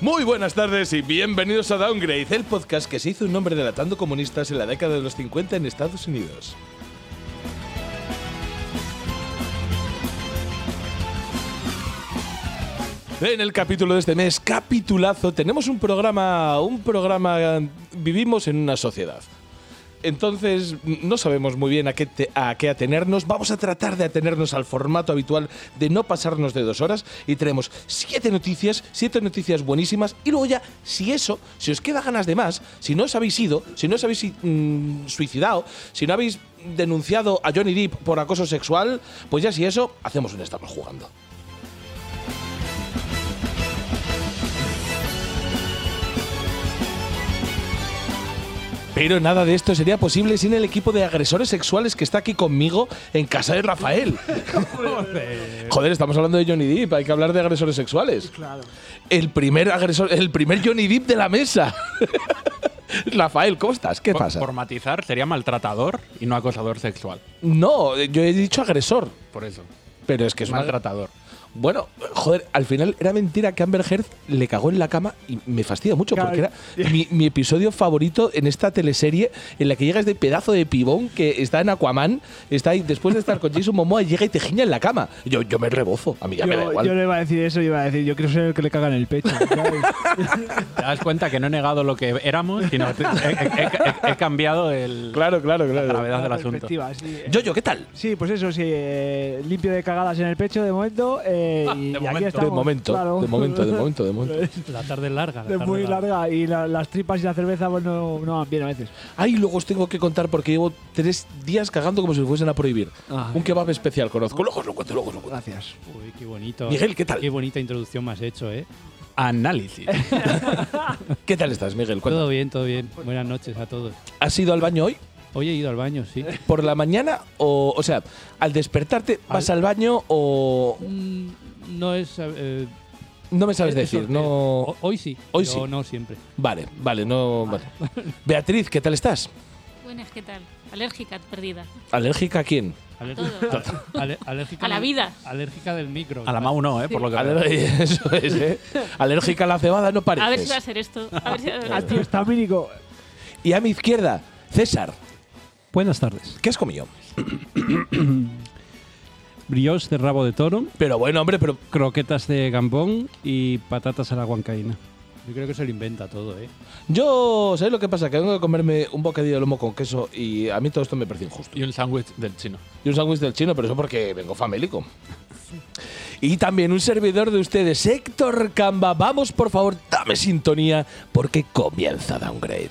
Muy buenas tardes y bienvenidos a Downgrade, el podcast que se hizo un nombre delatando comunistas en la década de los 50 en Estados Unidos. En el capítulo de este mes, capitulazo, tenemos un programa, un programa, vivimos en una sociedad. Entonces, no sabemos muy bien a qué, te- a qué atenernos. Vamos a tratar de atenernos al formato habitual de no pasarnos de dos horas y traemos siete noticias, siete noticias buenísimas. Y luego ya, si eso, si os queda ganas de más, si no os habéis ido, si no os habéis mm, suicidado, si no habéis denunciado a Johnny Depp por acoso sexual, pues ya si eso, hacemos un Estamos Jugando. Pero nada de esto sería posible sin el equipo de agresores sexuales que está aquí conmigo en casa de Rafael. Joder, estamos hablando de Johnny Depp, hay que hablar de agresores sexuales. Claro. El primer agresor, el primer Johnny Depp de la mesa. Rafael, ¿cómo estás? ¿Qué Por- pasa? Por matizar, sería maltratador y no acosador sexual. No, yo he dicho agresor, Por eso. pero es que es Es una- maltratador. Bueno, joder, al final era mentira que Amber Heard le cagó en la cama y me fastidia mucho Claro. porque era mi, mi episodio favorito en esta teleserie en la que llega este pedazo de pibón que está en Aquaman, está ahí después de estar con Jason Momoa llega y te giña en la cama. Yo, yo me rebozo, a mí ya me da Yo, igual. yo le iba a decir eso, yo iba a decir, yo quiero ser el que le caga en el pecho. ¿sabes? Te das cuenta que no he negado lo que éramos, sino que he, he- he- he cambiado el, Claro, claro, la claro. gravedad del La asunto. perspectiva, sí. Eh, Yo, yo, ¿qué tal? Sí, pues eso, sí, eh, limpio de cagadas en el pecho de momento. eh, y de aquí momento. estamos, Ah, de momento, claro. de momento, de momento, de momento. La tarde es larga. La Es tarde muy larga y la- las tripas y la cerveza pues, no, no van bien a veces. Ay, luego os tengo que contar porque llevo tres días cagando como si lo fuesen a prohibir. Ay. Un kebab especial conozco. Luego os lo cuento, luego os lo cuento. Gracias. Uy, qué bonito. Miguel, ¿qué tal? Qué bonita introducción me has hecho, ¿eh? Análisis. ¿Qué tal estás, Miguel? Cuéntame. Todo bien, todo bien. Buenas noches a todos. ¿Has ido al baño hoy? Hoy he ido al baño, sí. por la mañana o, o sea, al despertarte vas al baño o Mm, No es. eh, no me sabes es de decir, sorteo. no. O- Hoy sí. Hoy pero sí. No siempre. Vale, vale, no. Vale. Beatriz, ¿qué tal estás? Buenas, ¿qué tal? Alérgica, perdida. ¿Alérgica a quién? Alérgica, ale- alérgica A la del- vida. Alérgica del micro. A la Mau no, ¿eh? Por lo que veo. Aler- Eso es, ¿eh? Alérgica a la cebada no A ver si va a pareces. ser esto. A ver si va a ser Ah, esto. Antihistamínico. Y a mi izquierda, César, Buenas tardes. ¿qué has comido? Brioche de rabo de toro, Pero bueno, hombre, pero croquetas de gambón y patatas a la huancaína. Yo creo que se lo inventa todo, ¿eh? yo, ¿sabes lo que pasa? Que vengo a comerme un bocadillo de lomo con queso y a mí todo esto me parece injusto. Y un sándwich del chino. Y un sándwich del chino, pero eso porque vengo famélico. Y también un servidor de ustedes, Héctor Camba. Vamos, por favor, dame sintonía, porque comienza Downgrade.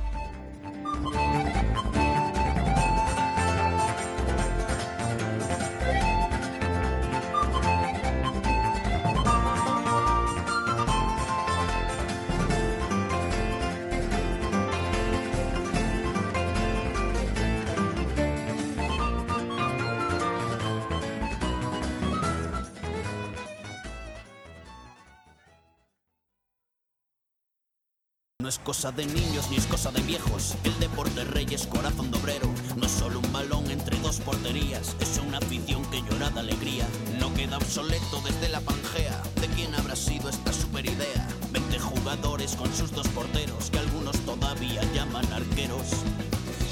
No es cosa de niños ni es cosa de viejos. El deporte rey es corazón de obrero. No es solo un balón entre dos porterías. Es una afición que llora de alegría. No queda obsoleto desde la pangea. ¿De quién habrá sido esta super idea? 20 jugadores con sus dos porteros que algunos todavía llaman arqueros.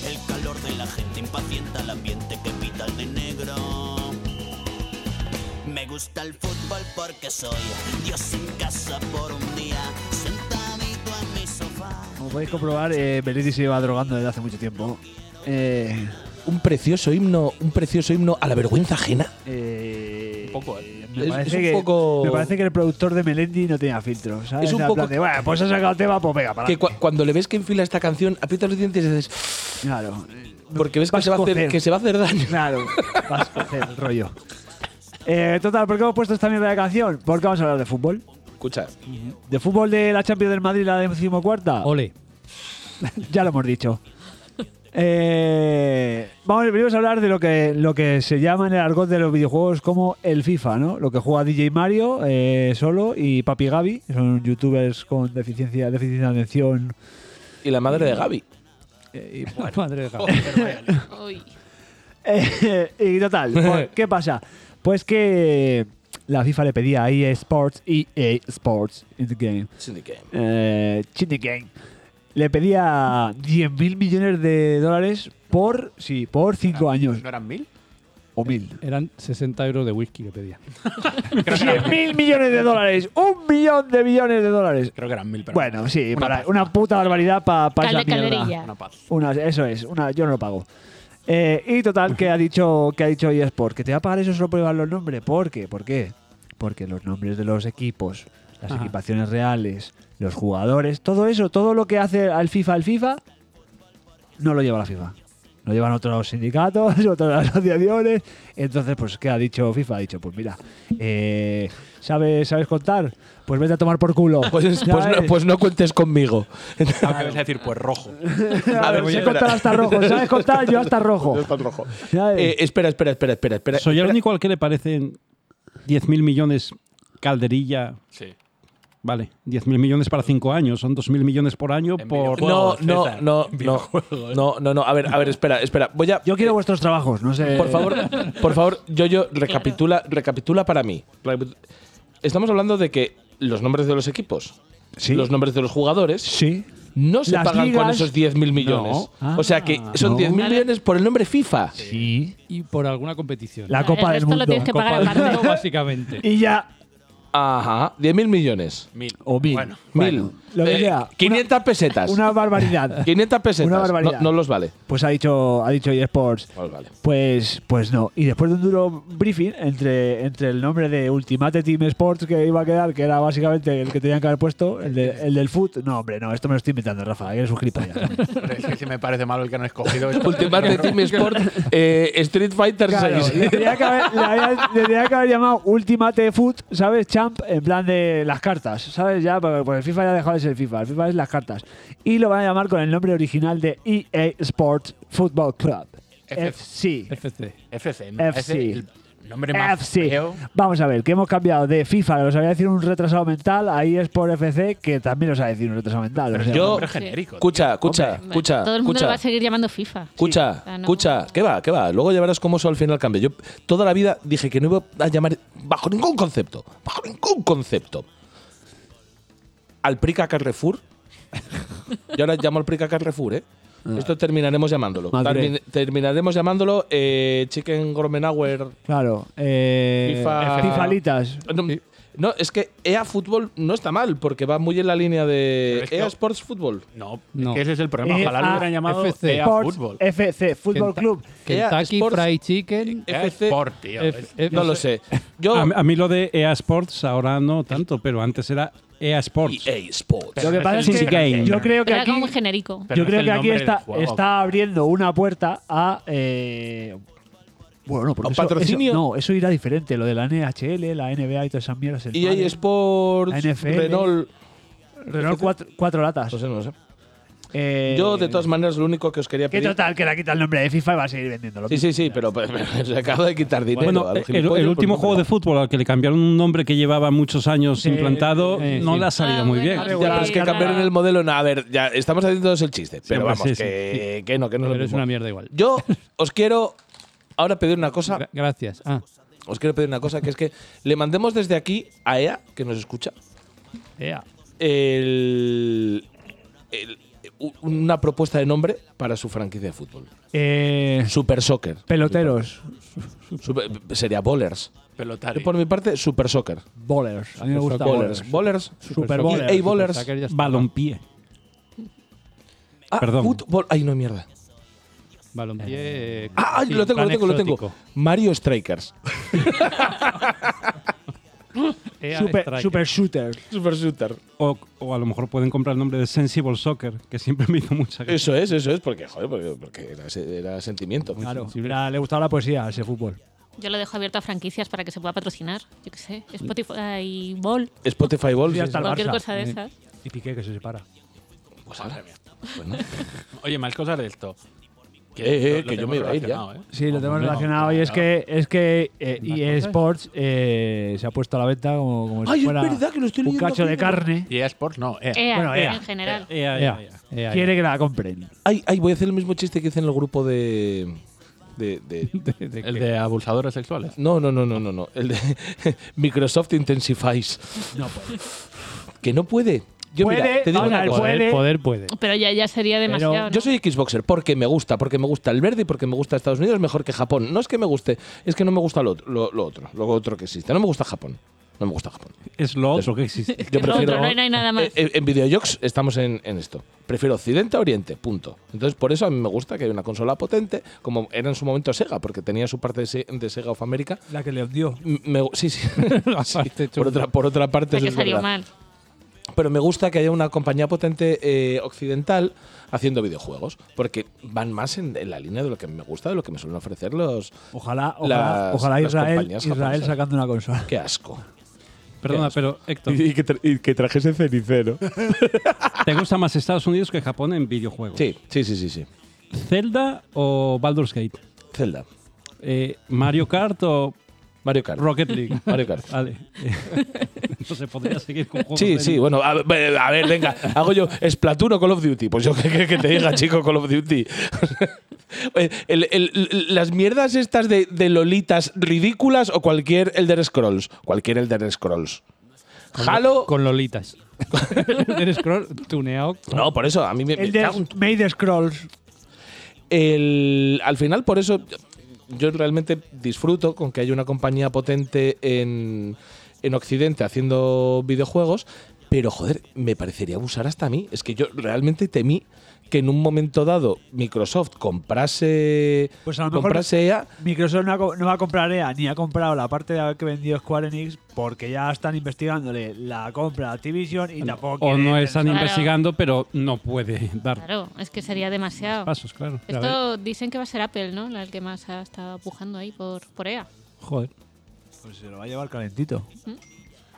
El calor de la gente impacienta el ambiente que pita el de negro. Me gusta el fútbol porque soy Dios en casa por un día, sentadito en mi sofá. Como podéis comprobar, eh, Melendi se lleva drogando desde hace mucho tiempo. Eh, Un precioso himno, un precioso himno a la vergüenza ajena. eh, Un poco, ¿eh? Me, Es- parece es un que, poco- me parece que el productor de Melendi no tenía filtro. ¿sabes? Es un En poco- plan de, "Bueno, pues ha sacado el tema, pues venga, para Que adelante". cua- cuando le ves que enfila esta canción, aprietas los dientes y dices, Claro. porque ves que Vas se, va a hacer, cocer. que se va a hacer daño. Claro, vas a hacer el rollo. Eh, total, ¿por qué hemos puesto esta mierda de canción? Porque vamos a hablar de fútbol. Escucha, ¿De fútbol de la Champions del Madrid, la decimocuarta? Ole. ya lo hemos dicho. Eh, vamos, venimos a hablar de lo que, lo que se llama en el argot de los videojuegos como el FIFA, ¿no? Lo que juega DJ Mario eh, solo y Papi Gaby, que son youtubers con deficiencia, déficit de atención. y la madre de Gaby. eh, y- Madre de Uy. Eh, y total, pues, ¿qué pasa? Pues que la FIFA le pedía a EA Sports, EA Sports in the game, Syndicate. eh, cheat the game, le pedía 10.000 millones de dólares por, sí, por 5 años, ¿No eran mil? o 1.000. Eran 60 euros de whisky que pedía. 10.000 millones de dólares, un millón de millones de dólares. Creo que eran mil, pero Bueno, sí, Una para- pasta. una puta barbaridad para pa Cal- esa mierda. calderilla. una paz. Una- eso es, una, yo no lo pago. Eh, y total, que ha dicho que ha dicho eSport que te va a pagar eso solo por llevar los nombres. ¿Por qué? ¿Por qué? Porque los nombres de los equipos, las Ajá. equipaciones reales, los jugadores, todo eso, todo lo que hace al FIFA, el FIFA, no lo lleva la FIFA. Lo llevan otros sindicatos, otras asociaciones. Entonces, pues, ¿qué ha dicho FIFA? Ha dicho, pues mira, eh, ¿sabes, ¿sabes contar? Pues vete a tomar por culo. Pues, pues, no, ¿Sabes? pues no cuentes conmigo. Aunque vas a decir, pues rojo. A ver, voy sé a- contar hasta rojo. ¿Sabes contar? Yo hasta rojo. eh, rojo. ¿Sabes? Eh, espera, espera, espera, espera. espera. Soy el único al que le parecen 10.000 millones calderilla. Sí. Vale, 10.000 millones para 5 años, son 2.000 millones por año En por... No, Juegos, no, César. no, no, no, no, no. A ver, a ver, espera, espera. Voy a. Yo quiero vuestros trabajos, no sé. Por favor, por favor, yo, yo, recapitula, recapitula para mí. Recapitu- Estamos hablando de que los nombres de los equipos, Sí. los nombres de los jugadores, Sí. no se Las pagan con ligas- esos 10.000 millones. No. Ah. o sea que son No. 10.000 millones por el nombre FIFA. Sí. Y por alguna competición. La El Copa del resto Mundo. lo tienes que Copa pagar del aparte. Mundo, básicamente. Y ya. Ajá, 10.000 millones. Mil. O mil. Bueno, Mil. lo que sea. Una- 500 pesetas. Una barbaridad. 500 pesetas. Una barbaridad. No, no los vale. Pues ha dicho, ha dicho eSports. No los vale. Pues, pues no. Y después de un duro briefing entre, entre el nombre de Ultimate Team Sports que iba a quedar, que era básicamente el que tenían que haber puesto, el, de- el del foot. No, hombre, no, esto me lo estoy inventando, Rafa. Eres un gilipollas. Hombre, es que si me parece malo el que no he escogido. Ultimate Team Sport eh, Street Fighter Claro, 6. le tenía que haber, le había- le tenía que haber llamado Ultimate Foot, ¿sabes? Champ, en plan de las cartas, ¿sabes? Ya, porque pues el FIFA ya ha dejado de ser FIFA, el FIFA es las cartas. Y lo van a llamar con el nombre original de EA Sports Football Club. F- FC. FC. FC. FC. el nombre más FC. feo. Ah, Vamos a ver, que hemos cambiado de FIFA, que lo sabía decir un retrasado mental, a EA Sport FC, que también lo sabe decir un retrasado mental. o sea, Yo- Nombre genérico. Escucha, escucha, Bueno, escucha. Todo el mundo escucha. lo va a seguir llamando FIFA. Escucha, O sea, no- escucha, ¿qué va? ¿Qué va? Luego llevarás como eso al final cambio. Yo toda la vida dije que no iba a llamar bajo ningún concepto, bajo ningún concepto. Al Prica Carrefour. Yo ahora llamo al Prica Carrefour, ¿eh? Esto terminaremos llamándolo. Madre. Termin- terminaremos llamándaulo eh, Chicken Gromenauer. Claro. Eh, FIFA. Fifalitas. No, no, es que EA Fútbol no está mal, porque va muy en la línea de Pero es que- EA Sports Fútbol. No, No. es que ese es el problema. Eh, Ojalá lo hubieran llamado FC. EA ah, Sports Fútbol. FC, Fútbol Kenta- Club. EA Kentucky E Sports- Fried Chicken. Eh, EA FC. Sport, tío. Es- F- No lo sé. Yo. A, a mí lo de EA Sports ahora no tanto, pero antes era EA Sports. EA E Sports. Lo que es pasa el es que City Game. yo creo que Pero era aquí como muy genérico. Pero Yo no creo es que el aquí nombre del está, juego. está abriendo una puerta a. eh, bueno, no, porque ¿A un eso- patrocinio? eso- no, eso irá diferente. Lo de la NHL, la NBA y todas esas mierdas. el EA pádel. Sports, La NFL. Renault. Renault cuatro, cuatro latas. No sé, Pues no lo sé. Eh, Yo, de todas maneras, lo único que os quería Que pedir. total, que le ha quitado el nombre de FIFA y va a seguir vendiéndolo. Sí, sí, sí, pero, pero- pero se acaba de quitar dinero. Bueno, eh, el, al el gilipollas, último pues, juego de no. fútbol al que le cambiaron un nombre que llevaba muchos años Sí, implantado sí, no sí. le ha salido Ah, muy bueno, bien. sí. Ya, es que claro. cambiaron el modelo. No, a ver, ya estamos haciendo todos el chiste. Pero hombre, vamos, sí, sí. que, que no, que no es lo Pero es mismo. una mierda igual. Yo os quiero ahora pedir una cosa. Gra- Gracias. Ah, Os quiero pedir una cosa, que es que le mandemos desde aquí a EA, que nos escucha, EA. el- el- u- una propuesta de nombre para su franquicia de fútbol. Eh, Super Soccer. peloteros. Super- sería Bowlers. Pelotari. Yo, por mi parte, Super Soccer. Bowlers. A mí me gusta. Bowlers. Bowlers. Super Ey, Bowlers. bowlers. Sacar ya está. Balompié. Ah, Perdón. fútbol. Ay, no, mierda. Balompié. eh, Ah, ay, sí, lo tengo, lo plan tengo, lo tengo. exótico. Mario Strikers. EA Super, Striker. super shooter. Super Shooter. O, o a lo mejor pueden comprar el nombre de Sensible Soccer, que siempre me hizo mucha gracia. Eso es, eso es, porque, joder, porque, porque era, se- era sentimiento. Claro, era- le gustaba la poesía a ese fútbol. Yo lo dejo abierto a franquicias para que se pueda patrocinar. Yo qué sé, Spotify y Ball, Spotify Ball. Sí, hasta el cualquier Barça. cosa de esas. Y Piqué que se separa. Pues ahora. Bueno, Oye, más cosas de esto. Eh, eh, lo que yo tenemos me iba a ir ya. relacionado, ¿eh? Sí, lo tenemos Hombre, relacionado y es que es que eh, EA Sports eh, se ha puesto a la venta como, como si Ay, es fuera verdad que lo estoy un leyendo cacho aquí, de ¿verdad? carne. EA Sports, no. E EA. EA, Bueno, EA. E en general. E EA, Ya. EA, EA. Quiere que la compren. Ay, ay, voy a hacer el mismo chiste que hice en el grupo de. de- de- El de abusadores sexuales. no, no, no, no, no, no. El de Microsoft Intensifies. No puede. Que no puede. Yo, mira, Puede, te digo vamos una a ver, cosa. ¿eh? puede. Poder, poder puede. Pero ya, ya sería demasiado. ¿no? Yo soy Xboxer porque me gusta, porque me gusta el verde y porque me gusta Estados Unidos mejor que Japón. No es que me guste, es que no me gusta lo, otro- lo, lo otro, lo otro que existe. No me gusta Japón. No me gusta Japón. Es lo otro que existe. Yo Que lo prefiero. otro, no, hay, no hay nada más. Eh, eh, en videojuegos estamos en, en esto. Prefiero Occidente a Oriente, punto. Entonces, por eso a mí me gusta que haya una consola potente, como era en su momento Sega, porque tenía su parte de, Se- de Sega of America. La que le dio. M- me gu- sí, sí. Sí, parte por, chunga. otra, por otra parte, La eso que es salió verdad. mal. Pero me gusta que haya una compañía potente eh, occidental haciendo videojuegos, porque van más en, en la línea de lo que me gusta, de lo que me suelen ofrecer los. Ojalá, ojalá, Las- ojalá las Israel, compañías Israel japonesas. sacando una consola. ¡Qué asco! Perdona, pero Héctor, que, trajese cenicero. ¿te gusta más Estados Unidos que Japón en videojuegos? Sí, sí, sí, sí. sí. ¿Zelda o Baldur's Gate? Zelda. Eh, ¿Mario Kart o Mario Kart. Rocket League? Mario Kart. Vale. no se podría seguir con juegos. Sí, de- sí, bueno, a ver, a ver, venga, hago yo Splatoon o Call of Duty. Pues yo que, que- que te diga, chico, Call of Duty. El- el- el- las mierdas estas de, de lolitas ridículas o cualquier Elder Scrolls. Cualquier Elder Scrolls. Halo. Con lolitas. Eres scroll tuneado. No, por eso, a mí me, me El de cago en- Made Scrolls. el- al final, por eso, yo realmente disfruto con que haya una compañía potente en, en Occidente haciendo videojuegos, pero joder, me parecería abusar hasta a mí. Es que yo realmente temí que en un momento dado Microsoft comprase, Pues a lo mejor- comprase E EA. Microsoft no, ha co- no va a comprar EA ni ha comprado la parte de que vendió Square Enix porque ya están investigándole la compra a Activision y tampoco. O no quieren- están Claro. investigando, pero no puede dar Claro, es que sería demasiado. pasos, claro. Esto dicen que va a ser Apple, ¿no? La que más ha estado pujando ahí por, por E EA. Joder. Pues se lo va a llevar calentito.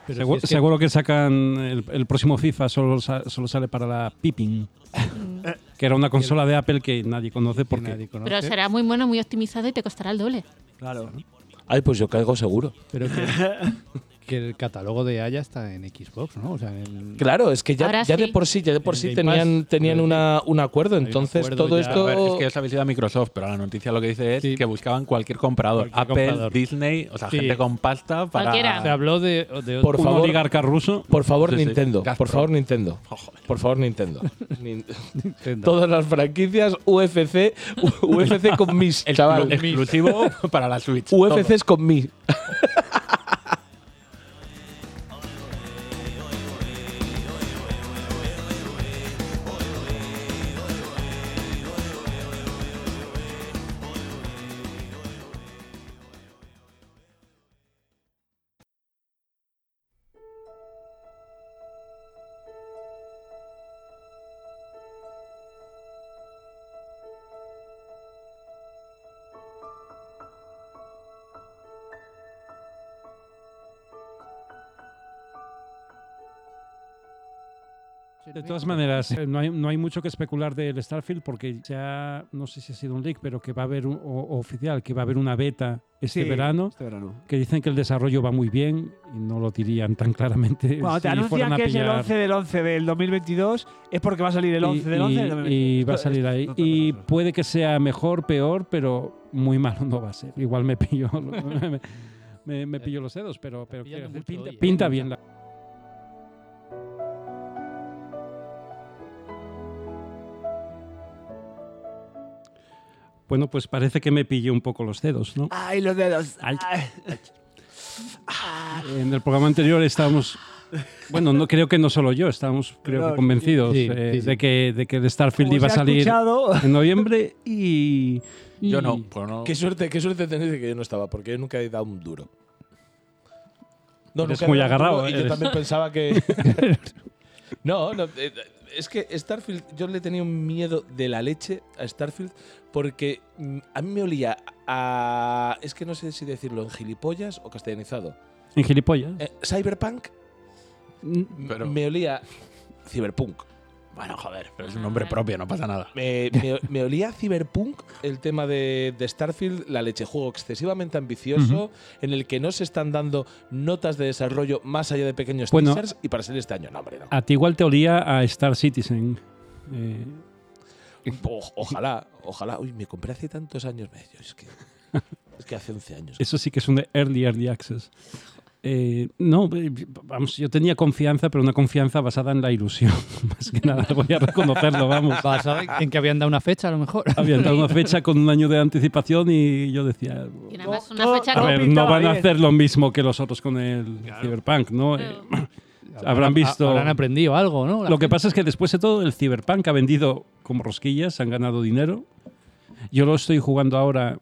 Segu- Seguro que sacan el, el próximo FIFA, solo, sa- solo sale para la Pippin, Mm. que era una consola de Apple que nadie conoce porque Nadie conoce. Pero será muy bueno, muy optimizado y te costará el doble. Claro. Ay, pues yo caigo seguro. Pero que, que el catálogo de Aya está en Xbox, ¿no? O sea, en el- Claro, es que ya, Ahora ya de sí. por sí, ya de por El sí Game Pass. tenían, tenían una- un acuerdo. un Entonces acuerdo todo ya. A esto. ver, es que os habéis ido a Microsoft, pero la noticia lo que dice es Sí. que buscaban cualquier comprador. Cualquier Apple, comprador. Disney, o sea, Sí. gente con pasta para… Cualquiera. Se habló de, de Por un favor. oligarca ruso. Por favor, Sí, sí. Nintendo. Por Gazprom. favor, Nintendo. Oh, joder. Por favor, Nintendo. Nin- Nintendo. Todas las franquicias UFC, UFC con mis, El chaval. exclu- exclusivo para la Switch. todo. UFCs con mis. De todas maneras, eh, no hay, no hay mucho que especular del Starfield porque ya, no sé si ha sido un leak, pero que va a haber, un, o- o oficial, que va a haber una beta este Sí, verano, Este verano. que dicen que el desarrollo va muy bien y no lo dirían tan claramente Cuando te si fueran anuncian a que es el pillar. 11 del 11 del 2022, es porque va a salir el Y- 11 del 11 del y, 2022. y va a salir ahí. Y puede que sea mejor, peor, pero muy malo no va a ser. Igual me pillo, me, me- me pillo los dedos, pero, pero Pillan quiero decir, mucho pinta, hoy, ¿eh? pinta bien la Bueno, pues parece que me pillé un poco los dedos, ¿no? Ay, los dedos. Ay. Ay. Eh, En el programa anterior estábamos. Bueno, no creo que no solo yo, estábamos creo que No, convencidos sí, eh, sí, sí. De, que, de que el Starfield Como iba a Pues se ha salir escuchado. en noviembre y. Yo y- no, pues no. Qué suerte, qué suerte tenéis de que yo no estaba, porque yo nunca he dado un duro. No, Eres nunca muy he dado agarrado, duro Y yo eres. también pensaba que. no, no. eh, Es que Starfield, yo le tenía un miedo de la leche a Starfield porque mm, a mí me olía a. Es que no sé si decirlo en gilipollas o castellanizado. En gilipollas. Eh, Cyberpunk Mm, Pero- me olía. Cyberpunk. Bueno, joder, pero es un nombre propio, no pasa nada. Me, me- me olía a Cyberpunk el tema de, de Starfield, la leche, juego excesivamente ambicioso, en el que no se están dando notas de desarrollo más allá de pequeños Bueno. ah, teasers y para ser este año, no, hombre, no. A ti igual te olía a Star Citizen. Eh, O- ojalá, ojalá. Uy, me compré hace tantos años. me- yo, Es que, es que hace 11 años. eso sí que es un early, early access. Eh, no, eh, vamos, yo tenía confianza, pero una confianza basada en la ilusión. Más que nada, voy a reconocerlo, vamos. Basada en que habían dado una fecha, a lo mejor. Habían dado una fecha con un año de anticipación y yo decía, Y nada más una fecha a con- ver, no van a bien. hacer lo mismo que los otros con el Cyberpunk, ¿no? Eh, habrán visto... Habrán aprendido algo, ¿no? La Lo que gente. pasa es que después de todo, el Cyberpunk ha vendido como rosquillas, han ganado dinero. Yo lo estoy jugando ahora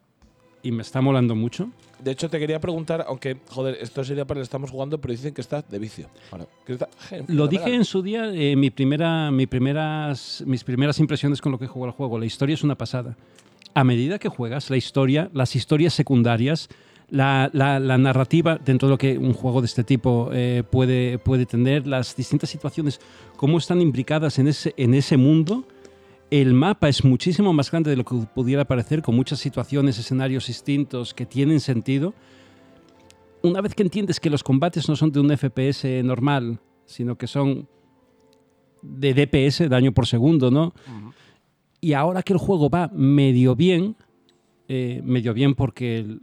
y me está molando mucho. De hecho, te quería preguntar, aunque, joder, esto sería para el estamos jugando, pero dicen que está de vicio. Ahora, que está Lo fenomenal. dije en su día, eh, mi primera, mi primeras, mis primeras impresiones con lo que jugó el juego. La historia es una pasada. A medida que juegas, la historia, las historias secundarias, la, la- la narrativa dentro de lo que un juego de este tipo eh, puede, puede tener, las distintas situaciones, cómo están imbricadas en ese, en ese mundo. El mapa es muchísimo más grande de lo que pudiera parecer, con muchas situaciones, escenarios distintos que tienen sentido una vez que entiendes que los combates no son de un FPS normal, sino que son de DPS, daño por segundo, ¿no? Y ahora que el juego va medio bien, eh, medio bien porque el-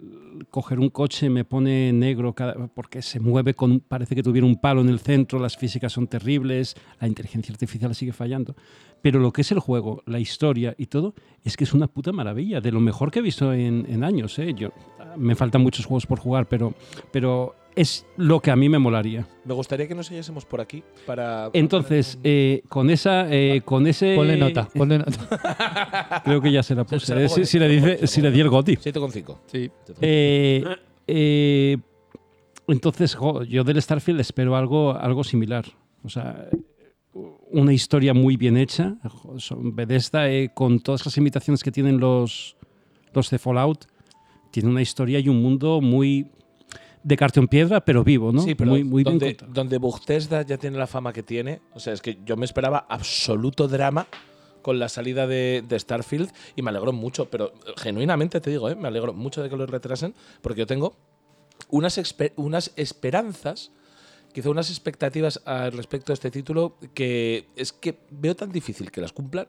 coger un coche me pone negro cada- porque se mueve con parece que tuviera un palo en el centro, las físicas son terribles, la inteligencia artificial sigue fallando, pero lo que es el juego, la historia y todo es que es una puta maravilla, de lo mejor que he visto en, en años, ¿eh? Yo me faltan muchos juegos por jugar, pero pero es lo que a mí me molaría. Me gustaría que nos hallásemos por aquí para. Entonces, eh, con esa eh, con ese Ponle nota, ponle nota. Creo que ya se la Se- se puse. la eh, pongo, si, si se le la pongo, dice, se la si le pongo. di el goti. 7,5. Sí. Eh, eh, entonces, jo, yo del Starfield espero algo, algo similar. O sea, una historia muy bien hecha. Jo, Son Bethesda, eh, con todas las imitaciones que tienen los, los de Fallout, tiene una historia y un mundo muy de cartón piedra, pero vivo, ¿no? Sí, pero muy, muy bien donde, contado. donde Bethesda ya tiene la fama que tiene, o sea, es que yo me esperaba absoluto drama con la salida de, de Starfield y me alegró mucho, pero eh, genuinamente te digo, ¿eh? me alegro mucho de que lo retrasen porque yo tengo unas, expe- unas esperanzas, quizá unas expectativas al respecto a este título que es que veo tan difícil que las cumplan.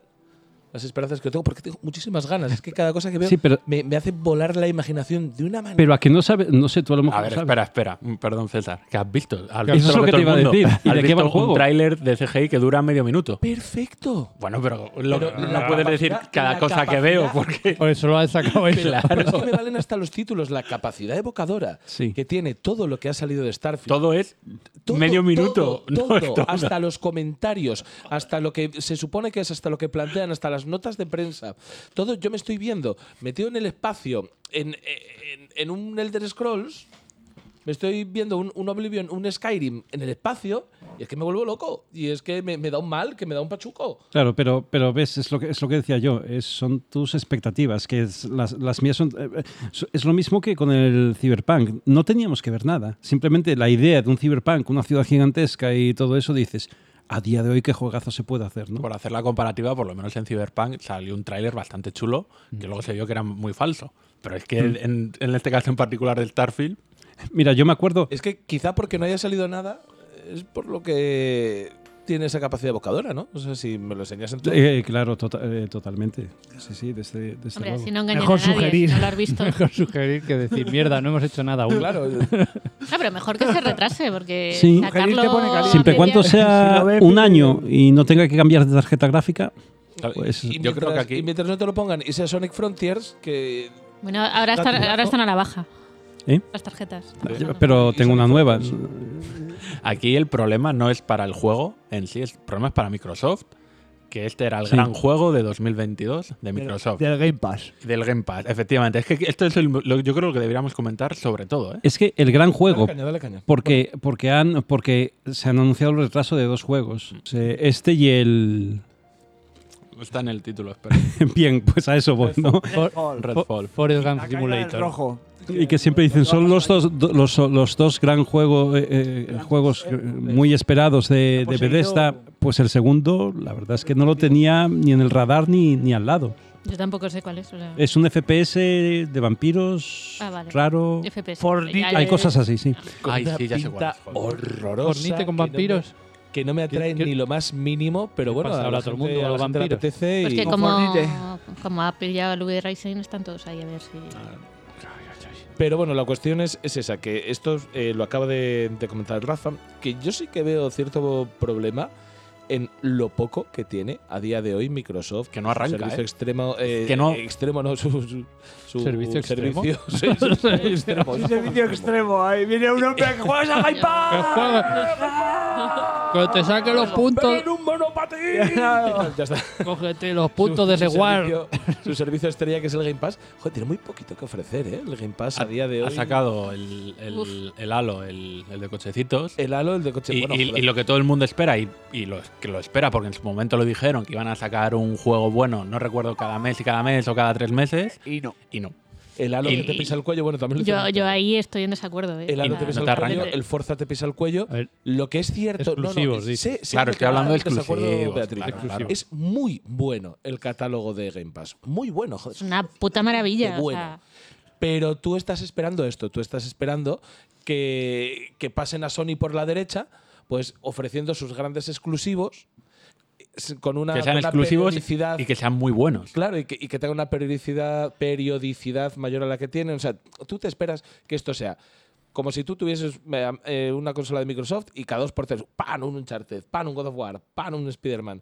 Las esperanzas que yo tengo, porque tengo muchísimas ganas. Es que cada cosa que veo Sí, pero- me, me hace volar la imaginación de una manera. Pero a que no sabe, no sé, tú a lo mejor A ver, sabes. espera, espera. Mm, Perdón, César. ¿Qué has visto? ¿Has Eso visto es lo que te todo el iba a mundo? decir. ¿Y ¿Has de qué va el visto juego? Un tráiler de CGI que dura medio minuto. ¡Perfecto! Bueno, pero, lo- Pero la no puedes decir capacidad- cada la cosa que capacidad- veo porque Por eso lo has sacado eso. Pero es que me valen hasta los títulos, la capacidad evocadora Sí. que tiene todo lo que ha salido de Starfield. todo es Todo, medio minuto. todo, No todo, es todo. hasta los comentarios, hasta lo que se supone que es, hasta lo que plantean, hasta las notas de prensa. Todo yo me estoy viendo metido en el espacio, en, en- en un Elder Scrolls, me estoy viendo un, un Oblivion, un Skyrim en el espacio, y es que me vuelvo loco. Y es que me, me da un mal, que me da un pachuco. Claro, pero, pero ves, es lo que, es lo que decía yo, es- son tus expectativas, que es- las, las mías son... eh, so- Es lo mismo que con el Cyberpunk, no teníamos que ver nada, simplemente la idea de un Cyberpunk, una ciudad gigantesca y todo eso, dices, a día de hoy qué juegazo se puede hacer, ¿no? Por hacer la comparativa, por lo menos en Cyberpunk salió un tráiler bastante chulo, que Mm. luego se vio que era muy falso. Pero es que en, en este caso en particular del Starfield, Mira, yo me acuerdo, Es que quizá porque no haya salido nada, es por lo que tiene esa capacidad evocadora, ¿no? No sé si me lo enseñas en tu- eh, claro, tota- eh, totalmente, sí, sí, desde, desde Hombre, luego. así no engañan Mejor a nadie. sugerir. No lo has visto. Mejor sugerir que decir, mierda, no hemos hecho nada aún. Claro, No, Ah, pero mejor que se retrase, porque Sí. sacarlo. Sugerir te pone a caliente. Siempre media- cuando sea Si lo ves, un pide- año y no tenga que cambiar de tarjeta gráfica, Pues, y yo creo que mientras- aquí- y mientras no te lo pongan y sea Sonic Frontiers, que. Bueno, ahora están, Date un ahora están a la baja. ¿Eh? Las tarjetas. pero tengo una nueva. aquí el problema no es para el juego en sí, el problema es para Microsoft, que este era el Sí. gran juego de 2022 de Microsoft. Del Game Pass. Del Game Pass, efectivamente. Es que esto es el- lo- yo creo lo que deberíamos comentar sobre todo. ¿eh? Es que el gran juego, Dale caña, dale caña. porque porque han porque se han anunciado el retraso de dos juegos, Se- este y el Está en el título, espera. bien, pues a eso voy, ¿no? Redfall. Redfall. Forest Gump caída Simulator. del Ah, rojo. Y que siempre dicen son los dos do- los, los dos gran juego eh, eh, juegos eh, muy esperados de, de Bethesda, pues el segundo, la verdad es que no lo tenía ni en el radar ni ni al lado. Yo tampoco sé cuál es. o sea. Es un FPS de vampiros Ah, vale. raro. FPS. Fortnite. Ya Ah, Hay le- cosas así, sí. Con Ay, una sí, ya sé cuál pinta es, horrorosa. Fornite con que no vampiros. me- Que no me atrae ¿Qué- qué- ni lo más mínimo, pero bueno, pasa a ahora la a todo el gente- mundo, a a la los gente le vampiros? apetece Pues y- que como, como Apple ya Luis Rising están todos ahí a ver si. Pero bueno, la cuestión es, es esa, que esto eh, lo acaba de, de comentar Rafa, que yo sí que veo cierto problema en lo poco que tiene a día de hoy Microsoft. Que no arranca, Su servicio ¿eh? extremo, eh, Que no- Extremo, no, su, su- su ¿Servicio extremo? servicio- sí, su servicio extremo. Un servicio extremo. Ahí viene un hombre que juega a Game Pass. Que juegue. Que te saque los puntos. ¡Ven un monopatín! Claro. ya está. Cógete los puntos de Su- su reward. servicio- Su servicio estrella que es el Game Pass. Joder, tiene muy poquito que ofrecer, ¿eh? El Game Pass a, Ha- día de hoy. Ha sacado el, el, Uf. el Halo, el, el de cochecitos. el halo, el de coche. Y, bueno, y- joder. y lo que todo el mundo espera, y, y lo, que lo espera, porque en su momento lo dijeron que iban a sacar un juego bueno, no recuerdo cada mes y cada mes o cada tres meses, Y no. y no. el halo y- que te pisa el cuello, bueno, también lo Yo, hicieron. yo ahí estoy en desacuerdo. ¿eh? El Halo O te sea, pisa no el te cuello, arranca. el Forza te pisa el cuello. A ver. Lo que es cierto. no, no, Exclusivos, sé- dices. sé Claro, lo estoy que hablando de estás acuerdo, exclusivos, Beatriz. claro, claro. Es muy bueno el catálogo de Game Pass. Muy bueno, joder. Es una puta maravilla. Qué o bueno. sea. Pero tú estás esperando esto, tú estás esperando que, que pasen a Sony por la derecha, pues ofreciendo sus grandes exclusivos s- con una, que sean con una exclusivos periodicidad. y que sean muy buenos. Claro, y que, y que tenga una periodicidad, periodicidad mayor a la que tienen. O sea, tú te esperas que esto sea como si tú tuvieses eh, eh, una consola de Microsoft y cada dos por tres, ¡pan! un Uncharted, ¡pan! un God of War, ¡pan! un Spider-Man.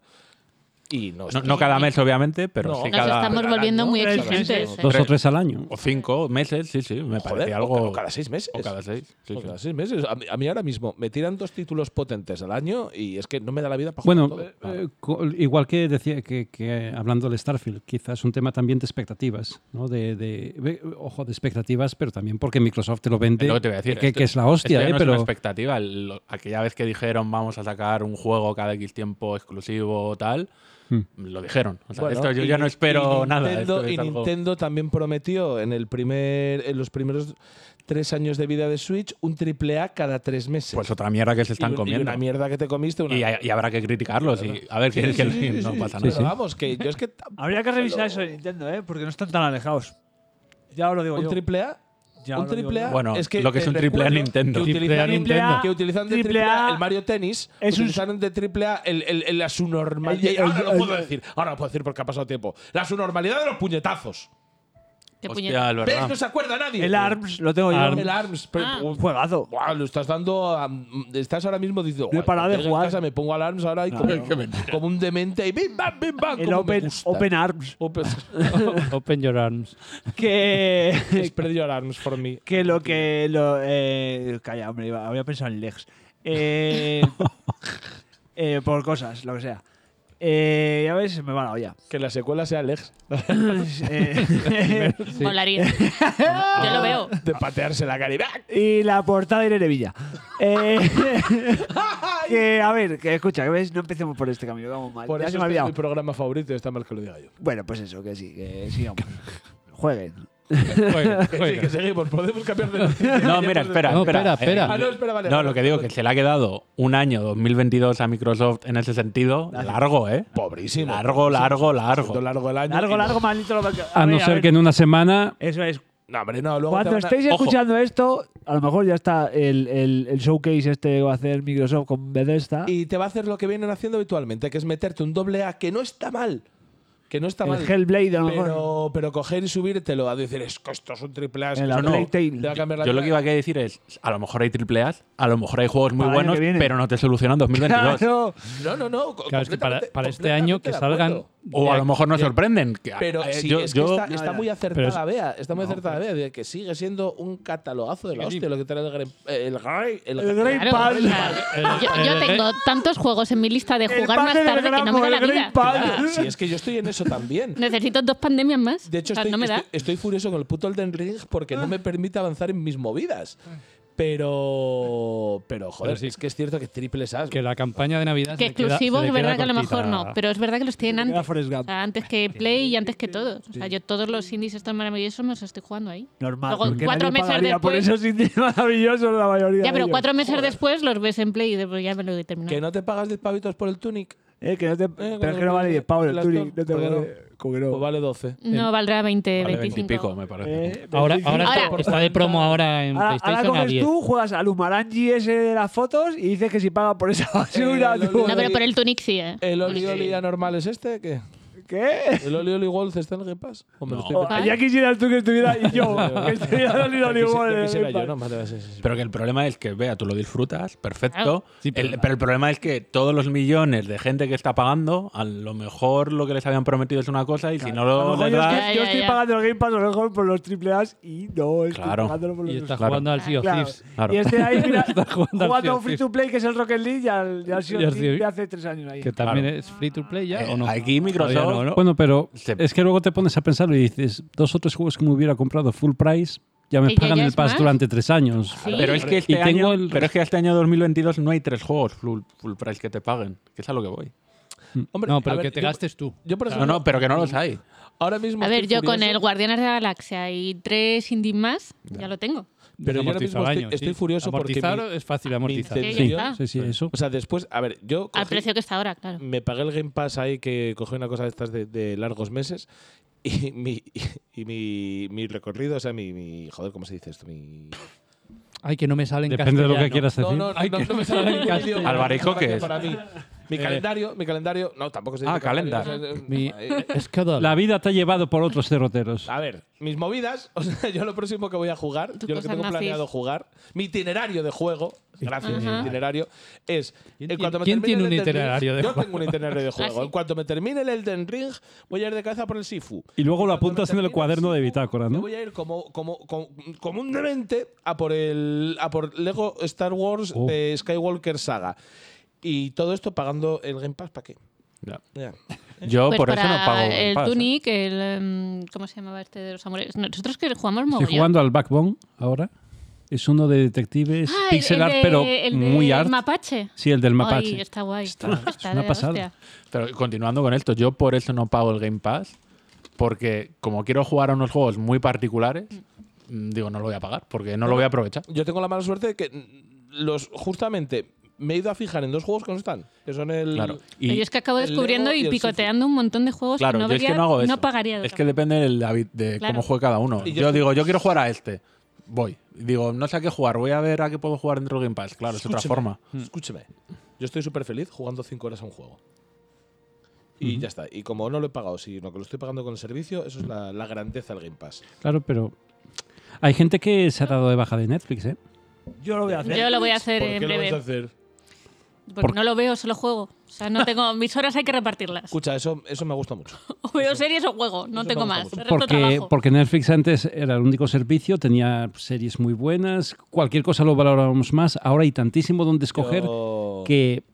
Y no, No, no cada mes, obviamente, pero No. sí Nos Nos cada. estamos cada volviendo año, muy cada exigentes. año. ¿eh? Dos o tres al año. O cinco meses, sí, sí, me Joder, parece o algo. ca- o cada seis meses. O cada seis. sí, O sí. cada seis meses. A mí, a mí ahora mismo me tiran dos títulos potentes al año y es que no me da la vida para Bueno, jugar. todo. eh, co- igual que decía que, que eh, hablando del Starfield, quizás un tema también de expectativas, ¿no? De, de- ve- ojo, de expectativas, pero también porque Microsoft te lo vende, Es lo que te voy a decir. que, esto- que es la hostia, esto ya ¿eh? no pero es una expectativa. Lo- aquella vez que dijeron vamos a sacar un juego cada X tiempo exclusivo tal, Hmm. lo dijeron. O sea, Bueno, esto yo y- ya no espero y nada. Nintendo, esto es y algo- Nintendo también prometió en el primer, en los primeros tres años de vida de Switch un triple A cada tres meses. Pues otra mierda que se están y, un- y comiendo. una mierda que te comiste. Una Y, hay- y habrá que criticarlos. y- a ver, que, que no pasa Pero nada. vamos, que yo es que tam- Habría que revisar eso de Nintendo, ¿eh? Porque no están tan alejados. Ya os lo digo un yo. triple A. Ya un lo digo triple A. yo. Bueno, es que lo que es te un triple A recuerdo Nintendo. Que Triple A utilizaron, Nintendo. que utilizaron de Triple triple A A el Mario Tennis. es un- utilizaron de triple A el, el, el- la subnormalidad. El- el- ahora lo el- puedo decir. Ahora lo puedo decir porque ha pasado tiempo. La subnormalidad de los puñetazos. Qué puñet- Hostia, es ¿Ves? No verdad. se acuerda nadie. El ARMS lo tengo yo. El ARMS. pero- Ah. Un juegazo. Buah, lo estás dando. a- mm, estás ahora mismo diciendo. No he "Guay, parado de llego a jugar". casa, me pongo al ARMS ahora y como, como un demente. Y bim, bam, bim, bam. El como me Open, gusta. open Arms. Open. Open your arms. Que, Spread your arms for me. que lo que. Lo, eh, calla, hombre, iba- había pensado en Lex. Eh, eh, por cosas, lo que sea. Eh, ya ves, se me va la olla. Que la secuela sea Lex. Eh, Molaría. Yo lo veo. De patearse la cara y ¡ah! y la portada de Irene Villa. Eh, que, a ver, que escucha, que ves, no empecemos por este camino, vamos mal. Por Ya eso se me ha este es olvidado. mi programa favorito y está mal que lo diga yo. Bueno, pues eso, que sí, que sigamos. Jueguen. Juega, Sí, que juega. seguimos. Podemos cambiar de noticia. No, mira, espera, No, espera. espera, eh, espera. Ah, no, espera, vale. No, vale. lo que digo es que se le ha quedado un año 2022 a Microsoft en ese sentido. Largo, ¿eh? Pues Pobrísimo. Largo, largo, Siendo largo. largo el año. Largo, y no- largo, maldito. lo- a, no ver, ser ver. que en una semana Eso es. No, hombre, no. Luego te Cuando van a- estéis Ojo. escuchando esto, a lo mejor ya está el, el- el showcase este que va a hacer Microsoft con Bethesda. Y te va a hacer lo que vienen haciendo habitualmente, que es meterte un doble A que no está mal. Que no está el mal. Hellblade, a lo mejor. pero, pero coger y subírtelo a decir, es que esto es un triple A. es En que la esto no, Plague Tale. te va a cambiar la Yo lo vida". que iba a decir es, a lo mejor hay triple A, a lo mejor hay juegos muy Para el año buenos, que viene. pero no te solucionan 2022. Claro. No, no, no. co- Claro, es que para, completamente- para este año que completamente de salgan acuerdo. O a lo mejor nos de- sorprenden. que- Pero eh, sí, yo- es que yo- está, está Pero muy es- acertada, Bea. Está muy No, acertada, Bea, de que sigue siendo un catalogazo de la Sí. hostia lo que trae el Grey El, Grey- el, El Grey Claro, Pass. o sea, Yo, yo tengo tantos juegos en mi lista de jugar más tarde que no me da la vida. Si es que yo estoy en eso también. Necesito dos pandemias más. De hecho, O sea, estoy, no me da. estoy- estoy furioso con el puto Elden Ring porque no me permite avanzar en mis movidas. Pero. Pero, joder, Pero sí. es que es cierto que triples as. Que la campaña de Navidad. Que se le queda- exclusivos, se le es queda verdad que a lo cortita. mejor no, pero es verdad que los tienen queda antes. Forrest Gump. O sea, antes que Play y antes que todos. O sea, yo todos los indies estos maravillosos me los estoy jugando ahí. Normal. Luego, porque cuatro nadie meses pagaría Por eso después- sí, maravilloso la mayoría. Ya, de pero ellos. cuatro meses después los ves en Play y después ya me lo he terminado. Que no te pagas 10 pavitos por el Tunic. Eh, que no te, pero es que cuando no vale te- 10 pavos el las Turing. dos, No te ¿por qué vale. Como que Pues no. vale 12. No, valdrá 20, Vale, 20 y 25. pico, me parece. Eh, Ahora, pero ahora, Ahora- está, está de promo ahora en Ahora, ahora PlayStation a coges 10. tú, juegas al Humarangi ese de las fotos y dices que si paga por esa basura. Eh, lo- tú- No, pero por el Tunic sí, ¿eh? ¿El Oli Oli anormal es este? ¿Qué? ¿Qué? ¿El Oli Oli Wolf está en el Game Pass? ¿O me lo No. estoy O- inventando? ya quisieras tú que estuviera y yo, que estuviera Yo dolido quisi- igual. yo eh, quisiera yo, pa- ¿no? Vale, sí, sí, sí. Pero que el problema es que, vea, tú lo disfrutas, perfecto. Claro. Sí, pero el, la- pero el problema es que todos los millones de gente que está pagando, a lo mejor lo que les habían prometido es una cosa y si no A lo lo mejor les yo, das- estoy- Ya, yo ya, estoy ya. pagando el Game Pass a lo mejor por los AAAs y no estoy Claro. pagándolo por los Y está Claro. jugando al Sea of Claro. Thieves. Claro. Y este ahí, mira, jugando jugando, al a Sea un of free Thieves. to play que es el Rocket League y al, y al Sea of Y al Thieves Sea- de hace tres años ahí. Que también Claro. es free to play ya, Eh, ¿o no? Aquí Microsoft. Todavía no, ¿no? Bueno, pero Se- es que luego te pones a pensarlo y dices, dos o tres juegos que me hubiera comprado full price, ya me Que ya- pagan ya el es pass más. durante tres años. Sí. Pero es que este Y tengo año, el- pero es que este año 2022 no hay tres juegos full, full price que te paguen, que es a lo que voy. Hombre, No, a pero ver, que te yo- gastes tú. Yo, por No, ejemplo, no, pero que no los hay. ahora mismo. A ver, estoy yo con furioso. el Guardianes de la Galaxia y tres indies más, ya lo tengo. Pero yo ahora mismo Amortizar estoy, años, estoy sí. furioso porque. amortizar mi- es fácil amortizar. mi Sí, intención- ya está. Sí, sí, eso. O sea, después. A ver, yo. Al cogí- precio que está ahora, claro. me pagué el Game Pass ahí que cogí una cosa de estas de, de largos meses y mi, y mi, mi recorrido, o sea, mi, mi- Joder, ¿cómo se dice esto? Mi. Ay, que no me salen Depende de lo que quieras No, decir. no, no, no me sale ningún castellano. idioma. Albaricoque es. Para mí. Mi calendario, mi calendario. No, tampoco se dice. Ah, o sea, Eh. Mi eh, schedule. La vida te ha llevado por otros cerroteros. A ver, mis movidas, o sea, yo lo próximo que voy a jugar, Tus yo lo que cosas tengo nazis. planeado jugar, mi itinerario de juego, gracias, mi Ajá. itinerario, es. ¿Quién en tiene- cuanto me quién termine tiene el un Elden Ring- itinerario de Yo juego? tengo un itinerario de juego. Ah, sí. En cuanto me termine el Elden Ring, voy a ir de cabeza por el Sifu. Y luego lo cuando me apuntas en el termine cuaderno de Sifu, bitácora, Yo ¿no? voy a ir como, como, como, como un demente a por, el, a por Lego Star Wars Oh. de Skywalker Saga. Y todo esto pagando el Game Pass, ¿para qué? Ya. Ya. Yo Pues por eso para no pago. Game el Pass, ¿eh? Tunic, el. em, ¿Cómo se llamaba este de los amores? Nosotros que jugamos Estoy mogollón. jugando al Backbone ahora. Es uno de detectives Ah, el- pixel el art, de- pero el de- muy art. El mapache. Sí, el del mapache. Ay, está guay. Está- Está, es una de pasada. hostia. Pero continuando con esto, yo por eso no pago el Game Pass, porque como quiero jugar a unos juegos muy particulares, mm, digo, no lo voy a pagar, porque no lo voy a aprovechar. Yo tengo la mala suerte de que mm, los justamente me he ido a fijar en dos juegos que no están, que son el Claro. Pero Y yo es que acabo el descubriendo Lego y y el picoteando un montón de juegos claro, que no yo es que vería- no hago eso. no pagaría. de es otra que manera. depende del David- de Claro. cómo juegue cada uno. Y Yo, yo- digo, yo quiero jugar a este. Voy. Digo, no sé a qué jugar, voy a ver a qué puedo jugar dentro del Game Pass. Claro, es otra Escúchame. forma. Escúcheme, yo estoy súper feliz jugando 5 horas a un juego. Y ya está. Y como no lo he pagado, sino que lo estoy pagando con el servicio, eso es la, la grandeza del Game Pass. Claro, pero hay gente que se ha dado de baja de Netflix, ¿eh? Yo lo voy a hacer. Yo lo voy a hacer ¿Por en qué lo vais a breve. hacer? Porque Por- no lo veo, solo juego. O sea, no tengo. Mis horas hay que repartirlas. Escucha, eso, eso me gusta mucho. O veo series o juego, no eso tengo me gusta más. mucho. El resto Porque, trabajo. porque Netflix antes era el único servicio, tenía series muy buenas, cualquier cosa lo valorábamos más. Ahora hay tantísimo donde escoger Yo- que,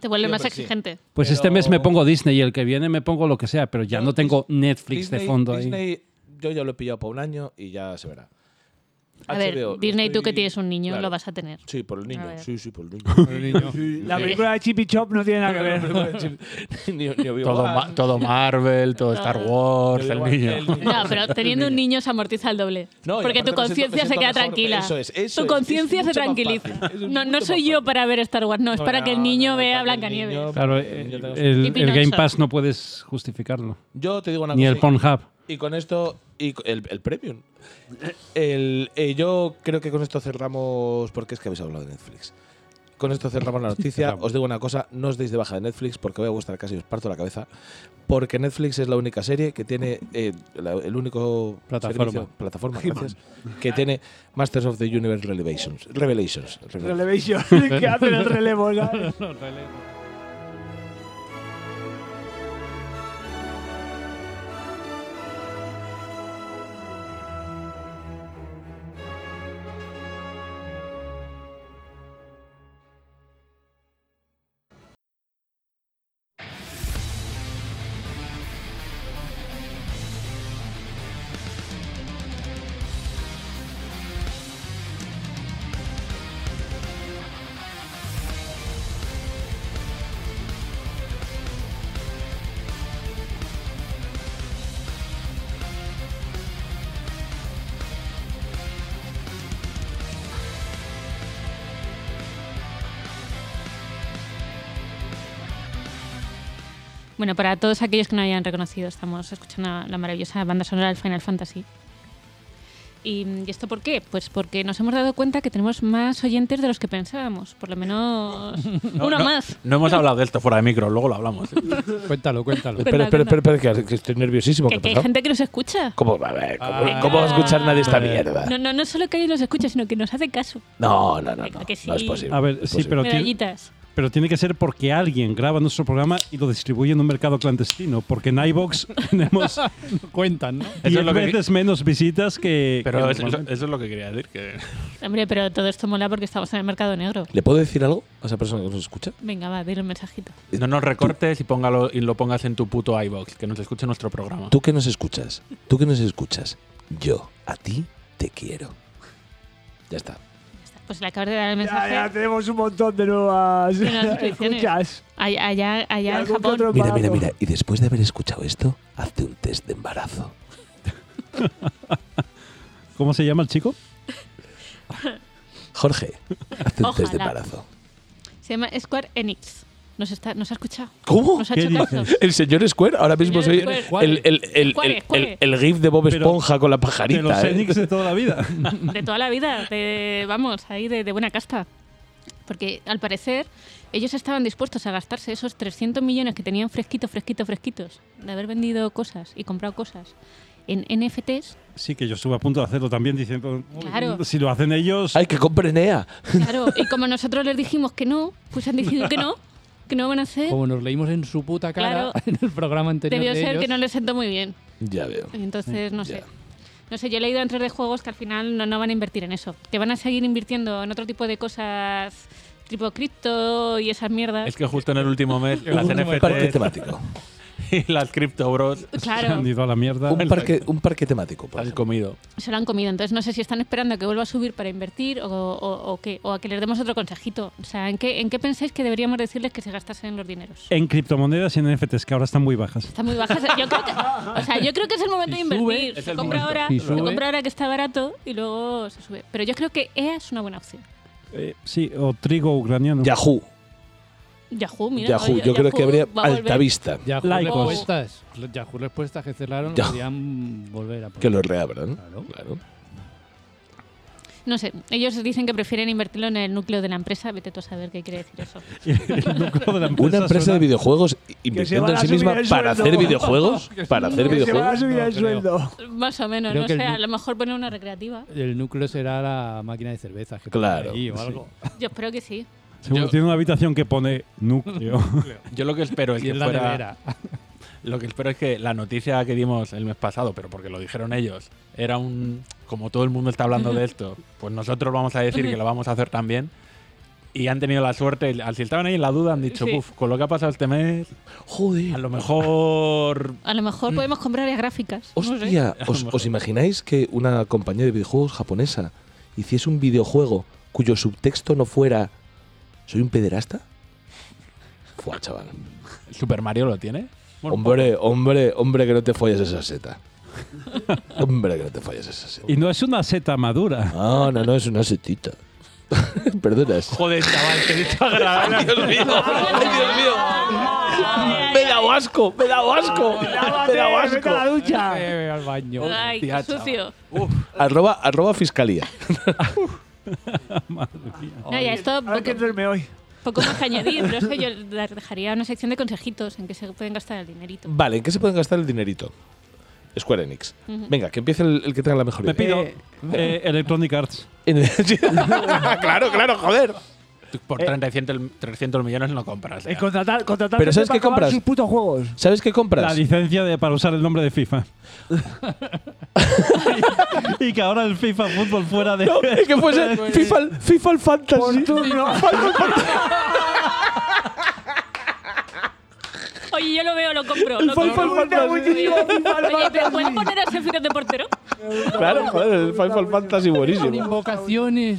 Te vuelve Yo, más pero sí. exigente. pues Pero- este mes me pongo Disney y el que viene me pongo lo que sea, pero ya Yo no tengo Netflix Disney, de fondo ahí. Disney, yo ya lo he pillado por un año y ya se verá. A ver, HBO, lo Disney, tú que estoy- tienes un niño, Claro. lo vas a tener. Sí, por el A niño. ver. Sí, sí, por el niño. La película de Chip y Chop no tiene nada que ver. Ni- ni Obi-Wan. Todo, ma- todo Marvel, todo Star Wars, el Obi-Wan, niño. el No, pero teniendo un niño se amortiza el doble. No, y porque tu aparte me siento- conciencia se me siento queda mejor. tranquila. Eso es, eso tu es, conciencia es se mucho más tranquiliza. fácil, es No, mucho no más soy yo fácil. para ver Star Wars, no, es No, para que el no, niño no, vea para que Blanca el niño- Nieves. Claro, eh, el niño el, tenga el Y Pinocho. Game Pass no puedes justificarlo, Yo te digo una ni cosa. el Pornhub. Y con esto, y co- el, el premium. El, eh, yo creo que con esto cerramos, porque es que habéis hablado de Netflix. Con esto cerramos la noticia. os digo una cosa, no os deis de baja de Netflix porque voy a vuestra casa y os parto la cabeza. Porque Netflix es la única serie que tiene, eh, la- el único Plataforma. servicio- plataforma gracias, que tiene Masters of the Universe Revelations. Revelations. Revelations. Relevation. que hacen el relevo, ¿sabes? Bueno, para todos aquellos que no hayan reconocido, estamos escuchando la maravillosa banda sonora del Final Fantasy. ¿Y, mm, ¿y esto por qué? Pues porque nos hemos dado cuenta que tenemos más oyentes de los que pensábamos. Por lo menos uno no, más. No hemos hablado de esto fuera de micro, luego lo hablamos. cuéntalo, cuéntalo. Espera, espera, espera, espera, que- que estoy nerviosísimo. ¿Qué Que, ha que hay pasado? gente que nos escucha. ¿Cómo, a ver, cómo- Ah. cómo va a escuchar nadie esta mierda? No, no, no solo que nos escucha, sino que nos hace caso. No, no, no. Venga, que sí. no es posible. A ver, Pues sí, pero tiene, Medallitas. pero tiene que ser porque alguien graba nuestro programa y lo distribuye en un mercado clandestino, porque en iBox tenemos cuentan, ¿no? diez lo que- veces menos visitas que. Pero que eso, eso normalmente. es lo que quería decir. Que Hombre, pero todo esto mola porque estamos en el mercado negro. ¿Le puedo decir algo a esa persona que nos escucha? Venga, va, dile un mensajito. no nos recortes y, póngalo, y lo pongas en tu puto iBox, que nos escuche nuestro programa. Tú que nos escuchas, tú que nos escuchas, yo a ti te quiero. Ya está. Pues le acabas de dar el Ya, mensaje. ya tenemos un montón de nuevas De las suscripciones. escuchas. Allá, allá, Y allá en algún que Japón. otro Mira, mira, embarazo. mira. Y después de haber escuchado esto, hazte un test de embarazo. ¿Cómo se llama el chico? Jorge, hazte un test de Ojalá. embarazo. Se llama Square Enix. Nos, está, nos ha escuchado. Uh, ¿Cómo? Nos ha hecho caso. El señor Square, ahora mismo soy Señor el, Square. el, el- el- Square, el- Square. el- el GIF de Bob Pero- Esponja con la De los pajarita. ¿eh? Enix de toda la vida. De toda la vida. de- vamos, ahí de, de buena casta. Porque al parecer ellos estaban dispuestos a gastarse esos 300 millones que tenían fresquitos, fresquitos, fresquitos de haber vendido cosas y comprado cosas en NFTs. Sí, que yo estuve a punto de hacerlo también diciendo. Claro. Si lo hacen ellos. Ay, que compren EA. Claro, y como nosotros les dijimos que no, pues han decidido que no, que no van a hacer. Como nos leímos en su puta cara Claro. en el programa anterior. Debió de ser ellos. que no les sentó muy bien. Ya veo. Entonces, no sé. Ya. No sé, yo he leído en 3D Juegos que al final no, no van a invertir en eso. Que van a seguir invirtiendo en otro tipo de cosas, tipo cripto y esas mierdas. Es que justo en el último mes las Un parque NFTs temático. y las Crypto Bros Claro, Han ido a la mierda. Un parque, un parque temático. pues. por han ejemplo. comido. se lo han comido. Entonces, no sé si están esperando a que vuelva a subir para invertir o, o- o qué, o a que les demos otro consejito. O sea, ¿en qué, ¿en qué pensáis que deberíamos decirles que se gastasen los dineros? En criptomonedas y en NFTs, que ahora están muy bajas. Está muy baja. Yo creo que, o sea, yo creo que es el momento de Si sube, invertir. es se el compra momento. ahora, Si se sube. compra ahora que está barato y luego se sube. Pero yo creo que EA es una buena opción. Eh, sí, o trigo ucraniano. Yahoo. Yahoo, mira. Yahoo. oye, Yo creo Yahoo que habría va a volver. altavista. Yahoo Laicos. respuestas. Yahoo respuestas que cerraron Yahoo. podrían volver a poner. Que lo reabran. Claro. Claro. No sé, ellos dicen que prefieren invertirlo en el núcleo de la empresa. Vete tú a saber qué quiere decir eso. El núcleo de la empresa Una empresa suena- de videojuegos se van invirtiendo en a sí subir misma el para sueldo. hacer videojuegos. Para hacer Que se va a videojuegos. subir No el creo. sueldo. Más o menos, Creo no que el sé. nu- A lo mejor poner una recreativa. El núcleo será la máquina de cervezas que Claro, ponen ahí sí. o algo. Yo espero que sí. Seguro Yo- tiene una habitación que pone núcleo. Yo lo que espero es Y que es la fuera- nevera. Lo que espero es que la noticia que dimos el mes pasado, pero porque lo dijeron ellos, era un. Como todo el mundo está hablando de esto, pues nosotros vamos a decir que lo vamos a hacer también. Y han tenido la suerte, al si estaban ahí en la duda, han dicho, Sí. "Buf, con lo que ha pasado este mes, a Joder. lo mejor. A lo mejor podemos comprar las ¿eh? gráficas. no sé. Hostia, ¿os, os imagináis que una compañía de videojuegos japonesa hiciese un videojuego cuyo subtexto no fuera ¿Soy un pederasta? Fua, chaval. ¿Super Mario lo tiene? Bueno, Hombre, hombre, hombre, que no te folles esa seta. Hombre, que no te folles esa seta. Y no es una seta madura. No, no, no, es una setita. Perdona. es- Joder, chaval, qué desagradable. Dios mío, ay Dios mío. Me da asco, me da asco, me da Eh, Vete a la asco. ducha. Eh, al baño. Ay, qué Hostia, chaval. sucio. Arroba, arroba fiscalía. No, ya, esto A ver qué poco, duerme hoy. poco más que añadir, pero es que yo les dejaría una sección de consejitos en que se pueden gastar el dinerito. Vale, ¿en qué se pueden gastar el dinerito? Square Enix. Venga, que empiece el, el que tenga la mejor Me idea. pido eh, Electronic Arts. En el- Sí. Ah, claro, claro, joder. Tú Eh, Por 300, 300 millones no compras. Eh, ya. contratar, contratar Pero gente ¿sabes para qué acabar compras? sus putos juegos. ¿Sabes qué La compras? licencia de, para usar el nombre de FIFA. y que ahora el FIFA fútbol fuera de. No, es que fuese FIFA, FIFA Fantasy. Por turno. Oye, yo lo veo, lo compro. El Lo Final compro. Fantasy. Oye, ¿pero ¿puedes poner a Sephiroth de portero? Claro, joder, el Final Fantasy buenísimo. Invocaciones.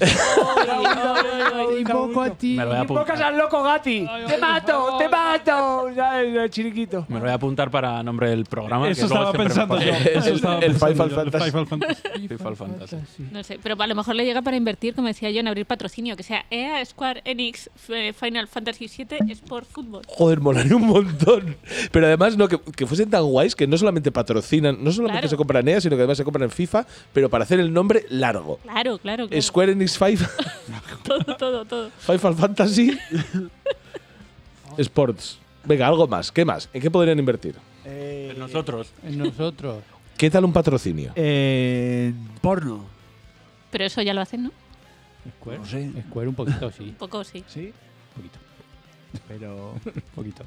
Invoco a ti. Me lo voy a apuntar. al loco Gati. ¡Te mato! ¡Te mato! ¿Sabes? El chiriquito. Me lo voy a apuntar para nombre del programa. que Eso luego siempre estaba me pensando falla. yo. Eso El- estaba el pensando Final yo, el Fantasy. Final Final Fantasy. No sé, pero a lo mejor le llega para invertir, como decía yo, en abrir patrocinio, que sea EA, Square Enix, F- Final Fantasy VII, Sport Football. Joder, molaría un montón. Pero además, no, que, que fuesen tan guays que no solamente patrocinan, no solamente Claro. se compran EA, sino que además se compran FIFA, pero para hacer el nombre largo. Claro, claro, claro. Square Enix 5, Todo, todo, todo. Final Fantasy Sports. Venga, algo más. ¿Qué más? ¿En qué podrían invertir? En nosotros. En nosotros. ¿Qué tal un patrocinio? Eh, porno. Pero eso ya lo hacen, ¿no? Square. No sé. Square un poquito, sí. Un poco sí. Sí, pero. Un poquito.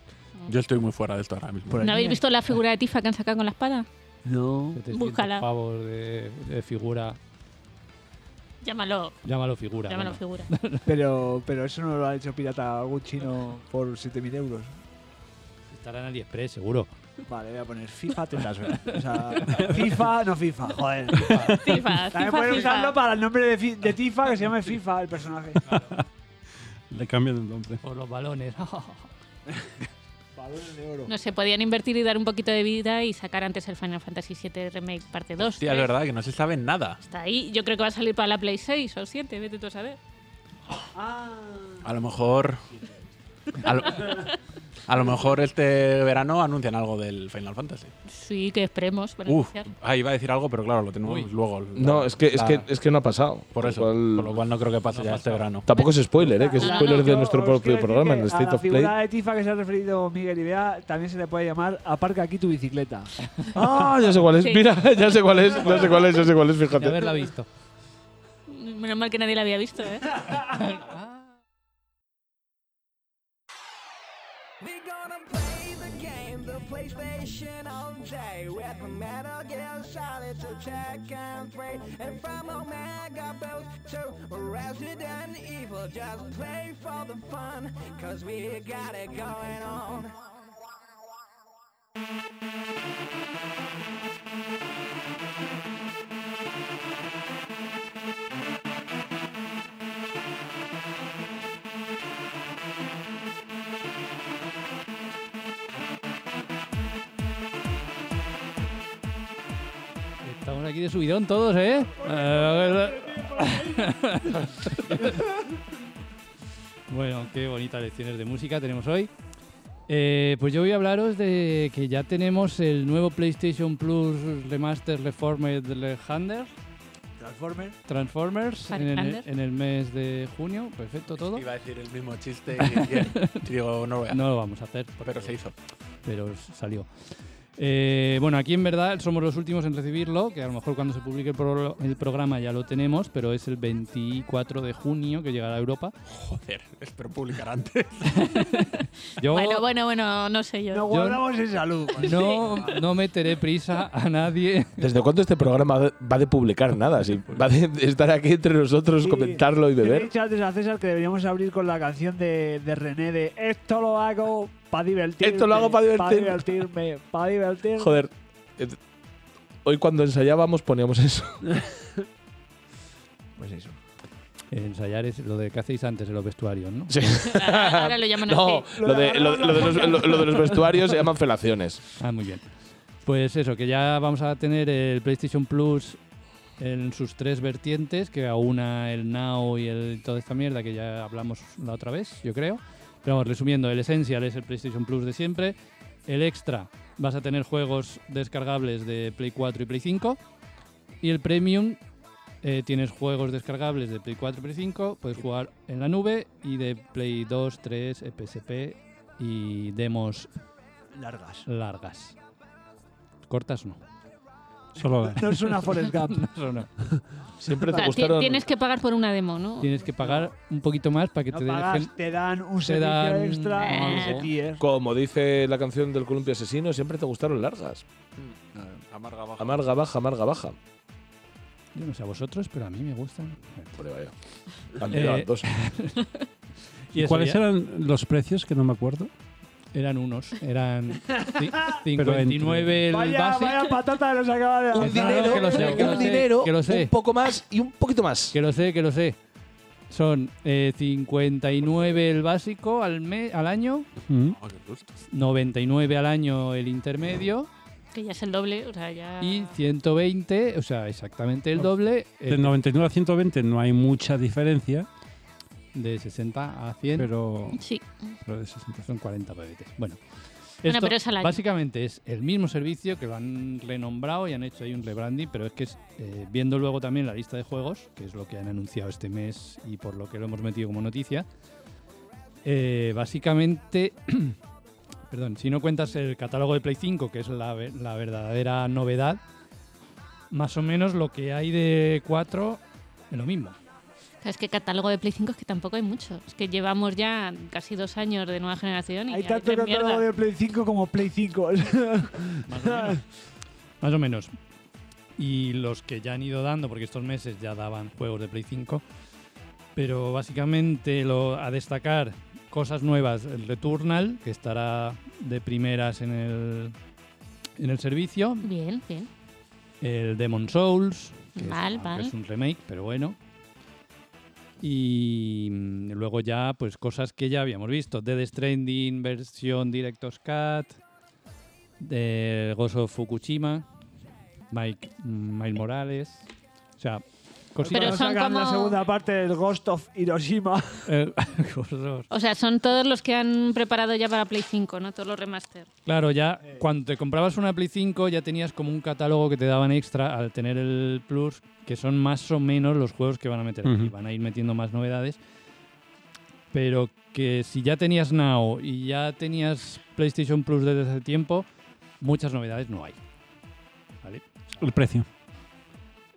Yo estoy muy fuera de esto ahora mismo. Por ¿No aquí habéis hay- visto la figura de Tifa que han sacado con la espada? No. 700 Búscala. pavos de, de figura. Llámalo, Llámalo figura. llámalo venga. figura. Pero, pero eso no lo ha hecho pirata algún chino por 7.000 euros. Estará en AliExpress, seguro. Vale, voy a poner FIFA tetas. O sea, FIFA, no FIFA, joder. FIFA. Tifa, También Tifa, pueden Tifa. usarlo para el nombre de, fi- de Tifa, que se llama FIFA, el personaje. Le cambian el nombre. Por los balones. Valores de oro. No sé, podían invertir y dar un poquito de vida y sacar antes el Final Fantasy VII Remake parte 2. Hostia, es verdad que no se sabe nada. Está ahí. Yo creo que va a salir para la Play 6 o 7, vete tú a saber. A lo mejor. A lo, a lo mejor este verano anuncian algo del Final Fantasy. Sí, que esperemos. para Uf, iniciar. ah, iba a decir algo, pero claro, lo tenemos luego. La- No, es que, es, la- que, es que no ha pasado. Por eso, cual- por lo cual no creo que pase ya este verano. Tampoco es spoiler, ¿eh? que es No, no, spoiler de Yo nuestro os propio quiero decir programa, que el a State la of Play. figura de Tifa que se ha referido Miguel Ibea también se le puede llamar Aparca aquí tu bicicleta. Ah, ya sé cuál es. Sí. Mira, ya sé cuál es, ya sé cuál es, ya sé cuál es, De fíjate. haberla visto. Menos mal que nadie la había visto, ¿eh? Estamos aquí de subidón todos, ¿eh? bueno, qué bonitas lecciones de música tenemos hoy. Eh, pues yo voy a hablaros de que ya tenemos el nuevo PlayStation Plus Remaster Reformed Lehander Transformer. Transformers en el, Highlander. en el mes de junio. Perfecto todo. Iba a decir el mismo chiste que, que- digo, no lo voy a hacer, No lo vamos a hacer, pero se hizo. pero s- salió. Eh, bueno, aquí en verdad somos los últimos en recibirlo, que a lo mejor cuando se publique el, pro- el programa ya lo tenemos, pero es el 24 de junio que llegará a Europa. Joder, espero publicar antes. Yo Bueno, bueno, bueno, no sé yo. Nos guardamos en salud. no, no meteré prisa a nadie. ¿Desde cuándo este programa va de publicar nada? Si va de estar aquí entre nosotros, Sí, comentarlo yo y Le he beber. dicho antes a César que deberíamos abrir con la canción de, de René de Esto lo hago para divertirme. Esto lo hago pa' divertirme". Para divertirme. Para divertirme. Joder. eh, Hoy cuando ensayábamos poníamos eso. Pues eso. Ensayar es lo de que hacéis antes en los vestuarios, ¿no? Sí. Ahora ahora lo llaman No, así. lo de, lo- lo de los, lo- lo de los vestuarios se llaman felaciones. Ah, muy bien. Pues eso, que ya vamos a tener el PlayStation Plus en sus tres vertientes, que aúna el Now y el, toda esta mierda que ya hablamos la otra vez, yo creo. Pero vamos, resumiendo, el Essential es el PlayStation Plus de siempre. El Extra vas a tener juegos descargables de Play 4 y Play 5. Y el Premium eh, tienes juegos descargables de Play 4 y Play 5, puedes jugar en la nube y de Play 2, 3, eh, PSP y demos Largas. largas. Cortas no. Solo No es una Forest Gump. Eso no. Siempre O sea, te ti- gustaron. Tienes que pagar por una demo, ¿no? Tienes que pagar un poquito más para que No te pagas, dejen. te dan un servicio dan Eh. extra en algo. ese tier. Como dice la canción del columpio asesino, siempre te gustaron largas. Amarga abajo. Amarga baja, amarga baja. Yo no sé a vosotros, pero a mí me gustan. Hombre, vaya. Han llegado Eh, dos. Y eso ¿Cuáles ya- eran los precios que no me acuerdo? Eran unos, eran ci- Pero entre- 59 el Vaya- base. vaya patata nos acaba de Un lanzar. dinero, que lo sé, que lo un sé, dinero, que lo sé. un poco más y un poquito más. Que lo sé, que lo sé. Son eh, 59 el básico al, me- al año, Mm. 99 al año el intermedio Que ya es el doble, o sea, ya. y 120, o sea, exactamente el doble eh, De 99 a 120 no hay mucha diferencia. De 60 a 100. Pero, Sí. pero de 60 son 40 pavetes. Bueno. Bueno, Esto pero es al año. Básicamente es el mismo servicio que lo han renombrado y han hecho ahí un rebranding, pero es que es, eh, viendo luego también la lista de juegos, que es lo que han anunciado este mes y por lo que lo hemos metido como noticia, eh, básicamente, perdón, si no cuentas el catálogo de Play 5, que es la, ve- la verdadera novedad, más o menos lo que hay de 4 es lo mismo. O sea, es que catálogo de Play 5 es que tampoco hay mucho. Es que llevamos ya casi dos años de nueva generación y Hay ya tanto otra mierda. catálogo de Play 5 como Play 5. Pues Más o menos. Y los que ya han ido dando, porque estos meses ya daban juegos de Play 5. Pero básicamente lo, a destacar cosas nuevas, el Returnal, que estará de primeras en el, en el servicio. Bien, bien. El Demon Souls, que, Vale, es, aunque vale. es un remake, pero bueno. Y mm, luego ya, pues cosas que ya habíamos visto. Dead Stranding, versión Director's Cut, de Ghost of Fukushima, Mike, mm, Miles Morales. O sea, cositas. Pero son sacan la como- segunda parte del Ghost of Hiroshima. Eh, cosas. O sea, son todos los que han preparado ya para Play 5, ¿no? Todos los remaster. Claro, ya cuando te comprabas una Play 5 ya tenías como un catálogo que te daban extra al tener el Plus, que son más o menos los juegos que van a meter aquí. Ujú. Van a ir metiendo más novedades. Pero que si ya tenías Now y ya tenías PlayStation Plus desde hace tiempo, muchas novedades no hay. ¿Vale? el precio.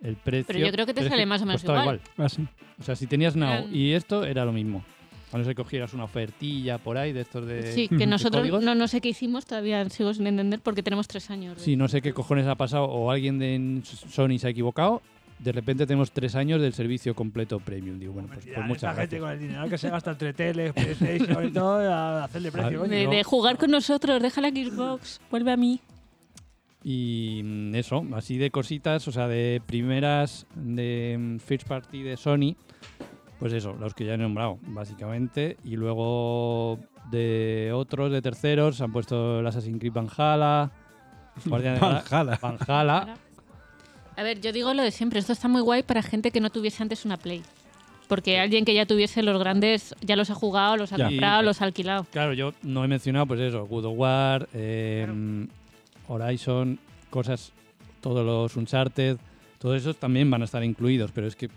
El precio. Pero yo creo que te es sale más o menos costaba igual. Ah, sí. O sea, si tenías Now Eran- y esto era lo mismo. A no ser que cogieras una ofertilla por ahí de estos de. Sí, de que nosotros Eh, códigos. no, no sé qué hicimos, todavía sigo sin entender porque tenemos tres años. de- Sí, no sé qué cojones ha pasado o alguien de en Sony se ha equivocado. De repente tenemos tres años del servicio completo premium. Digo, bueno, pues, pues Esta muchas gente gracias. con el dinero que se gasta entre teles, PlayStation y todo, a hacerle Ah, precio. de, coño. de jugar con nosotros, deja la Xbox, vuelve a mí. Y mm, eso, así de cositas, o sea, de primeras de mm, First Party de Sony, pues eso, los que ya he nombrado, básicamente. Y luego de otros, de terceros, se han puesto el Assassin's Creed Valhalla, Guardian de la- Valhalla. Valhalla. A ver, yo digo lo de siempre, esto está muy guay para gente que no tuviese antes una Play. Porque alguien que ya tuviese los grandes ya los ha jugado, los ha Ya. comprado, Y- los ha alquilado. Claro, yo no he mencionado, pues eso, God of War, eh, Horizon, cosas, todos los Uncharted, todos esos también van a estar incluidos, pero es que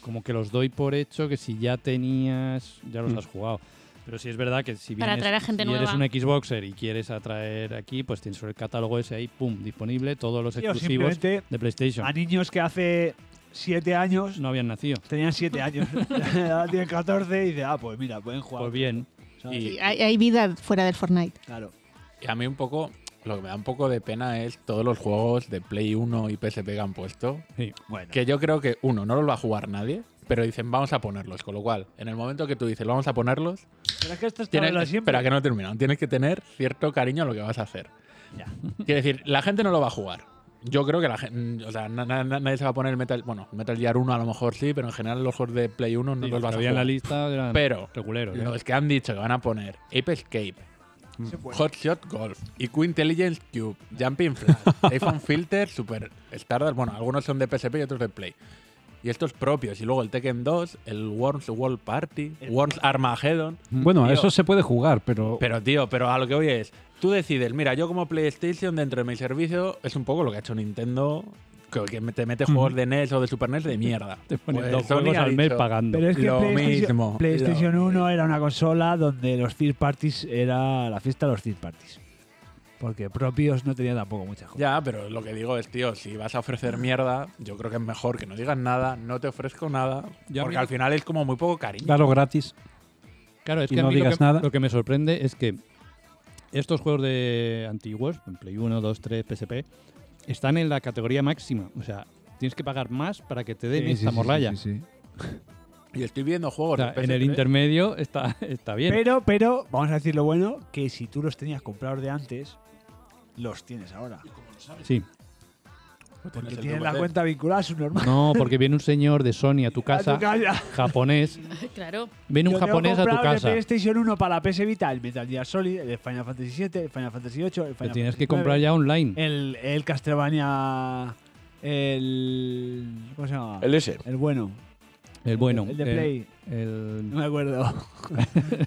como que los doy por hecho que si ya tenías, ya los Mm. has jugado. Pero sí es verdad que si, Para vienes- atraer a gente si eres nueva. un Xboxer y quieres atraer aquí, pues tienes el catálogo ese ahí, pum, disponible, todos los Sí, o exclusivos simplemente de PlayStation. a niños que hace 7 años No habían nacido. tenían 7 años. Ahora tienen 14 y dice, ah, pues mira, pueden jugar. Pues bien. Y, Hay, hay vida fuera del Fortnite. Claro. y a mí un poco, lo que me da un poco de pena es todos los juegos de Play 1 y PSP que han puesto. Sí. Bueno. Que yo creo que, uno, no los va a jugar nadie, pero dicen, vamos a ponerlos. Con lo cual, en el momento que tú dices, vamos a ponerlos, Pero es que esto es Tienes, todo lo siempre. espera, que no he terminado. Tienes que tener cierto cariño a lo que vas a hacer. Ya. Quiere decir, la gente no lo va a jugar. Yo creo que la gente. O sea, na- na- na- nadie se va a poner el Metal. Bueno, Metal Gear 1 a lo mejor sí, pero en general los juegos de Play 1 no Sí, los los vas que a había en la jugar. lista eran pero reguleros. ¿eh? los que han dicho que van a poner Ape Escape, Se puede. Hot Shot Golf, IQ Intelligence Cube, Jumping Flash, iPhone Filter, Super Stardust. Bueno, algunos son de PSP y otros de Play. Y estos propios. Y luego el Tekken 2, el Worms World Party, Worms Armageddon. Bueno, a Tío, eso se puede jugar, pero. pero tío, pero a lo que voy es, tú decides, mira, yo como PlayStation dentro de mi servicio es un poco lo que ha hecho Nintendo, que, que te mete juegos de NES o de Super NES de mierda. Te ponen Pues dos Sony juegos ha al mes dicho, pagando. Pero es que Lo PlayStation, mismo. PlayStation 1 era una consola donde los third parties era la fiesta de los third parties. Porque propios no tenía tampoco muchas cosas. Ya, pero lo que digo es, tío, si vas a ofrecer mierda, yo creo que es mejor que no digas nada, no te ofrezco nada, Ya, porque mira. al final es como muy poco cariño. Dalo gratis. Claro, es y que a no mí lo digas que- nada. lo que me sorprende es que estos juegos de antiguos, en Play 1, 2, 3, PSP, están en la categoría máxima. O sea, tienes que pagar más para que te den esta morralla. Y estoy viendo juegos O sea, de en el PS3. intermedio está, está bien. Pero, pero, vamos a decir lo bueno, que si tú los tenías comprados de antes, los tienes ahora. Sí. Porque el tienes la DVD. cuenta vinculada a su normal. No, porque viene un señor de Sony a tu casa, tu casa. japonés. Claro. Viene un Yo tengo japonés a tu comprado el casa. de PlayStation 1 para la PS Vita, el Metal Gear Solid, el Final Fantasy VII, el Final Fantasy VIII, el Final Lo tienes Fantasy que comprar IX, ya online. El, el Castlevania. El. ¿Cómo se llama? El ese. El bueno. El bueno. El de Play. el- No me acuerdo.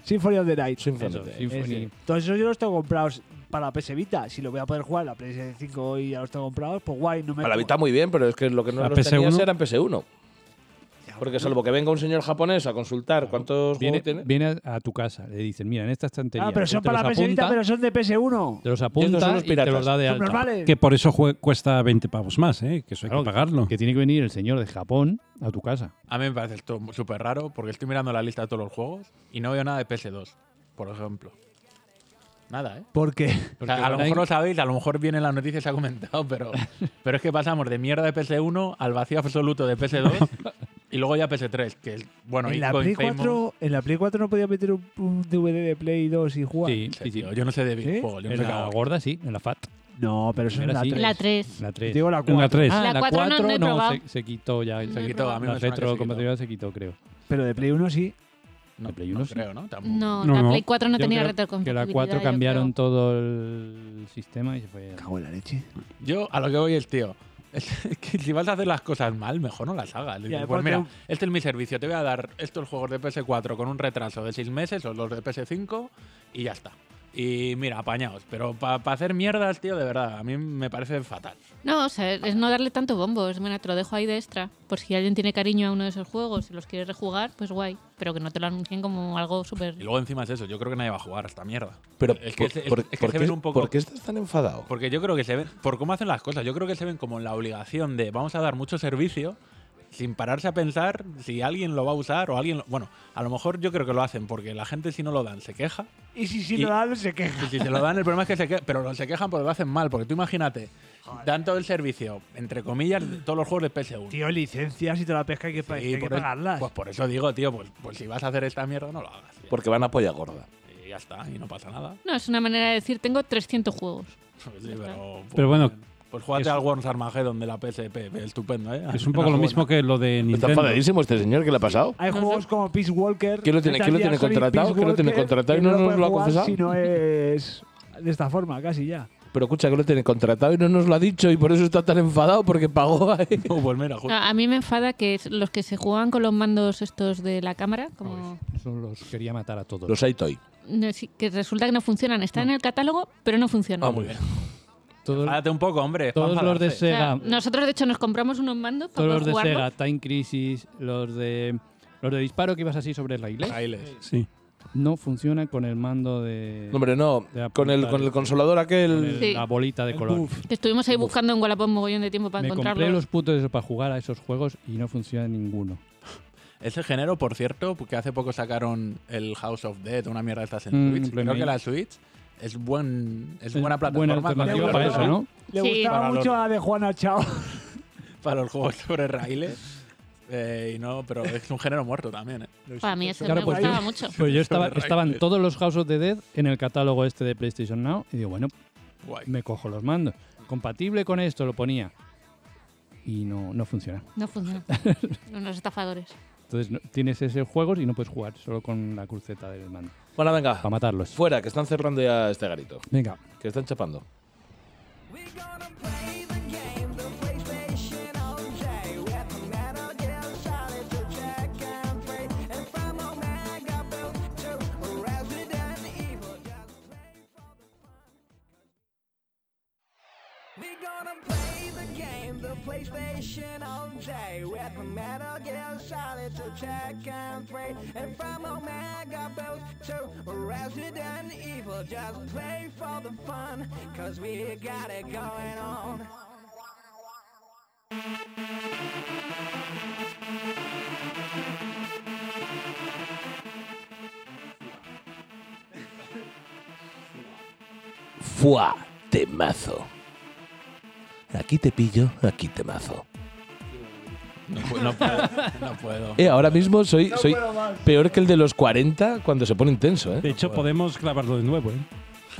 Symphony of the Night. Symphony Eso, of the Night. Symphony. Ese. Todos esos yo los tengo comprados para la PS Vita. Si lo voy a poder jugar en la PS5 y ya los tengo comprados, pues guay, no me. Para la Vita muy bien, pero es que lo que no La los tenías PS1. era en PS1. Porque salvo que venga un señor japonés a consultar cuántos Viene, juegos tiene. viene a, a tu casa, le dicen, mira, en esta estantería. Ah, pero tú son te para los la PS Vita, apunta- pero son de PS1. Te los Y estos son apunta los y te piratas. los da de Son alta. normales. Que por eso jue- cuesta 20 pavos más, ¿eh? que eso hay Claro, que pagarlo. Que tiene que venir el señor de Japón a tu casa. A mí me parece esto súper raro porque estoy mirando la lista de todos los juegos y no veo nada de PS2, por ejemplo. Nada, ¿eh? Porque. O sea, a lo ahora mejor hay- lo sabéis, a lo mejor viene en las noticias y se ha comentado, pero, pero es que pasamos de mierda de PS1 al vacío absoluto de PS2 y luego ya PS3, que es, bueno, en, y la Play 4, en la Play 4 no podía meter un, un DVD de Play 2 y jugar. Sí, sí, sí. Yo no sé de videojuegos, yo no En sé qué la hago. gorda sí, en la FAT. No, pero eso es Primera la sí. 3. La 3. La 3. Digo la En la 4. 3. Ah, la la cuatro no- 4 no he probado. Mm. se, se quitó ya. No Se he quitó, probado. A mí la me suena que se retrocompatibilidad se quitó, creo. Pero de Play 1 sí. No, La Play uno no sí. creo, ¿no? Tampoco. No, No, la no. Play 4 no Yo tenía creo Que retrocompatibilidad. la 4 yo cambiaron creo. todo el sistema y se fue. Cago en la leche. Yo a lo que voy es, tío, es que si vas a hacer las cosas mal, mejor no las hagas. Dices, Ya, pues ponte mira, un- este es mi servicio, te voy a dar estos juegos de PS4 con un retraso de 6 meses o los de PS5 y ya está. Y mira, apañados. Pero para hacer mierdas, tío, de verdad, a mí me parece fatal. No, o sea, es no darle tanto bombo. Es bueno, te lo dejo ahí de extra. Por si alguien tiene cariño a uno de esos juegos y los quiere rejugar, pues guay. Pero que no te lo anuncien como algo súper. Y luego encima es eso, yo creo que nadie va a jugar a esta mierda. Pero es que, por, se- es- por- es que ¿por se qué, ven un poco... por qué estás tan enfadado? Porque yo creo que se ven, por cómo hacen las cosas, yo creo que se ven como en la obligación de vamos a dar mucho servicio sin pararse a pensar si alguien lo va a usar o alguien... lo- bueno, a lo mejor yo creo que lo hacen porque la gente si no lo dan se queja. Y si, si Y- lo dan, se queja. Y si se lo dan, el problema es que se quejan, pero no se quejan porque lo hacen mal, porque tú imagínate, dan todo el servicio, entre comillas, de todos los juegos de PS1. Tío, licencias y toda la pesca hay que, pa- Sí, hay que por eso- pagarlas. pues por eso digo, tío, pues, pues si vas a hacer esta mierda no lo hagas. tío. Porque van a polla gorda. Y ya está, y no pasa nada. No, es una manera de decir, tengo 300 juegos. Sí, pero, Pero bueno, Pues jugate es- al Worms Armageddon de la PSP, estupendo, ¿eh? Es un poco lo mismo que lo de Está Nintendo. enfadadísimo este señor, ¿qué le ha pasado? hay juegos como Peace Walker. ¿Quién lo tiene- Metal quién lo Gear tiene Solid, contratado? Peace ¿Quién lo tiene Walker, contratado y que no nos puedes lo ha jugar confesado? Si no es de esta forma, casi ya. Pero escucha, que lo tiene contratado y no nos lo ha dicho y por eso está tan enfadado porque pagó a él. No, pues mira, ju- A, a mí me enfada que es- los que se juegan con los mandos estos de la cámara, como Eso los quería matar a todos. Los Aitoy. no, sí, que resulta que no funcionan. Están en el catálogo, pero no funcionan. Ah, muy bien. Todos, enfádate un poco, hombre. todos pa' los de O enfadarse. sea, Sega. nosotros, de hecho, nos compramos unos mandos para Todos los poder de jugarlos. Sega, Time Crisis, los de. Los de disparo que ibas así sobre la iglesia. Ahí les- Sí. No funciona con el mando de. Hombre, no. de Con el, con el consolador con aquel. el- Sí. La bolita de El color. buff. Que estuvimos ahí buscando en Wallapop mogollón de tiempo para Me compré encontrarlos. los putos esos para jugar a esos juegos y no funciona ninguno. Ese género, por cierto, porque hace poco sacaron el House of Dead, una mierda de estas en Mm, Switch. Play Creo que Mail. la Switch es, buen, es Es buena plataforma Buena alternativa los- para eso, ¿no? Le Sí. gustaba Para los- mucho la de Juana Chao. para los juegos sobre raíles. Eh, y no, pero es un género muerto también, ¿eh? Para mí eso Claro, me pues gustaba yo- mucho. Pues yo estaba, Sobre estaban raíles. todos los House of the Dead en el catálogo este de PlayStation Now y digo, bueno, Guay. me cojo los mandos. Compatible con esto, lo ponía. Y no, no funciona. No funciona. Unos estafadores. Entonces no- tienes ese juego y no puedes jugar solo con la cruceta del mando. Bueno, venga. Para matarlos. Fuera, que están cerrando ya este garito. Venga. Que están chapando. Fua, temazo. Aquí te pillo, aquí te mazo. No, pu- no puedo. No puedo. Eh, ahora mismo soy, No soy puedo más. peor que el de los 40 cuando se pone intenso, ¿eh? De hecho, podemos grabarlo de nuevo, ¿eh?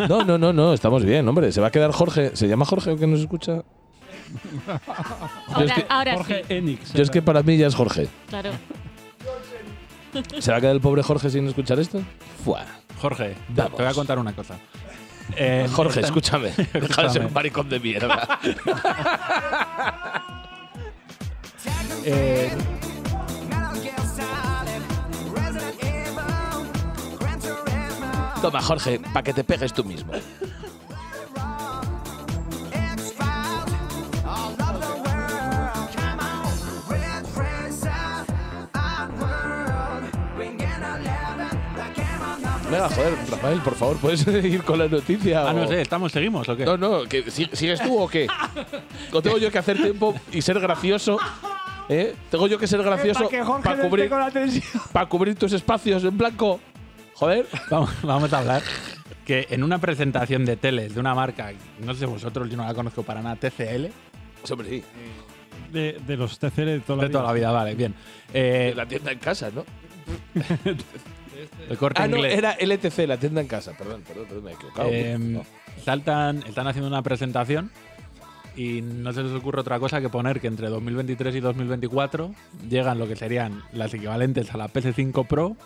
No, no, no, no, estamos bien, hombre. Se va a quedar Jorge. ¿Se llama Jorge el que nos escucha? Ahora, ahora Jorge sí. Enix. ¿eh? Yo es que para mí ya es Jorge. Claro. ¿Se va a quedar el pobre Jorge sin escuchar esto? Fuah. Jorge, te- Vamos. te voy a contar una cosa. Eh, Jorge, esta- escúchame. Deja de ser un maricón de mierda. Eh, Toma, Jorge, para que te pegues tú mismo. Venga, joder, Rafael, por favor, ¿puedes ir con la noticia? Ah, no o- sé, estamos, seguimos o qué? No, no, que, si- ¿sigues tú o qué? ¿O tengo yo que hacer tiempo y ser gracioso? ¿Eh? ¿Tengo yo que ser gracioso Para Eh, que Jorge para no esté cubrir, con la tensión. pa' cubrir tus espacios en blanco? Joder. Vamos, vamos a hablar que en una presentación de teles de una marca, no sé vosotros, yo no la conozco para nada, TCL. Pues, Hombre, sí. De, de los TCL de toda la De toda la vida, vale, bien. Eh, La tienda en casa, ¿no? el corte Ah, no, inglés. era LTC, la tienda en casa. Perdón, perdón, perdón, me he equivocado. Eh, saltan, están haciendo una presentación y no se les ocurre otra cosa que poner que entre 2023 y 2024 llegan lo que serían las equivalentes a la PS5 Pro,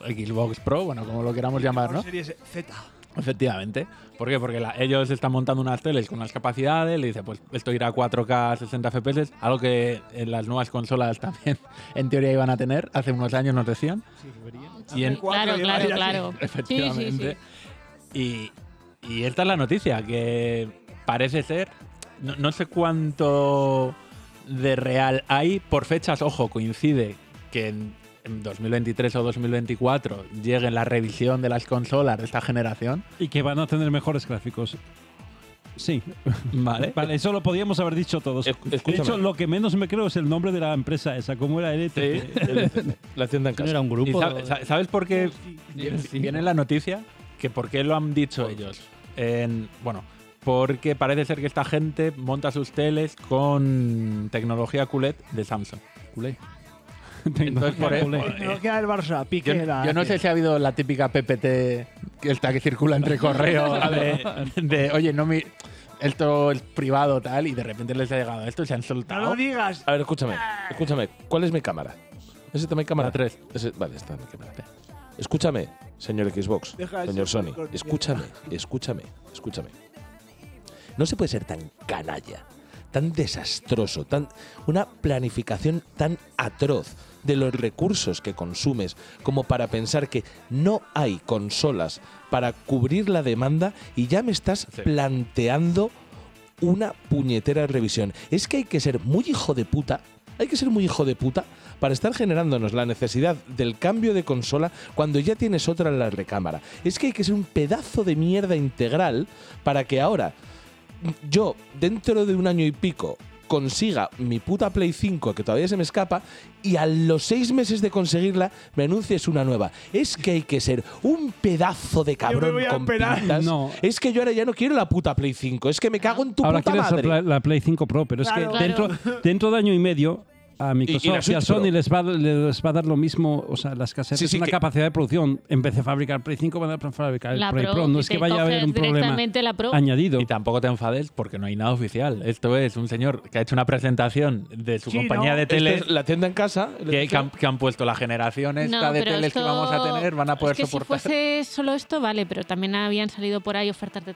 Xbox Pro, bueno, como lo queramos llamar, ¿no? Series Z. Efectivamente. ¿Por qué? Porque la- ellos están montando unas teles con las capacidades, le dice, pues esto irá a 4K 60 FPS, algo que en las nuevas consolas también en teoría iban a tener, hace unos años nos decían. Y en- Claro, claro, claro. Efectivamente. Sí, sí, Y, y esta es la noticia, que parece ser, no, no sé cuánto de real hay, por fechas, ojo, coincide que en, en 2023 o 2024 llegue la revisión de las consolas de esta generación. Y que van a tener mejores gráficos. Sí. Vale. Vale, eso lo podíamos haber dicho todos. De hecho, lo que menos me creo es el nombre de la empresa esa, cómo era E LT. la tienda en casa. era un ¿Y grupo. sab- sa- ¿Sabes por qué viene, viene la noticia? Que por qué lo han dicho ellos. En- bueno, porque parece ser que esta gente monta sus teles con tecnología QLED de Samsung. Culé. Entonces, por eso, No queda el Barça, yo, pique la. yo no sé si ha habido la típica PPT que esta que circula entre correo de, de, oye, no mi, esto es privado tal y de repente les ha llegado esto y se han No soltado. lo digas. Pues, A ver, escúchame, escúchame. ¿Cuál es mi cámara? ¿Es esta mi cámara? La tres. Ese- vale, esta es mi cámara. Escúchame, señor Xbox, Deja de señor ser Sony. cortito. Escúchame, escúchame, escúchame. No se puede ser tan canalla, tan desastroso, tan una planificación tan atroz de los recursos que consumes como para pensar que no hay consolas para cubrir la demanda y ya me estás Sí. planteando una puñetera revisión. Es que hay que ser muy hijo de puta, hay que ser muy hijo de puta para estar generándonos la necesidad del cambio de consola cuando ya tienes otra en la recámara. Es que hay que ser un pedazo de mierda integral para que ahora yo, dentro de un año y pico, consiga mi puta Play 5 que todavía se me escapa y a los seis meses de conseguirla me anuncies una nueva. Es que hay que ser un pedazo de cabrón voy a con esperar. pinzas. No. Es que yo ahora ya no quiero la puta Play 5. Es que me cago en tu Ahora puta quieres la madre. Play- la Play 5 Pro, pero Claro. es que Claro. dentro, dentro de año y medio a Y- y la Microsoft y, a Switch Pro. Sony les va, les va a dar lo mismo, o sea, las casetas, Sí, sí, una que- capacidad de producción. En vez de fabricar Play 5, van a fabricar el La Play Pro, Pro. No y es que te vaya a haber coges un problema directamente la Pro. añadido. Y tampoco te enfades porque no hay nada oficial. Esto es un señor que ha hecho una presentación de su Sí, compañía ¿no? de Esto teles Este es la tienda en casa. que, que han, que han puesto la generación esta No, de pero teles que esto- vamos a tener, van a poder es que soportar. Si fuese solo esto, vale, pero también habían salido por ahí ofertas de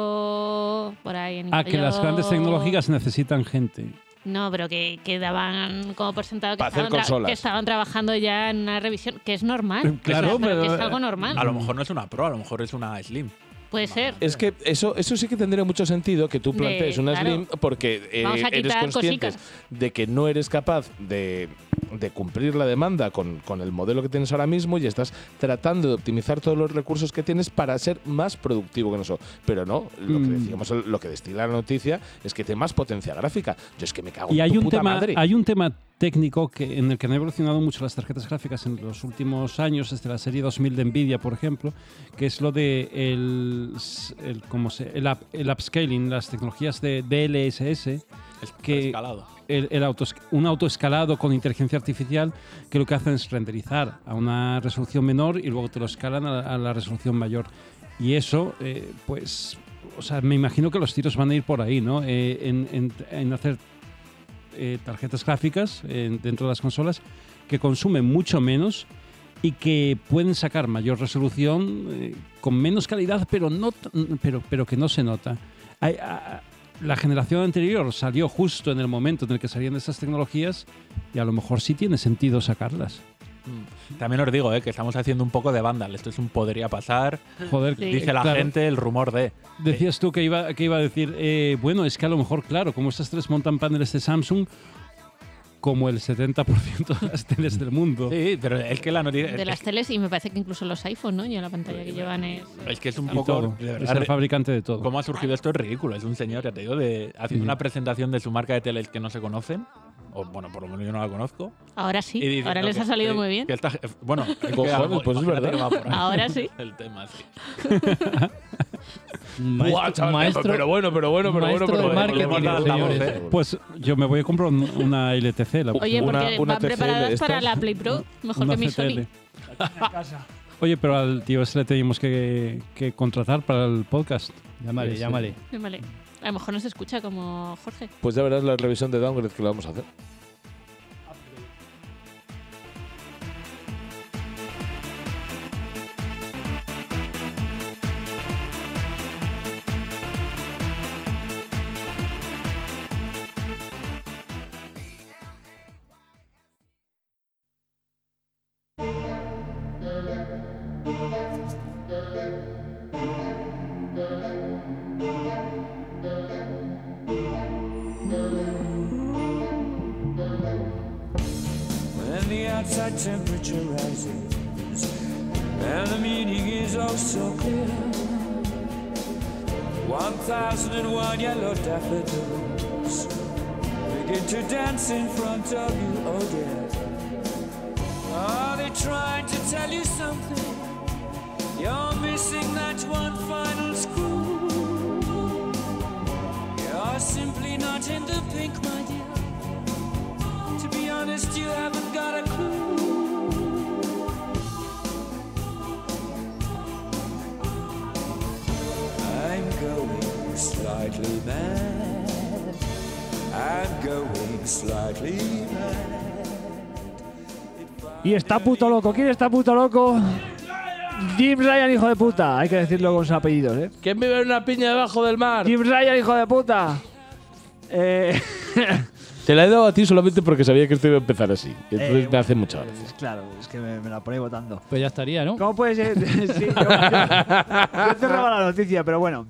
trabajo, por ahí en a Ah, que las interior. grandes tecnológicas necesitan gente. No, pero que, que daban como por sentado que Para hacer estaban, tra- consolas. que estaban trabajando ya en una revisión, que es normal. Claro, O sea, pero que es pero- eh, algo normal. A lo mejor no es una Pro, a lo mejor es una Slim. Puede ser. Es que eso, eso sí que tendría mucho sentido que tú De- plantees una claro. Slim porque eh, Vamos a eres quitar consciente cositas. de que no eres capaz de, de cumplir la demanda con, con el modelo que tienes ahora mismo y estás tratando de optimizar todos los recursos que tienes para ser más productivo que nosotros. Pero no, lo Mm. que decíamos, lo que destila la noticia es que tiene más potencia gráfica. Yo es que me cago Y en hay tu un, puta tema, madre. hay un tema técnico que, en el que han evolucionado mucho las tarjetas gráficas en los últimos años, desde la serie 2000 de Nvidia, por ejemplo, que es lo de el, el, ¿cómo se- el, up- el upscaling, las tecnologías de DLSS. Que el, el autos- un autoescalado con inteligencia artificial que lo que hacen es renderizar a una resolución menor y luego te lo escalan a, a la resolución mayor. Y eso, eh, pues, o sea, me imagino que los tiros van a ir por ahí, ¿no? Eh, en- en- en hacer eh, tarjetas gráficas eh, dentro de las consolas que consumen mucho menos y que pueden sacar mayor resolución eh, con menos calidad, pero, no, t- pero, pero que no se nota. Hay- a- a- la generación anterior salió justo en el momento en el que salían esas tecnologías y a lo mejor sí tiene sentido sacarlas. También os digo, eh, que estamos haciendo un poco de Vandal. Esto es un podría pasar. Ah, Joder, Sí. dice la claro. gente el rumor de. Decías tú que iba, que iba a decir, eh, bueno, es que a lo mejor, claro, como estas tres montan paneles de Samsung, como el 70% de las teles del mundo. Sí, pero Eh, es que la noticia... De las teles y me parece que incluso los iPhone, ¿no? Ya la pantalla que llevan es... Es que es un Y poco. eh. todo. Es el fabricante de todo. ¿Cómo ha surgido esto? Es ridículo. Es un señor, ya te digo, de, haciendo Sí. una presentación de su marca de teles que no se conocen. O bueno, por lo menos yo no la conozco. Ahora sí, Y diciendo ahora les que- ha salido que- muy bien. que esta- bueno, es que Cojones, algo- pues es imagínate verdad. que va por ahí. Ahora sí. El tema, sí. Maestro- Buah, chaval, maestro- pero bueno, pero bueno, pero bueno, maestro pero de bueno. marketing, Volvemos a la señores. tabla, ¿eh? Pues yo me voy a comprar un- una LTC. La Oye, una- porque una van TCL preparadas estas. para la Play Pro, mejor Una que mi CTL. Sony. Oye, pero al tío ese le teníamos que, que contratar para el podcast. Llámale, Ese. llámale. Vale. A lo mejor no se escucha como Jorge. Pues ya verás la revisión de Downgrade que la vamos a hacer. and the outside temperature rises, and the meaning is oh so clear. One thousand and one yellow daffodils begin to dance in front of you, oh dear. Are they trying to tell you something? You're missing that one final screw. You're simply not in the pink, my dear. To be honest, you haven't got a clue. I'm going slightly mad. I'm going slightly mad. Y está puto loco. ¿Quién está puto loco? Jim Ryan, hijo de puta. Hay que decirlo con sus apellidos, ¿eh? ¿Quién vive en una piña debajo del mar? Jim Ryan, hijo de puta. Eh, Te la he dado a ti solamente porque sabía que esto iba a empezar así. Y entonces Eh, me hace mucha gracia. claro, es que me, me la ponéis votando. Pues ya estaría, ¿no? ¿Cómo puede ser? Sí, yo, yo cerraba la noticia, pero bueno.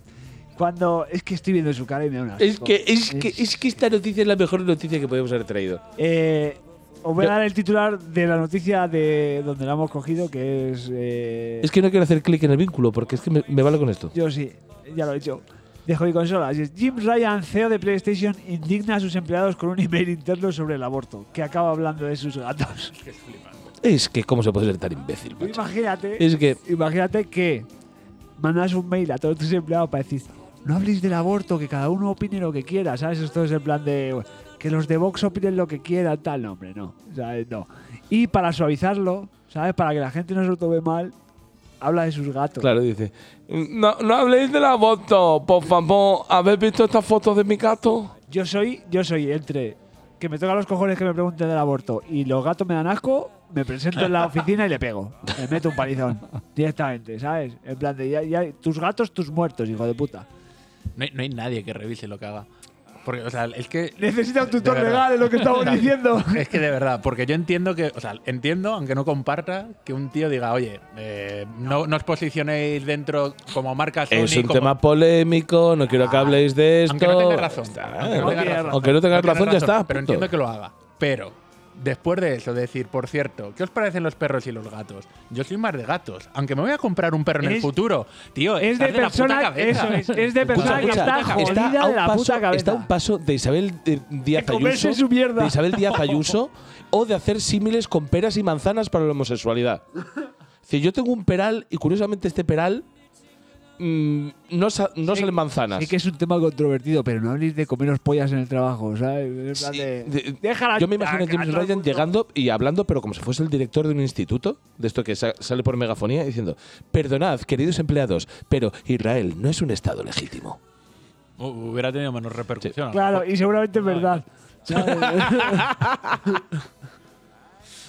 Cuando. Es que estoy viendo su cara y me da una. Es que, es, que, es que esta noticia es la mejor noticia que podemos haber traído. Eh, os voy a dar el titular de la noticia de donde la hemos cogido, que es. eh, Es que no quiero hacer clic en el vínculo porque es que me, me vale con esto. Yo sí, ya lo he hecho. Dejo mi consola. Jim Ryan, CEO de PlayStation, indigna a sus empleados con un email interno sobre el aborto, que acaba hablando de sus gatos. Es que, ¿cómo se puede ser tan imbécil? macho? Imagínate. Es que- Imagínate que mandas un mail a todos tus empleados para decir, no habléis del aborto, que cada uno opine lo que quiera, ¿sabes? Esto es el plan de bueno, que los de Vox opinen lo que quieran, tal, no, hombre, no, ¿sabes? No. Y para suavizarlo, ¿sabes? Para que la gente no se lo tome mal, habla de sus gatos. Claro, dice. No, no habléis de la foto, por favor. ¿Habéis visto estas fotos de mi gato? Yo soy, yo soy entre que me toca los cojones que me pregunten del aborto y los gatos me dan asco, me presento en la oficina y le pego. Le meto un palizón directamente, ¿sabes? En plan de ya- ya- tus gatos, tus muertos, hijo de puta. No hay, no hay nadie que revise lo que haga. Porque, o sea, es que. Necesita un de tutor verdad. legal, es lo que estamos O sea, diciendo. Es que de verdad, porque yo entiendo que. O sea, entiendo, aunque no comparta, que un tío diga, oye, eh, no, no os posicionéis dentro como marca Sony. Es un como- tema polémico, no quiero que habléis de esto. Ah, Aunque no tengas razón. Ya está. Aunque no tengas razón, Aunque no tengas razón, ya Pero está. punto. entiendo que lo haga. Pero después de eso, decir, por cierto, ¿qué os parecen los perros y los gatos? Yo soy más de gatos, aunque me voy a comprar un perro en el Es- futuro. Tío, es estás de la persona- puta cabeza. eso es, es de persona que está jodida a de un la paso, puta cabeza. está a un paso de Isabel eh, Díaz comerse Ayuso. su mierda. De Isabel Díaz Ayuso o de hacer símiles con peras y manzanas para la homosexualidad. Si yo tengo un peral y curiosamente este peral mm, no, sa- no salen manzanas. Sé que es un tema controvertido, pero no habléis de comeros pollas en el trabajo, ¿sabes? En plan de- De- Déjala yo me imagino a a- a James todo el Ryan llegando y hablando, pero como si fuese el director de un instituto, de esto que sa- sale por megafonía, diciendo, perdonad, queridos empleados, pero Israel no es un Estado legítimo. Hu- Hubiera tenido menos repercusión. Claro, y seguramente es verdad.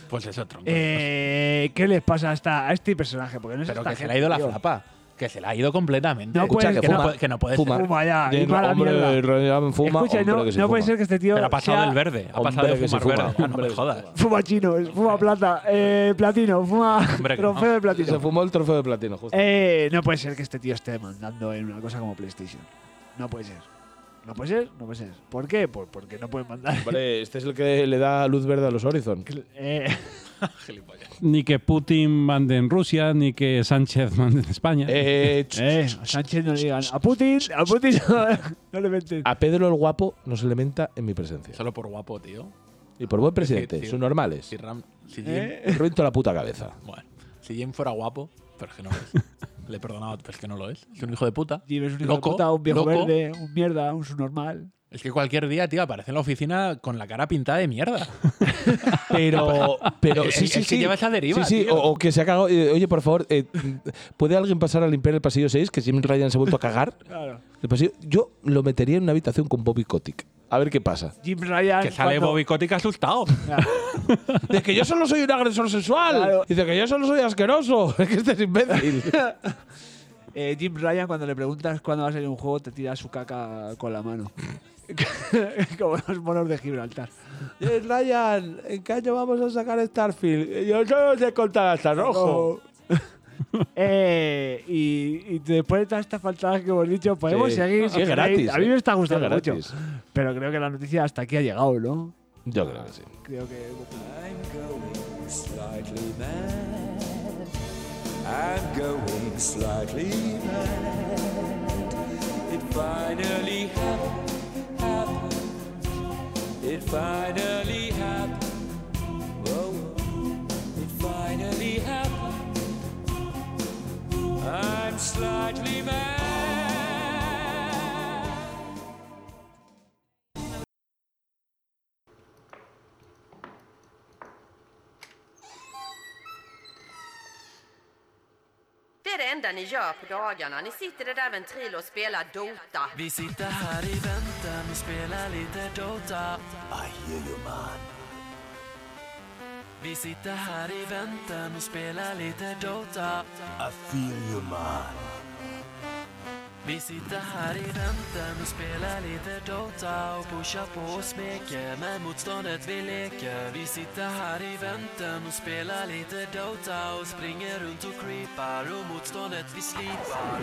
Pues eso, tronco. Eh, ¿Qué les pasa a, esta- a este personaje? Porque no es Pero esta que se le gente, ha ido la tío. flapa. Que se le ha ido completamente. No Escucha, puede que, ser. no puede, que no puede Fuma. ser. Fuma ya, y va a la hombre, mierda. Ryan fuma, Escucha, hombre no- que se no puede fuma. ser que este tío Pero ha pasado sea- del verde. Ha pasado Hombre, de que se fumar fuma. verde. Ah, no Hombre, me que se jodas. Fuma chino, fuma plata, eh, platino, fuma Hombre, que trofeo no. de platino. Se fumó el trofeo de platino, justo. Eh, no puede ser que este tío esté mandando en una cosa como PlayStation. No puede ser. No puede ser, no puede ser. ¿Por qué? Pues porque no pueden mandar. Hombre, este es el que le da luz verde a los Horizon. Eh, Ni que Putin mande en Rusia, ni que Sánchez mande en España. eh, a Sánchez no le digan. A Putin, a Putin no le meten. A Pedro el Guapo nos alimenta en mi presencia. Solo por guapo, tío. Y por buen presidente, Sí, sí. son normales. Si, Ram- si Eh. Jim- Rento la puta cabeza. Bueno, si Jim fuera guapo, pero es que no lo es. Le perdonaba, pero es que no lo es. Es un hijo de puta. Jim es un hijo de loco, puta, un viejo loco. verde, un mierda, un subnormal. Es que cualquier día, tío, aparece en la oficina con la cara pintada de mierda. Pero, pero El- sí, el sí, que sí. lleva esa deriva, Sí, sí, tío. O, o que se ha cagado. eh, oye, por favor, eh, ¿puede alguien pasar a limpiar el pasillo 6? Que Jim Ryan se ha vuelto a cagar. Claro. El pasillo- yo lo metería en una habitación con Bobby Kotick. A ver qué pasa. Jim Ryan. Que sale cuando- Bobby Kotick asustado. De que yo solo soy un agresor sexual. Dice que yo solo soy asqueroso. Es que este es imbécil. Eh, Jim Ryan, cuando le preguntas cuándo va a salir un juego, te tira su caca con la mano. Como los monos de Gibraltar. Ryan, ¿en qué año vamos a sacar Starfield? Yo no sé contar hasta rojo. Eh, y, y después de todas estas faltadas que hemos dicho, podemos Sí. seguir. Sí, si es queréis. gratis, A mí eh. me está gustando Es mucho. gratis. Pero creo que la noticia hasta aquí ha llegado, ¿no? Yo creo que sí. Creo que. I'm going slightly mad. I'm going slightly mad. It finally happened. happened. It finally happened. Whoa, whoa. It finally happened. I'm slightly mad. Det är det enda ni gör på dagarna. Ni sitter i där ventril och spelar Dota. Vi sitter här i väntan, vi spelar lite Dota. Ajejoman. Vi sitter här i väntan, vi spelar lite Dota. I feel you, man. Vi sitter här i väntan, vi spelar lite Dota och pushar på och smeker med motståndet vi leker. Vi sitter här i väntan och spelar lite Dota och springer runt och creepar och motståndet vi slipar.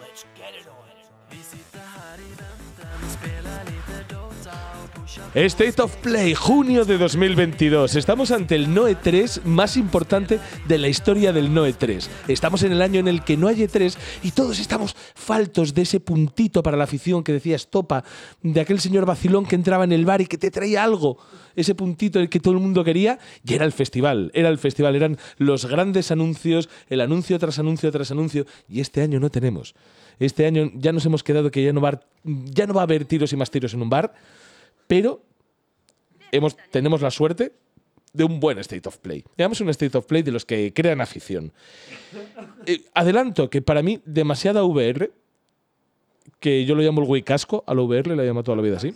Let's get it on. Vi sitter här i väntan och spelar lite Dota och pushar State of Play, junio de 2022. Estamos ante el Noe 3 más importante de la historia del Noe 3. Estamos en el año en el que no hay E3 y todos estamos faltos de ese puntito para la afición que decía Estopa, de aquel señor vacilón que entraba en el bar y que te traía algo. Ese puntito el que todo el mundo quería y era el festival. Era el festival, eran los grandes anuncios, el anuncio tras anuncio tras anuncio y este año no tenemos. Este año ya nos hemos quedado que ya no va, ya no va a haber tiros y más tiros en un bar pero hemos, tenemos la suerte de un buen state of play. Digamos un state of play de los que crean afición. Eh, adelanto que para mí demasiada VR, que yo lo llamo el güey casco, a la VR la llamo toda la vida así.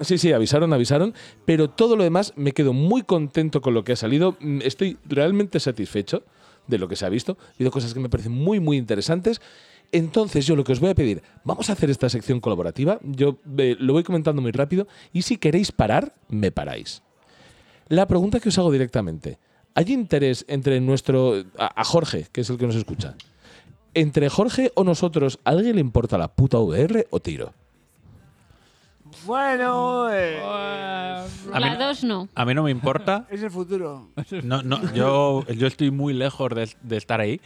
Sí, sí, avisaron, avisaron, pero todo lo demás me quedo muy contento con lo que ha salido, Mm, estoy realmente satisfecho de lo que se ha visto, ha habido cosas que me parecen muy, muy interesantes. Entonces yo lo que os voy a pedir, vamos a hacer esta sección colaborativa, yo eh, lo voy comentando muy rápido y si queréis parar, me paráis. La pregunta que os hago directamente, ¿hay interés entre nuestro... a, a Jorge, que es el que nos escucha? ¿Entre Jorge o nosotros, ¿a alguien le importa la puta VR o tiro? Bueno, eh, A mí- A mí no me importa. es el futuro. No, no, yo, yo estoy muy lejos de, de estar ahí,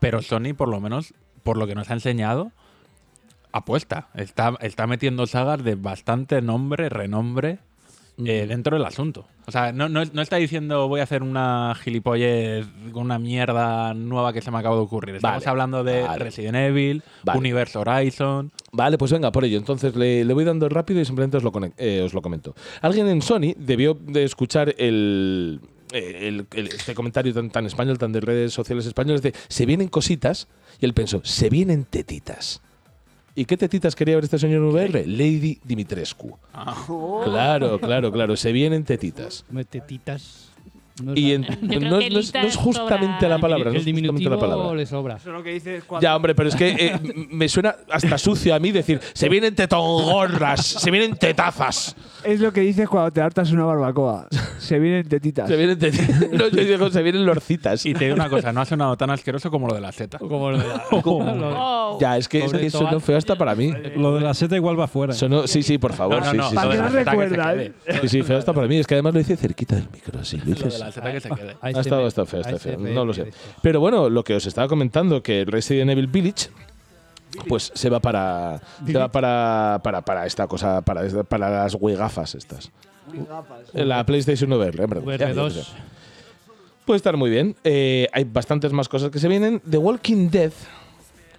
pero Sony, por lo menos, por lo que nos ha enseñado, apuesta. Está, está metiendo sagas de bastante nombre, renombre, eh, dentro del asunto. O sea, no, no- no está diciendo voy a hacer una gilipollez con una mierda nueva que se me acaba de ocurrir. Estamos Vale, hablando de vale. Resident Evil, Vale. Universe Horizon. Vale, pues venga, por ello. Entonces le, le voy dando rápido y simplemente os lo, conec- eh, os lo comento. Alguien en Sony debió de escuchar el, el- el- este comentario tan, tan español, tan de redes sociales españolas, de se vienen cositas, y él pensó, se vienen tetitas. ¿Y qué tetitas quería ver este señor en VR? Lady Dimitrescu. Ah. Oh. Claro, claro, claro, se vienen tetitas. Tetitas. Y en- Yo creo no, que es- no es, no es litas justamente sobra. la palabra, El no es justamente la diminutivo palabra. le sobra. Eso lo que dices cuando. Ya, hombre, pero es que eh, m- me suena hasta sucio a mí decir, se vienen tetongorras, se vienen tetazas. Es lo que dices cuando te hartas una barbacoa. Se vienen tetitas. Se vienen tetitas. No, yo digo, se vienen lorcitas. Y te digo una cosa, no ha sonado tan asqueroso como lo de la Oh, Z. Como lo de la Oh. Ya, es que, es Sobre que todo- sonó feo hasta para mí. Lo de la Z igual va fuera. Sonó- sí, sí, por favor. No, no, sí, no, sí, lo sí. de la Z que se quede. Sí, sí, feo hasta para mí. Es que además lo hice cerquita del micro. Sí, lo Lo hice- de la Z que se quede. Ha este estado, ha estado feo, ha estado feo. No lo sé. Pero bueno, lo que os estaba comentando, que Resident Evil Village pues se va para se va para, para, para esta cosa para, esta- para las gafas estas Eh, la PlayStation VR en verdad. Ya, ya, VR2. ya. puede estar muy bien Eh, hay bastantes más cosas que se vienen The Walking Dead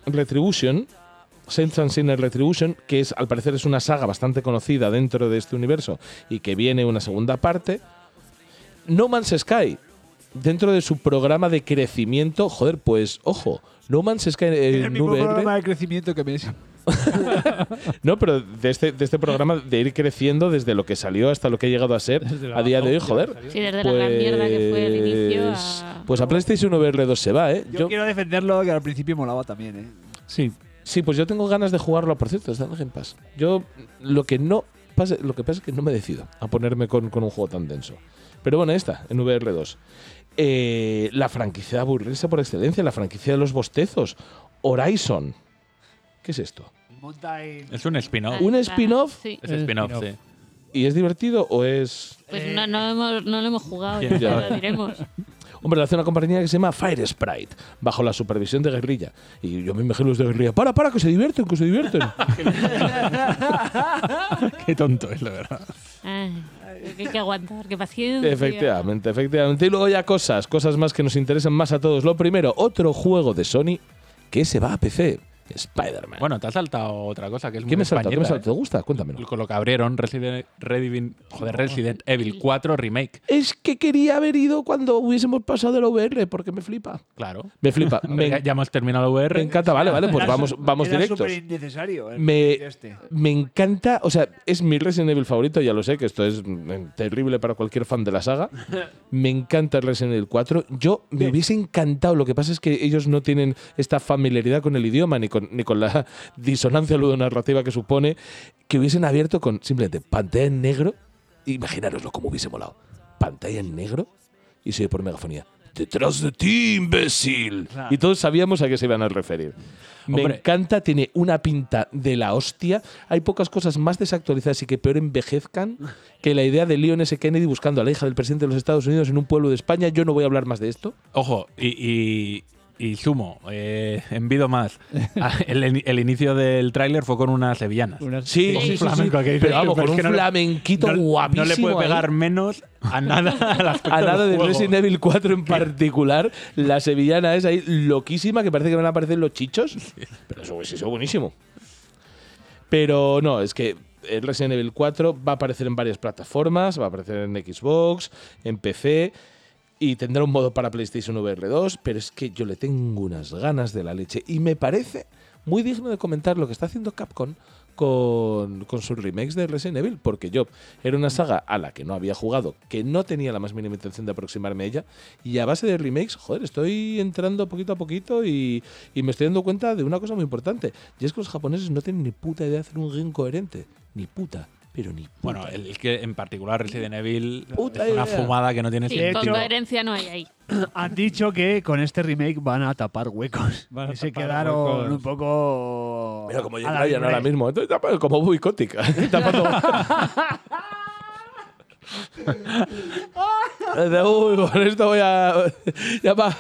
Retribution Saints and Sinners Retribution que es al parecer es una saga bastante conocida dentro de este universo y que viene una segunda parte no Man's Sky, dentro de su programa de crecimiento, joder, pues ojo, No Man's Sky eh, Es el en mismo programa VR. de crecimiento que me es. No, pero de este, de este programa de ir creciendo desde lo que salió hasta lo que ha llegado a ser la a día de hoy, basura joder. Sí, desde la gran mierda que fue el inicio Pues, a- pues a PlayStation VR2 se va, ¿eh? Yo, Yo- quiero defenderlo, que al principio molaba también, ¿eh? Sí. sí, pues yo tengo ganas de jugarlo, por cierto, está en el Game Pass. Yo lo que no pasa, lo que pasa es que no me decido a ponerme con, con un juego tan denso. Pero bueno, esta, en VR2. Eh, la franquicia aburrirse por excelencia, la franquicia de los bostezos. Horizon. ¿Qué es esto? Es un spin-off. Ah. ¿Un spin-off? Sí. Es spin-off, sí. ¿Y es divertido o es.? Pues no, no, hemos- no lo hemos jugado, ¿Quién ya te sabe? lo diremos. Hombre, lo hace una compañía que se llama Fire Sprite, bajo la supervisión de Guerrilla. Y yo me imagino los de Guerrilla, para, para, que se divierten, que se divierten. Qué tonto es, la verdad. Ay, que hay que aguantar, que paciencia. Efectivamente, efectivamente. Y luego ya cosas, cosas más que nos interesan más a todos. Lo primero, otro juego de Sony que se va a PC, Spider-Man. Bueno, te has saltado otra cosa que es ¿Qué muy me salta? ¿Qué me española, salta? ¿Te gusta? Cuéntamelo. ¿eh? Con lo que abrieron Resident, Redivin- joder, Resident Evil 4 Remake. Es que quería haber ido cuando hubiésemos pasado el VR, porque me flipa. Claro. Me flipa. me, Ya, ya hemos terminado VR. me encanta, vale, vale, pues Era vamos, su- vamos era directos. súper innecesario. el Me, vídeo este. me encanta, o sea, es mi Resident Evil favorito, ya lo sé, que esto es mm, terrible para cualquier fan de la saga. Me encanta Resident Evil 4. Yo me hubiese encantado, lo que pasa es que ellos no tienen esta familiaridad con el idioma ni con, ni con la disonancia ludonarrativa que supone que hubiesen abierto con simplemente pantalla en negro. Imaginaroslo como hubiese molado. Pantalla en negro y se oye por megafonía. Detrás de ti, imbécil. Y todos sabíamos a qué se iban a referir. Me Hombre. encanta, tiene una pinta de la hostia. Hay pocas cosas más desactualizadas y que peor envejezcan que la idea de Leon S. Kennedy buscando a la hija del presidente de los Estados Unidos en un pueblo de España. Yo no voy a hablar más de esto. Ojo, y, y, y sumo, eh, envido más. Ah, el, el inicio del tráiler fue con unas sevillanas. Unas- Sí, Con sí, sí, flamenco, sí. que dices, Pero vamos, pero con es un que no le- flamenquito no- guapísimo. ¿eh? No le puede ahí. pegar menos a nada al aspecto A nada del de juego. Resident Evil 4 en particular, la sevillana es ahí loquísima, que parece que van a aparecer los chichos. Pero eso es eso buenísimo. Pero no, es que el Resident Evil 4 va a aparecer en varias plataformas, va a aparecer en Xbox, en PC y tendrá un modo para PlayStation VR 2, pero es que yo le tengo unas ganas de la leche y me parece muy digno de comentar lo que está haciendo Capcom con, con sus remakes de Resident Evil, porque yo era una saga a la que no había jugado, que no tenía la más mínima intención de aproximarme a ella, y a base de remakes, joder, estoy entrando poquito a poquito y, y me estoy dando cuenta de una cosa muy importante, y es que los japoneses no tienen ni puta idea de hacer un game coherente, ni puta, pero ni puta. Bueno, el, es que en particular Resident Evil Puta es una idea. fumada que no tiene Sí, sentido. con coherencia no hay ahí. Han dicho que con este remake van a tapar huecos. Van a Y se tapar quedaron huecos. un poco poco. Mira, como Jake a la Bryan ahora Big Ray. mismo. Entonces, tapa- como boicótica. con esto voy a. Llama,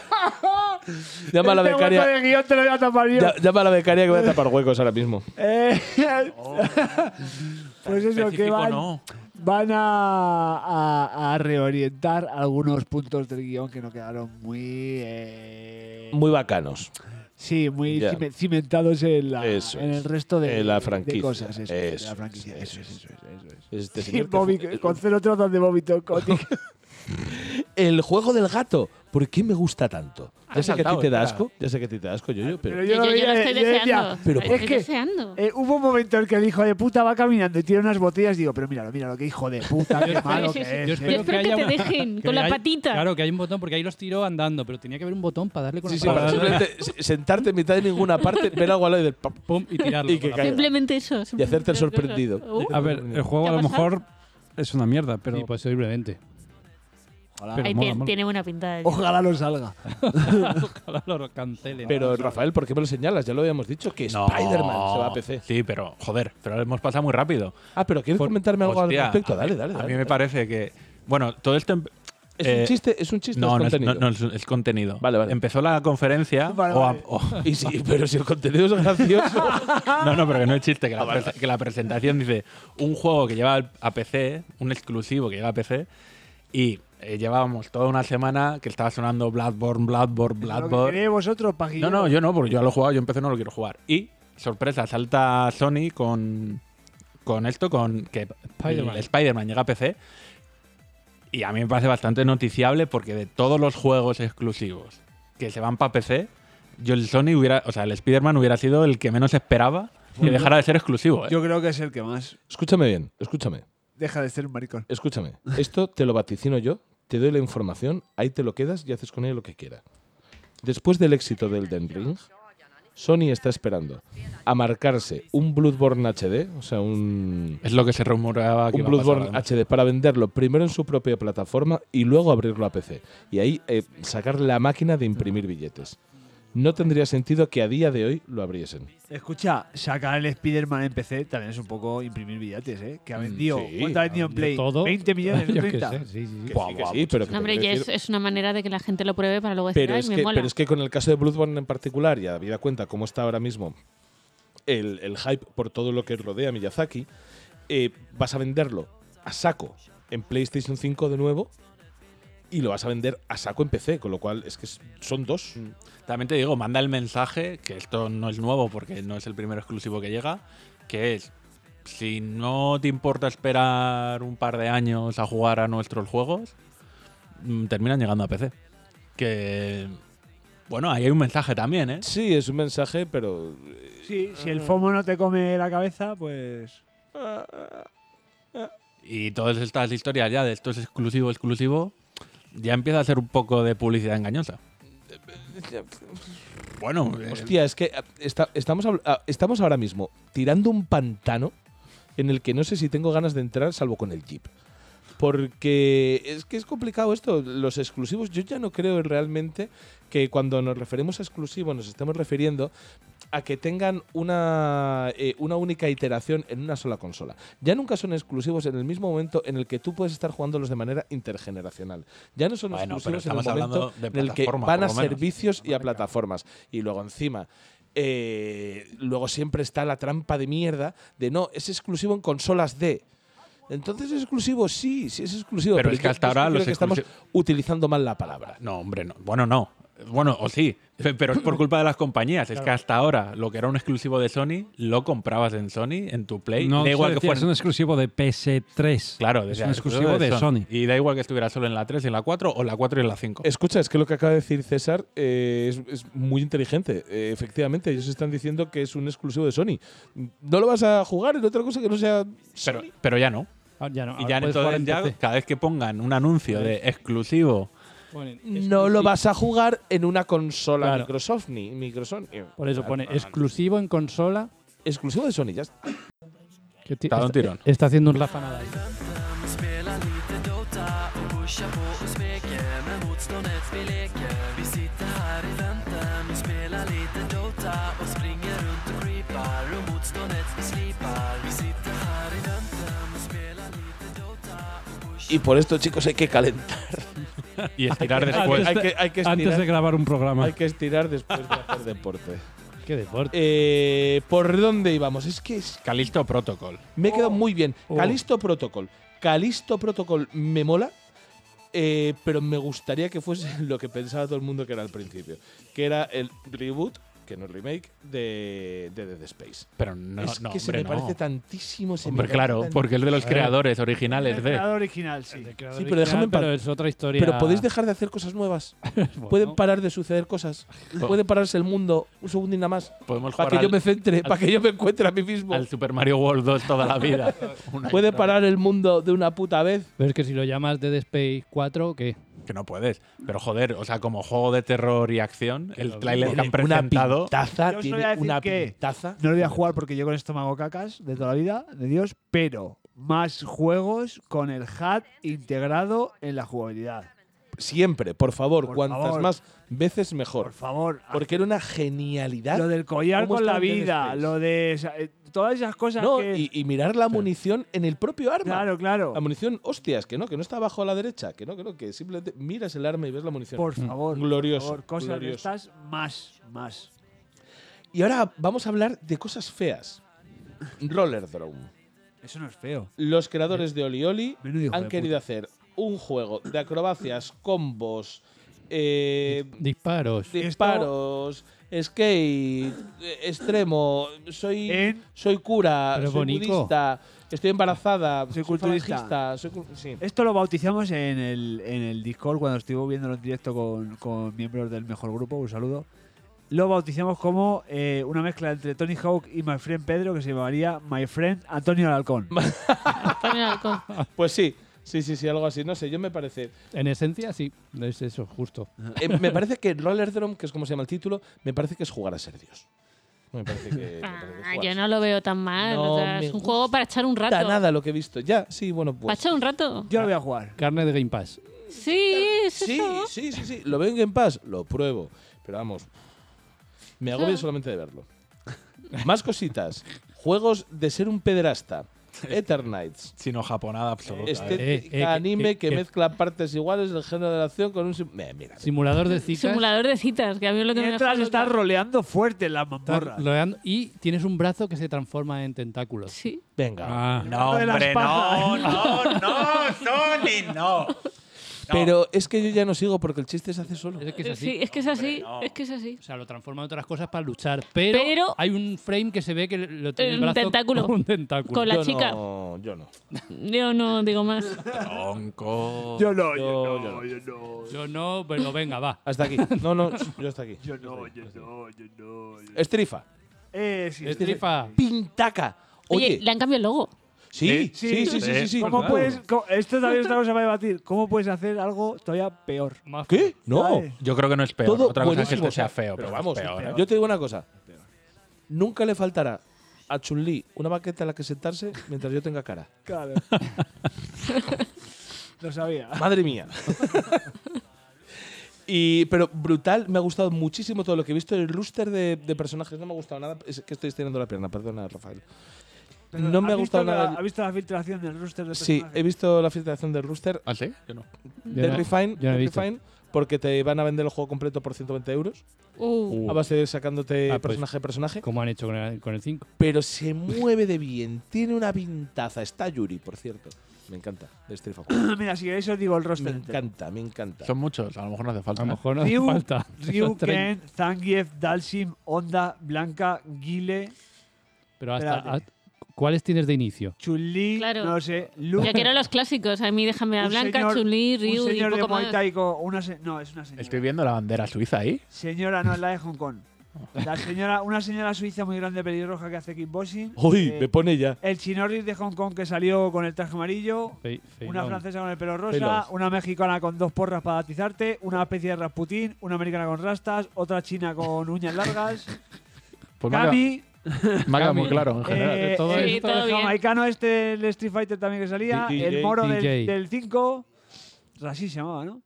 llama a la Este becaria. hueco de guión te lo voy a tapar yo. Ya- Llama a la becaria que voy a tapar huecos ahora mismo. Eh, pues eso, que específico van, no. van a, a- a reorientar algunos puntos del guión que no quedaron muy. eh, Muy bacanos. sí, muy Ya. cime- cimentados en, la- Eso en el es. resto de, En la de franquicia. cosas. Eso, es, Eso de la franquicia. Eso, es, eso Este es. Sí, señor que Bobby- fue- con cero trozos de Bobby Kotick. El juego del gato. ¿Por qué me gusta tanto? Ah, Ya sé que a ti saltado, te da espera. Ah, asco. Ya sé que a ti te da asco, yo, Pero pero. yo, yo lo veía- estoy yo decía, deseando, Pero lo ¿por estoy qué? deseando. eh, hubo un momento en que el hijo de puta va caminando y tira unas botellas y digo, pero míralo, míralo, qué hijo de puta, qué malo sí, que sí, es. Yo eh". espero que te dejen con la hay- patita. Claro, que hay un botón, porque ahí los tiró andando, pero tenía que haber un botón para darle con Sí, sí, la para patita. simplemente se- sentarte en mitad de ninguna parte, ver algo al lado y del pam, pum, y tirarlo Y con que la caiga. Simplemente eso. Y hacerte simplemente el eso. sorprendido. Uh, A ver, el juego ¿Te a ha lo pasado? mejor es una mierda, pero. Sí, posiblemente. Pero ahí mola, tiene- mola. tiene buena pinta. de- Ojalá lo salga. Ojalá lo cancelen. Pero Rafael, ¿por qué me lo señalas? Ya lo habíamos dicho que Spider-Man se va a PC. Sí, pero joder, pero lo hemos pasado muy rápido. Ah, pero ¿quieres Por- comentarme algo Hostia, al respecto? Dale, dale. A dale. mí me parece que. Bueno, todo esto. em- ¿Es un chiste- es un chiste o No, es no, es, no, contenido? no, es, es contenido. Vale, vale. Empezó la conferencia. Vale, o a- vale. o- Y sí, pero si el contenido es gracioso. no, no, pero que no es chiste. Que la, prese- que la presentación dice un juego que lleva a PC, un exclusivo que lleva a PC, y eh, llevábamos toda una semana que estaba sonando Bloodborne, Bloodborne, Lo Bloodborne. que queréis vosotros, pajillo. No, no, yo no, porque yo ya lo he jugado, yo empecé no lo quiero jugar. Y, sorpresa, salta Sony con, con esto, con que Spider-Man. el Spider-Man llega a PC. Y a mí me parece bastante noticiable porque de todos los juegos exclusivos que se van para PC, yo el Sony hubiera, o sea, el Spider-Man hubiera sido el que menos esperaba que Bueno, dejara de ser exclusivo. ¿eh? Yo creo que es el que más Escúchame bien, escúchame. deja de ser un maricón. Escúchame, esto te lo vaticino yo, te doy la información, ahí te lo quedas y haces con ello lo que quieras. Después del éxito del Den Ring, Sony está esperando a marcarse un Bloodborne HD, o sea, un. Es lo que se rumoreaba que Un iba a Bloodborne pasar, además. HD para venderlo primero en su propia plataforma y luego abrirlo a PC. Y ahí eh, sacar la máquina de imprimir billetes. No tendría sentido que a día de hoy lo abriesen. Escucha, sacar el Spider-Man en PC también es un poco imprimir billetes, ¿eh? Que ha vendido. sí. ¿Cuánto ha vendido en Play? todo. ¿20 millones? Yo qué 30? sé, sí, sí, sí. Que sí, que sí, pero No, que te hombre, quiero ya es, decir- es una manera de que la gente lo pruebe para luego decir, pero ay, es me que, mola. Pero es que con el caso de Bloodborne en particular, y habida cuenta cómo está ahora mismo el, el hype por todo lo que rodea a Miyazaki, eh, vas a venderlo a saco en PlayStation 5 de nuevo y lo vas a vender a saco en PC, con lo cual es que es- son dos. También te digo, manda el mensaje, que esto no es nuevo porque no es el primer exclusivo que llega, que es, si no te importa esperar un par de años a jugar a nuestros juegos, mm, terminan llegando a PC. Que, bueno, ahí hay un mensaje también, ¿eh? Sí, es un mensaje, pero... Sí, si el FOMO no te come la cabeza, pues. Y todas estas historias ya de esto es exclusivo, exclusivo, ya empieza a ser un poco de publicidad engañosa. Bueno, eh, Hostia, es que ah, está- estamos, habl- ah, estamos ahora mismo tirando un pantano en el que no sé si tengo ganas de entrar salvo con el jeep. Porque es que es complicado esto. Los exclusivos, yo ya no creo realmente que cuando nos referimos a exclusivo nos estemos refiriendo a que tengan una, eh, una única iteración en una sola consola. Ya nunca son exclusivos en el mismo momento en el que tú puedes estar jugándolos de manera intergeneracional. Ya no son Bueno, pero exclusivos en el estamos momento hablando de en el que plataforma, van a por lo menos. servicios y a plataformas. Y luego encima, eh, luego siempre está la trampa de mierda de no, es exclusivo en consolas de... Entonces es exclusivo, sí, sí es exclusivo. Pero es que yo- hasta yo ahora creo los que estamos exclusi- utilizando mal la palabra. No, hombre, no. Bueno, no. Bueno, o sí, pero es por culpa de las compañías. Es que hasta ahora lo que era un exclusivo de Sony lo comprabas en Sony, en tu Play. No, da igual igual que es un fuera. exclusivo de PS3. Claro, es decía, un exclusivo de Sony. Y da igual que estuviera solo en la 3 y en la 4 o en la 4 y en la 5. Escucha, es que lo que acaba de decir César eh, es, es muy inteligente. Eh, efectivamente, ellos están diciendo que es un exclusivo de Sony. No lo vas a jugar en otra cosa que no sea. Pero, pero ya no. Ah, ya no. Y ahora ya puedes jugar entonces en ya PC. cada vez que pongan un anuncio de exclusivo, Ponen No lo vas a jugar en una consola Claro. Microsoft ni Microsoft. ni- Por eso Ah, pone ah, exclusivo en consola. Exclusivo de Sony, ya está. Que ti- Está de un está- tirón. Está haciendo un Rafa Nadal. Spela lite Dota och pusha på och leker med motståndet vi leker Vi sitter här i väntan och spelar lite Dota och springer runt och creepar och motståndet vi slipar Vi sitter här i väntan och spelar lite Dota Y por esto, chicos, hay que calentar. Y estirar después. Hay que, hay que Antes de estirar. grabar un programa. Hay que estirar después de hacer deporte. Eh, ¿Qué deporte? ¿Por dónde íbamos? Es que es- Calisto Protocol. me he quedado Oh, muy bien. Calisto Protocol. Calisto Protocol me mola, eh, pero me gustaría que fuese lo que pensaba todo el mundo que era al principio. Que era el reboot, que no el remake, de, de Dead Space. Pero no, este- es no, que se hombre, no. me parece tantísimo. se me Hombre, parece claro, tantísimo. porque es de los creadores originales El de. creador original, sí. Sí, pero déjame en paz. pero es otra historia. Pero podéis dejar de hacer cosas nuevas. Pueden parar de suceder cosas. Bueno. Puede pararse el mundo un segundo y nada más. Podemos Para jugar que yo al- me centre, al- para que yo me encuentre a mí mismo. Al Super Mario World 2 toda la vida. Una- Puede parar el mundo de una puta vez. Pero es que si lo llamas Dead Space 4, ¿qué? Que no puedes. Pero joder, o sea, como juego de terror y acción, el lo- tráiler que han Tiene una presentado. pintaza, Yo os tiene voy a decir una que pintaza. No lo voy a jugar porque yo con estómago cacas de toda la vida, de Dios, pero más juegos con el HAT integrado en la jugabilidad. Siempre, por favor, cuantas favor. más veces mejor. Por favor. ah, Porque era una genialidad. Lo del collar cómo con la estaba Dead vida, Space. lo de o sea, eh, todas esas cosas No, que y, y mirar la munición en el propio arma. Claro, claro. La munición, hostias, que no, que no está abajo a la derecha, que no, que no, que simplemente miras el arma y ves la munición. Por favor, mm, por Glorioso. favor, cosas de glorioso. estas más, más. Y ahora vamos a hablar de cosas feas. Roller Drone. Eso no es feo. Los creadores de Oli Oli hijo de han puta. querido hacer un juego de acrobacias, combos, eh, Disparos. disparos, skate, eh, extremo, soy, soy cura, Pero soy bonito. budista, estoy embarazada, soy culturista. falangista, soy cul- sí. Esto lo bautizamos en el, en el Discord cuando estuvimos viéndolo en directo con, con miembros del mejor grupo. Un saludo. Lo bautizamos como eh, una mezcla entre Tony Hawk y My Friend Pedro que se llamaría My Friend Antonio Alarcón. Pues sí, sí, sí, sí, algo así. No sé, yo me parece. En esencia, sí. Es eso, justo. eh, me parece que Roller Drone, que es como se llama el título, me parece que es jugar a ser Dios. Me parece que. me parece que Ah, jugar. yo no lo veo tan mal. No o sea, me es un juego para echar un Da rato. nada lo que he visto. Ya, sí, bueno, ¿Para pues. echar un rato? Yo lo voy a jugar. Carne de Game Pass. Sí, es Sí, eso. sí, sí, sí. Lo veo en Game Pass, lo pruebo. Pero vamos, me hago bien solamente de verlo. Más cositas. Juegos de ser un pederasta. Eternites. Sino japonada absoluta. Este eh. anime que- que, que- mezcla partes iguales del género de la acción con un... sim- Eh, mira, Simulador de citas. Simulador de citas, que a mí es lo que me Mientras joda. estás roleando fuerte en las Estás mazmorras. rodeando- Y tienes un brazo que se transforma en tentáculos. Sí. venga. Ah. No, de las hombre, no, pajas. no, no, Sony, no. Pero es que yo ya no sigo porque el chiste se hace solo. Es que es así. eh, Sí, es que es así. no. Es que es así. O sea, lo transforma en otras cosas para luchar. Pero, Pero- hay un frame que se ve que lo tiene el Un brazo tentáculo. como un tentáculo. Con la Yo chica. No, yo no. Yo no digo más. Tronco. Yo no, Yo- yo yo no. no, yo no. Yo no, pero venga, va. Hasta aquí. No, no, yo hasta aquí. Yo no, yo no, yo no. yo no. Estrifa. Eh, sí, Estrifa. Pintaca. Oye, Oye, le han cambiado el logo. sí, sí, sí, sí, sí, sí. ¿Cómo Claro. puedes, co- esto también es una cosa para debatir. ¿Cómo puedes hacer algo todavía peor? Más ¿Qué? No. ¿Sabes? Yo creo que no es peor. Todo Otra cosa es que buenísimo, esto sea o sea, feo, pero pero, vamos, es peor. ¿eh? Yo te digo una cosa. Nunca le faltará a Chun-Li una baqueta a la que sentarse mientras yo tenga cara. Claro. Lo sabía. Madre mía. y, pero brutal, me ha gustado muchísimo todo lo que he visto. El rooster de, de personajes no me ha gustado nada. Es que estoy estirando la pierna, perdona, Rafael. no me ha ¿Has visto gustado la- nada. ¿Has visto la filtración del rooster de Sí, he personajes? visto la filtración del rooster. ¿Ah, sí? Yo no. De no- Refine, yo no he de visto. Refine, porque te van a vender el juego completo por 120 euros. Uh, A base de ir sacándote Ah, pues. personaje a personaje. Como han hecho con el, con el 5. Pero se mueve de bien, tiene una pintaza. Está Yuri, por cierto. Me encanta, de Street of Rage. Pues Mira, si queréis os digo el Me roster. entero. encanta, me encanta. Son muchos, a lo mejor no hace A Ah, falta. lo mejor no hace Ryu, falta. Ryu, Son 30. Ken, Zangief, Dalsim, Onda, Blanca, Guile, Pero hasta, Espérate. hasta- ¿Cuáles tienes de inicio? Chun-Li, Claro. no sé, Luke. yo quiero los clásicos. A mí déjame a un Blanca, señor- Chun-Li, Ryu Un y señor de poco Muay más. Thai con una se- No, es una señora. Estoy viendo la bandera suiza ahí. Señora, no, es la de Hong Kong. La señora, una señora suiza muy grande pelirroja que hace kickboxing. Uy, Eh, me pone ya. El chinorris de Hong Kong que salió con el traje amarillo. Fe- fe- Una no. francesa con el pelo rosa, Pelos. una mexicana con dos porras para atizarte, una especie de Rasputín, una americana con rastas, otra china con uñas largas, Pues me ha quedado- Cami, me ha quedado Cami. muy claro en general. eh, todo el, Sí, todo el bien. jamaicano este, el Street Fighter también que salía, DJ, el moro DJ. del 5, así se llamaba, ¿no?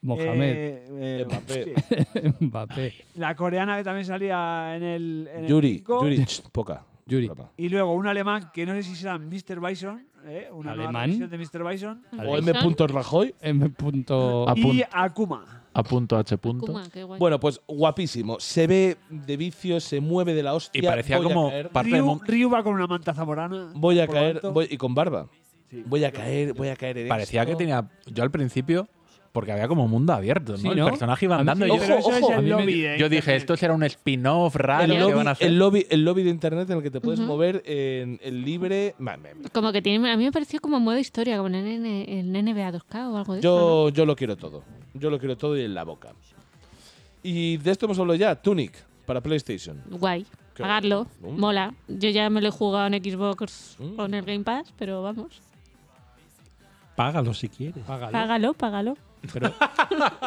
Mohamed. Eh, eh, Mbappé. Mbappé. La coreana que también salía en el. en el Yuri, cinco. Yuri, ch, poca. Yuri. Y luego un alemán que no sé si será Mr. Bison. ¿eh? Una nueva ¿Alemán? versión de Mr. Bison. O M. Ah. Rajoy. M. punto- Y Akuma. A punto H punto. Akuma, qué guay. Bueno, pues guapísimo. Se ve de vicio, se mueve de la Y hostia. parecía voy a como caer. parte del Ryu, Ryu va con una manta zamorana. Voy a por lo caer alto. voy- y con barba. Voy a caer, voy a caer en Parecía esto. que tenía. Yo al principio. Porque había como mundo abierto, ¿no? Sí, El ¿no? personaje iba A mí andando. sí, y yo, pero eso es el a mí me- lobby de yo dije, esto será un spin-off El raro. ¿qué van a lobby, hacer? el, lobby, el lobby de internet en el que te puedes Ujú. mover en el libre. Man, man, man. Como que tiene, a mí me pareció como modo historia, como en N- en NBA 2K o algo de eso. Yo, yo lo quiero todo. Yo lo quiero todo y en la boca. Y de esto hemos hablado ya. Tunic para PlayStation. ¿no? Guay. Qué Pagarlo. guay. Mm. Mola. Yo ya me lo he jugado en Xbox o en el Game Pass, pero vamos. Págalo si quieres. Págalo, págalo. Pero,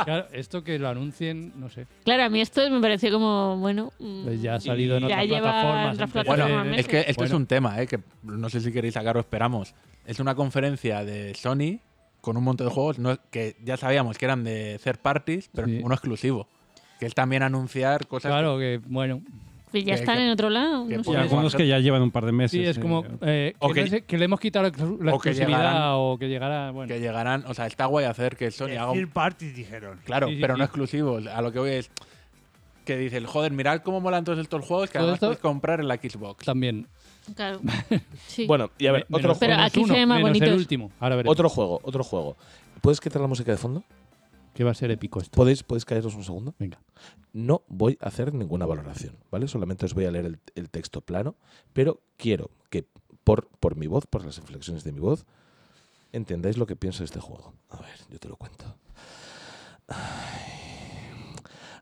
claro, esto que lo anuncien, no sé. Claro, a mí esto me pareció como, bueno. mm, Pues ya ha salido ya en otras lleva plataformas. otras en plataformas PC. meses. Es que esto es Bueno. eh, un tema, ¿eh? que no sé si queréis sacar o esperamos. Es una conferencia de Sony con un montón de juegos no- que ya sabíamos que eran de third parties, pero Sí. uno exclusivo. Que es también anunciar cosas. Claro, que bueno. Pues ya que- están que- en otro lado. no que sé. Y puedes algunos bajar- que ya llevan un par de meses. Sí, es eh, como eh, que, O que- no sé, que le hemos quitado la, exclu- la o que exclusividad llegarán- o que llegara. Bueno, que llegarán. O sea, está guay hacer que Sony haga un. Third party, dijeron. Claro, Sí, sí, pero sí. no exclusivo. A lo que voy es. Que dices, joder, mirad cómo molan todos estos juegos que Todo además esto- puedes comprar en la Xbox. también. Claro. Sí. Bueno, y a ver, Me- otro menos- juego. Pero menos aquí se uno, ven más menos el bonitos. último. Ahora veremos. Otro juego, otro juego. ¿Puedes quitar la música de fondo? Que va a ser épico esto. ¿Podéis, podéis caeros un segundo? Venga. No voy a hacer ninguna valoración, ¿vale? Solamente os voy a leer el, el texto plano, pero quiero que por, por mi voz, por las inflexiones de mi voz, entendáis lo que pienso de este juego. A ver, yo te lo cuento.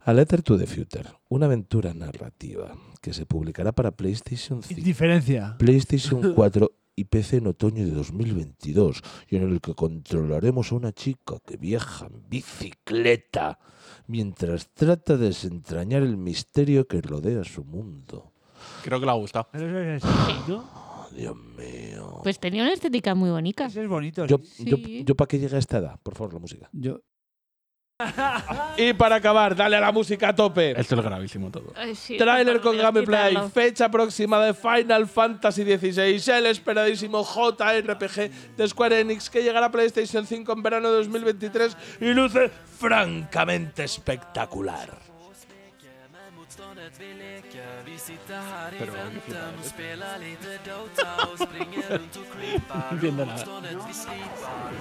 A Letter to the Future, una aventura narrativa que se publicará para PlayStation 5. Indiferencia. PlayStation 4 y PC en otoño de 2022, y en el que controlaremos a una chica que viaja en bicicleta mientras trata de desentrañar el misterio que rodea su mundo. Creo que le ha gustado. Pero eso es así, ¿no? Oh, Dios mío. Pues tenía una estética muy bonita. Ese es bonito. Yo, Sí. yo, para qué llega a esta edad, por favor, la música. Yo, Y para acabar, dale a la música a tope. Esto es gravísimo todo. Ay, sí, Trailer no con podía gameplay, quitarlo. fecha próxima de Final Fantasy XVI, el esperadísimo JRPG de Square Enix que llegará a PlayStation 5 en verano de 2023 y luce francamente espectacular. Motståndet vi leker Vi sitter här i väntan och spelar lite Dota och springer runt och creepar Och motståndet vi slipar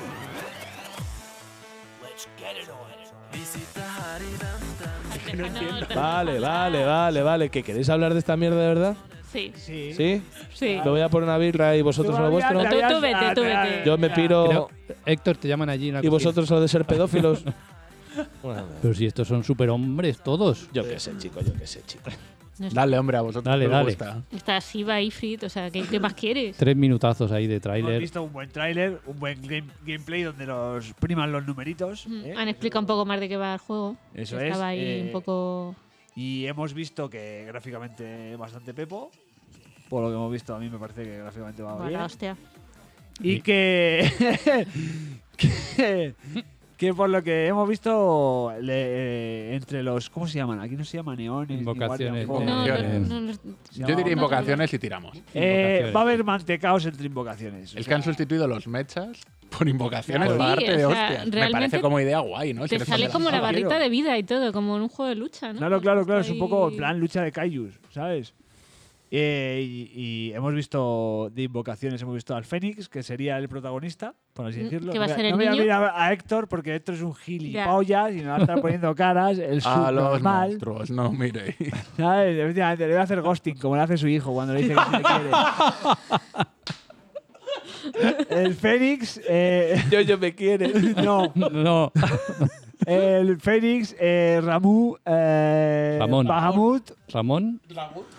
Vi sitter här i väntan Vale, vale, vale, vale. ¿Que queréis hablar de esta mierda de verdad? Sí, Sí. ¿Sí? sí. Lo voy a poner una birra y vosotros a lo vuestro. Tú- tú vete, tú vete. Yo me piro Creo- Héctor, te llaman allí. en la y vosotros a lo de ser pedófilos. cocina. Pero si estos son superhombres todos. Yo qué sé, chico, yo qué sé, chico. Dale, hombre, a vosotros. Dale, os dale. gusta. Está Siva y Frit, o sea, ¿qué, qué más quieres? Tres minutazos ahí de Hemos tráiler. visto un buen tráiler, un buen game- gameplay donde los priman los numeritos. ¿eh? Han explicado un poco más de qué va el juego. Eso Estaba es, ahí un eh, poco. Y hemos visto que gráficamente bastante pepo. Por lo que hemos visto, a mí me parece que gráficamente va Bueno, bien. hostia. Y que, que. que por lo que hemos visto, le- eh, entre los. ¿Cómo se llaman? Aquí no se llama neones. ni Invocaciones. guardian- No, no, Invocaciones. no, no, Se llama- Yo diría invocaciones y tiramos. Eh, va a haber mantecaos entre invocaciones. o El que sea, han sustituido los mechas por invocaciones Sí, para o darte de sea, hostias. Me realmente parece como idea guay, ¿no? Si te eres Ah, fan sale de como la saga. barrita quiero. de vida y todo, como en un juego de lucha, ¿no? Ah, Claro, claro, claro. Es un poco en Ahí- plan lucha de Kaijus, ¿sabes? Eh, y, y hemos visto de invocaciones, hemos visto al Fénix, que sería el protagonista, por así Mm, decirlo. que va a No ser voy el no voy a niño. abrir a, a Héctor porque Héctor es un gilipollas y me va a estar poniendo caras, el A los subnormal. monstruos, no mire. ¿Sabes? Efectivamente, le voy a hacer ghosting, como le hace su hijo cuando le dice que se le quiere. El Fénix. eh, Yo, yo me quiere. no, No, el Fénix, eh, Ramu, eh, Ramón. Bahamut, Ramón.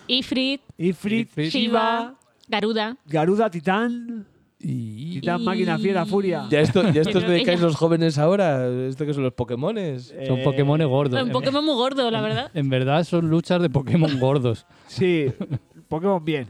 Ifrit, Ifrit, Ifrit. Shiva, Shiva, Garuda. Garuda, Titán, Y. Titán, Y- Máquina Fiera, Furia. Ya esto, ya Yo esto os creo que dedicáis ya. los jóvenes ahora. Esto que son los Pokémones. Eh, Son Pokémon gordos. Un Pokémon muy gordo, la verdad. En verdad son luchas de Pokémon gordos. Sí, Pokémon bien.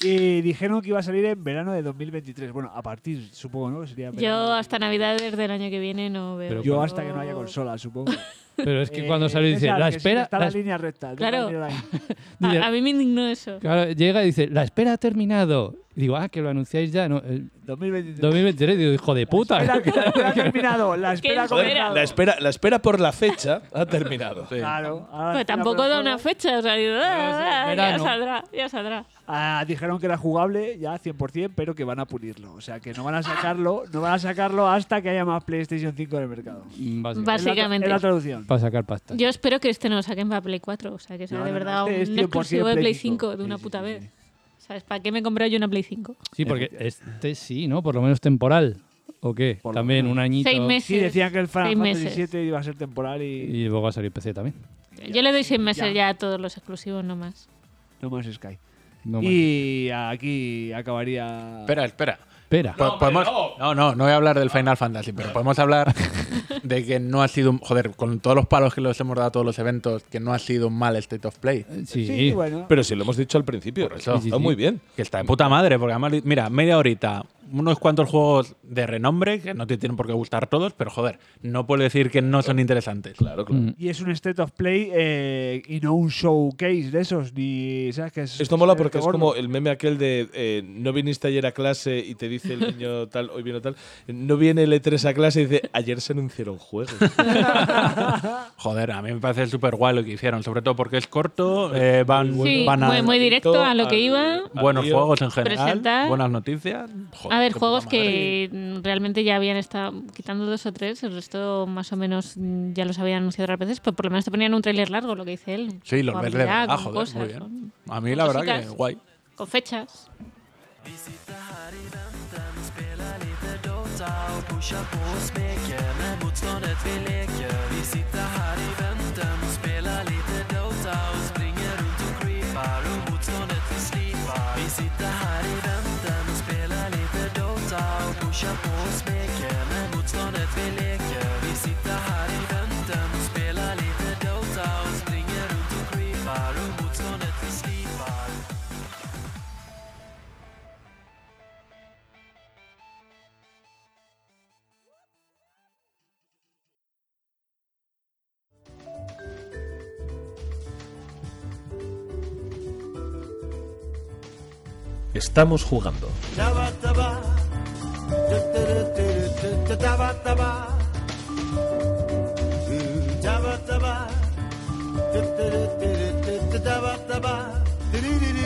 Y dijeron que iba a salir en verano de 2023. Bueno, a partir, supongo, ¿no? Sería verano. Yo hasta Navidades del año que viene no veo. Pero yo hasta que no haya consola, supongo. Pero es que cuando salió dice, César, la Eh, que sí, espera. Está la la es- línea recta. está la Claro. línea recta. Dice, A, a mí me indignó eso. claro, llega y dice, la espera ha terminado. Y digo, ah, que lo anunciáis ya. No, eh, 2023. digo, hijo de puta. La espera ha terminado. La espera ha Joder, comenzado. la, espera, la espera por la fecha ha terminado. Claro. Pero ahora espera Pues tampoco por el da una juego. fecha. O sea, digo, "Ah, ya verano". saldrá, ya saldrá. Ah, dijeron que era jugable ya 100%, pero que van a pulirlo. O sea, que no van a sacarlo, no van a sacarlo hasta que haya más PlayStation 5 en el mercado. Básicamente. Es la, es la traducción. Mm, Para sacar pasta. Yo espero que este no lo saquen para Play 4, o sea, que sea No, de no, no, verdad este es un 100% exclusivo de Play Play 5 de cinco. una Sí, puta sí, vez. ¿Sabes? ¿Para qué me he comprado yo una Play 5? Sí, porque este sí, ¿no? Por lo menos temporal. ¿O qué? También un añito. Seis meses. Sí, decían que el Final Seis Fantasy meses. 7 iba a ser temporal y Y luego va a salir PC también. Yo le doy 6 meses ya. ya. a todos los exclusivos nomás. no más Sky. No más. y aquí acabaría. Espera, espera. Espera. Po- podemos- no, no, no voy a hablar del Final Fantasy, pero podemos hablar de que no ha sido, un- joder, con todos los palos que les hemos dado a todos los eventos, que no ha sido un mal State of Play. Sí, Sí, bueno. Pero si lo hemos dicho al principio, eso. está Sí, sí, sí. muy bien. Que está de puta madre, porque además, mira, media horita, unos cuantos juegos de renombre, que no te tienen por qué gustar todos, pero joder, no puedo decir que no son interesantes. Claro, claro. Mm. Y es un state of play eh, y no un showcase de esos. Ni, ¿sabes? Que es, eh, Esto mola se ve porque es gordo. como el meme aquel de eh, no viniste ayer a clase y te dice el niño tal, hoy vino tal. No viene el E3 a clase y dice ayer se anunciaron juegos. Joder, a mí me parece súper guay lo que hicieron, sobre todo porque es corto, eh, van, Sí, van a- muy, muy directo a lo que al- iba. buenos Adiós. juegos en general, Presentar. buenas noticias. Joder, a ver, qué puta juegos madre. que mm, realmente ya habían estado quitando dos o tres, el resto más o menos mm, ya los habían anunciado otras veces, pero por lo menos te ponían un tráiler largo, lo que dice él. Sí, los ves de Jugabilidad, verdad, con joder, cosas, muy bien. con- A mí la con verdad que cositas, guay. Con fechas. Visita här i väntan, spela lite Dota och pusha på och smeka med motståndet vi leker. Vi sitter här i väntan, spela lite Dota och springer runt och creepar och motståndet vi slipar. Vi sitter här i väntan, spela lite Dota och pusha på och smeka med motståndet vi leker. Vi sitter här i väntan, spela lite Dota och springer runt och creepar och motståndet vi slipar. Estamos jugando. Taba, taba. Tu, tu, tu, tu, tu, tu, taba, taba. Mm, taba, taba. Tu, tu, tu, tu, tu, tu, taba, taba. Du, du, du, du.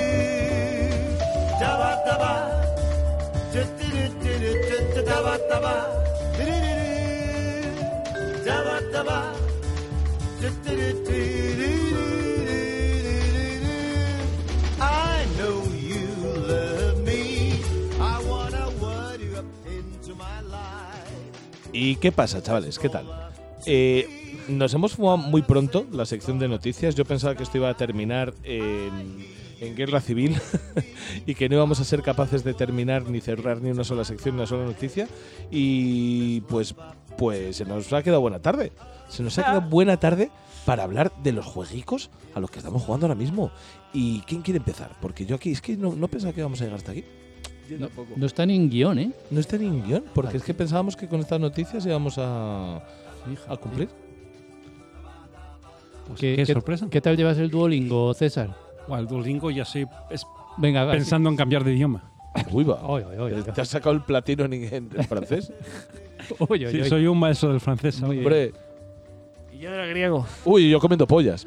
Taba, taba. Tu, tu, tu, tu, tu, tu, tu, taba, taba. Du, du, du, du. Taba, taba. Du, du, du, du, du, du, du, du, du. I know you love me. I wanna word you up into my life. ¿Y qué pasa, chavales? ¿Qué tal? Eh, nos hemos fumado muy pronto la sección de noticias. Yo pensaba que esto iba a terminar en, en guerra civil y que no íbamos a ser capaces de terminar ni cerrar ni una sola sección, ni una sola noticia. Y pues, pues se nos ha quedado buena tarde. Se nos ha quedado buena tarde para hablar de los jueguicos a los que estamos jugando ahora mismo. ¿Y quién quiere empezar? Porque yo aquí es que no, no pensaba que íbamos a llegar hasta aquí. Yo tampoco. No está ni en guión, ¿eh? No está ni en guión, porque es que pensábamos que con estas noticias íbamos a, a cumplir. Pues, ¿Qué, ¿Qué, qué- sorpresa? ¿Qué tal llevas el Duolingo, César? Bueno, el Duolingo ya estoy es- Venga, va, pensando en cambiar de idioma. eh, Uy, va. sí. Oy, oy, oy, oy. ¿Te has sacado el platino en, en francés? Oy, oy, Sí, oy. soy un maestro del francés. ahora. Hombre. Y yo era griego. Uy, yo comiendo pollas.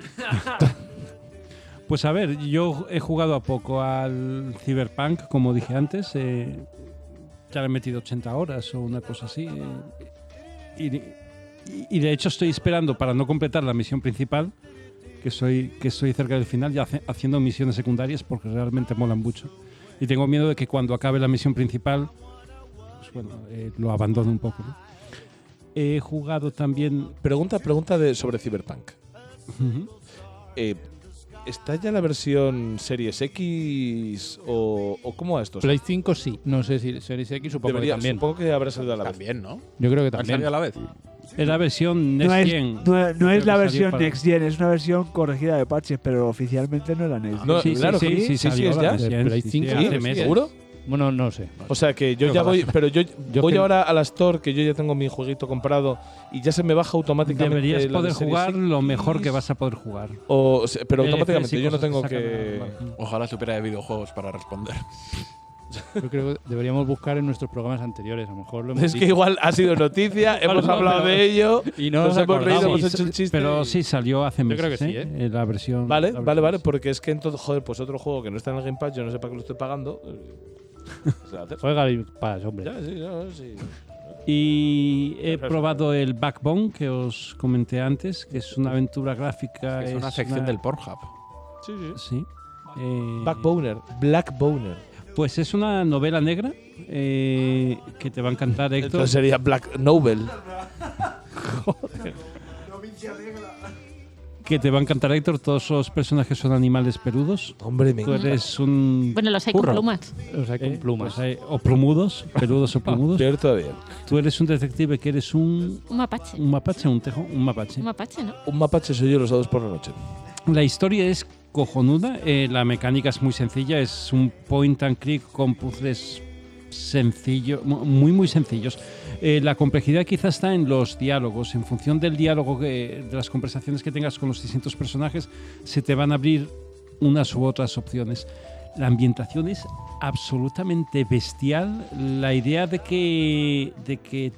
Pues a ver, yo he jugado a poco al Cyberpunk, como dije antes. eh, ya le he metido 80 horas o una cosa así. eh, y, de- y de hecho estoy esperando para no completar la misión principal, que soy, que estoy cerca del final, ya hace- haciendo misiones secundarias porque realmente molan mucho. Y tengo miedo de que cuando acabe la misión principal, pues bueno, eh, lo abandone un poco. ¿no? He jugado también... Pregunta, pregunta de, sobre Cyberpunk. Eh, ¿Está ya la versión Series X o, o cómo va esto? Play 5 sí. No sé si Series X supongo Debería- que también. supongo que habrá salido a la vez. También, ¿no? Yo creo que ¿Han también. salido a la vez? Es la versión Next No es, Gen. no, no Creo es que la salió versión para- Next Gen, es una versión corregida de parches, pero oficialmente no era Next Gen. Ah, No, Sí, sí, claro sí, que sí, sí, sí, sí, salió es la ya. versión. Pero hay Sí, cinco sí, hace meses. ¿Seguro? Bueno, no sé. O sea que Creo yo ya que va a voy, ser. pero yo, Yo voy creo- ahora a la store que yo ya tengo mi jueguito comprado y ya se me baja automáticamente. Deberías la de poder Series jugar X. lo mejor que vas a poder jugar. O, o sea, pero DLCs y automáticamente yo no cosas tengo sacan que. ahora. Ojalá supiera de videojuegos para responder. Yo creo que deberíamos buscar en nuestros programas anteriores. A lo mejor lo hemos Es que dicho. igual ha sido noticia, hemos no, hablado pero- de ello, y no nos nos hemos reído, acordamos. hemos hecho un chiste. Pero y- sí salió hace Yo meses. creo que sí, ¿eh? La versión. Vale, la vale, vale, porque es que entonces, joder, pues otro juego que no está en el Game Pass, yo no sé para qué lo estoy pagando. eh, se va a hacer. Juega al Game Pass, hombre. Ya, sí, ya, sí. Y he probado el Backbone que os comenté antes, que es una aventura gráfica. Es una sección del Pornhub. Sí, sí. Sí. Eh, Backboner, Black Boner. Pues es una novela negra eh, que te va a encantar, Héctor. Entonces sería Black Novel. Que te va a encantar, Héctor. Todos los personajes son animales peludos. Hombre, me Tú encanta. eres Mm, un. Bueno, los hay con burro. plumas. Pues Los hay con Eh, plumas. los hay- o plumudos, peludos o plumudos. Peor todavía. Tú eres un detective que eres un. Un mapache. eh, Mm, Un mapache, un tejo, un mapache. Un mapache, ¿no? Un mapache soy yo los sábados por la noche. La historia es cojonuda, eh, la mecánica es muy sencilla, es un point and click con puzzles sencillo, mu- muy muy sencillos. Eh, la complejidad quizá está en los diálogos, en función del diálogo, que- de las conversaciones que tengas con los distintos personajes, se te van a abrir unas u otras opciones. La ambientación es absolutamente bestial, la idea de que, de que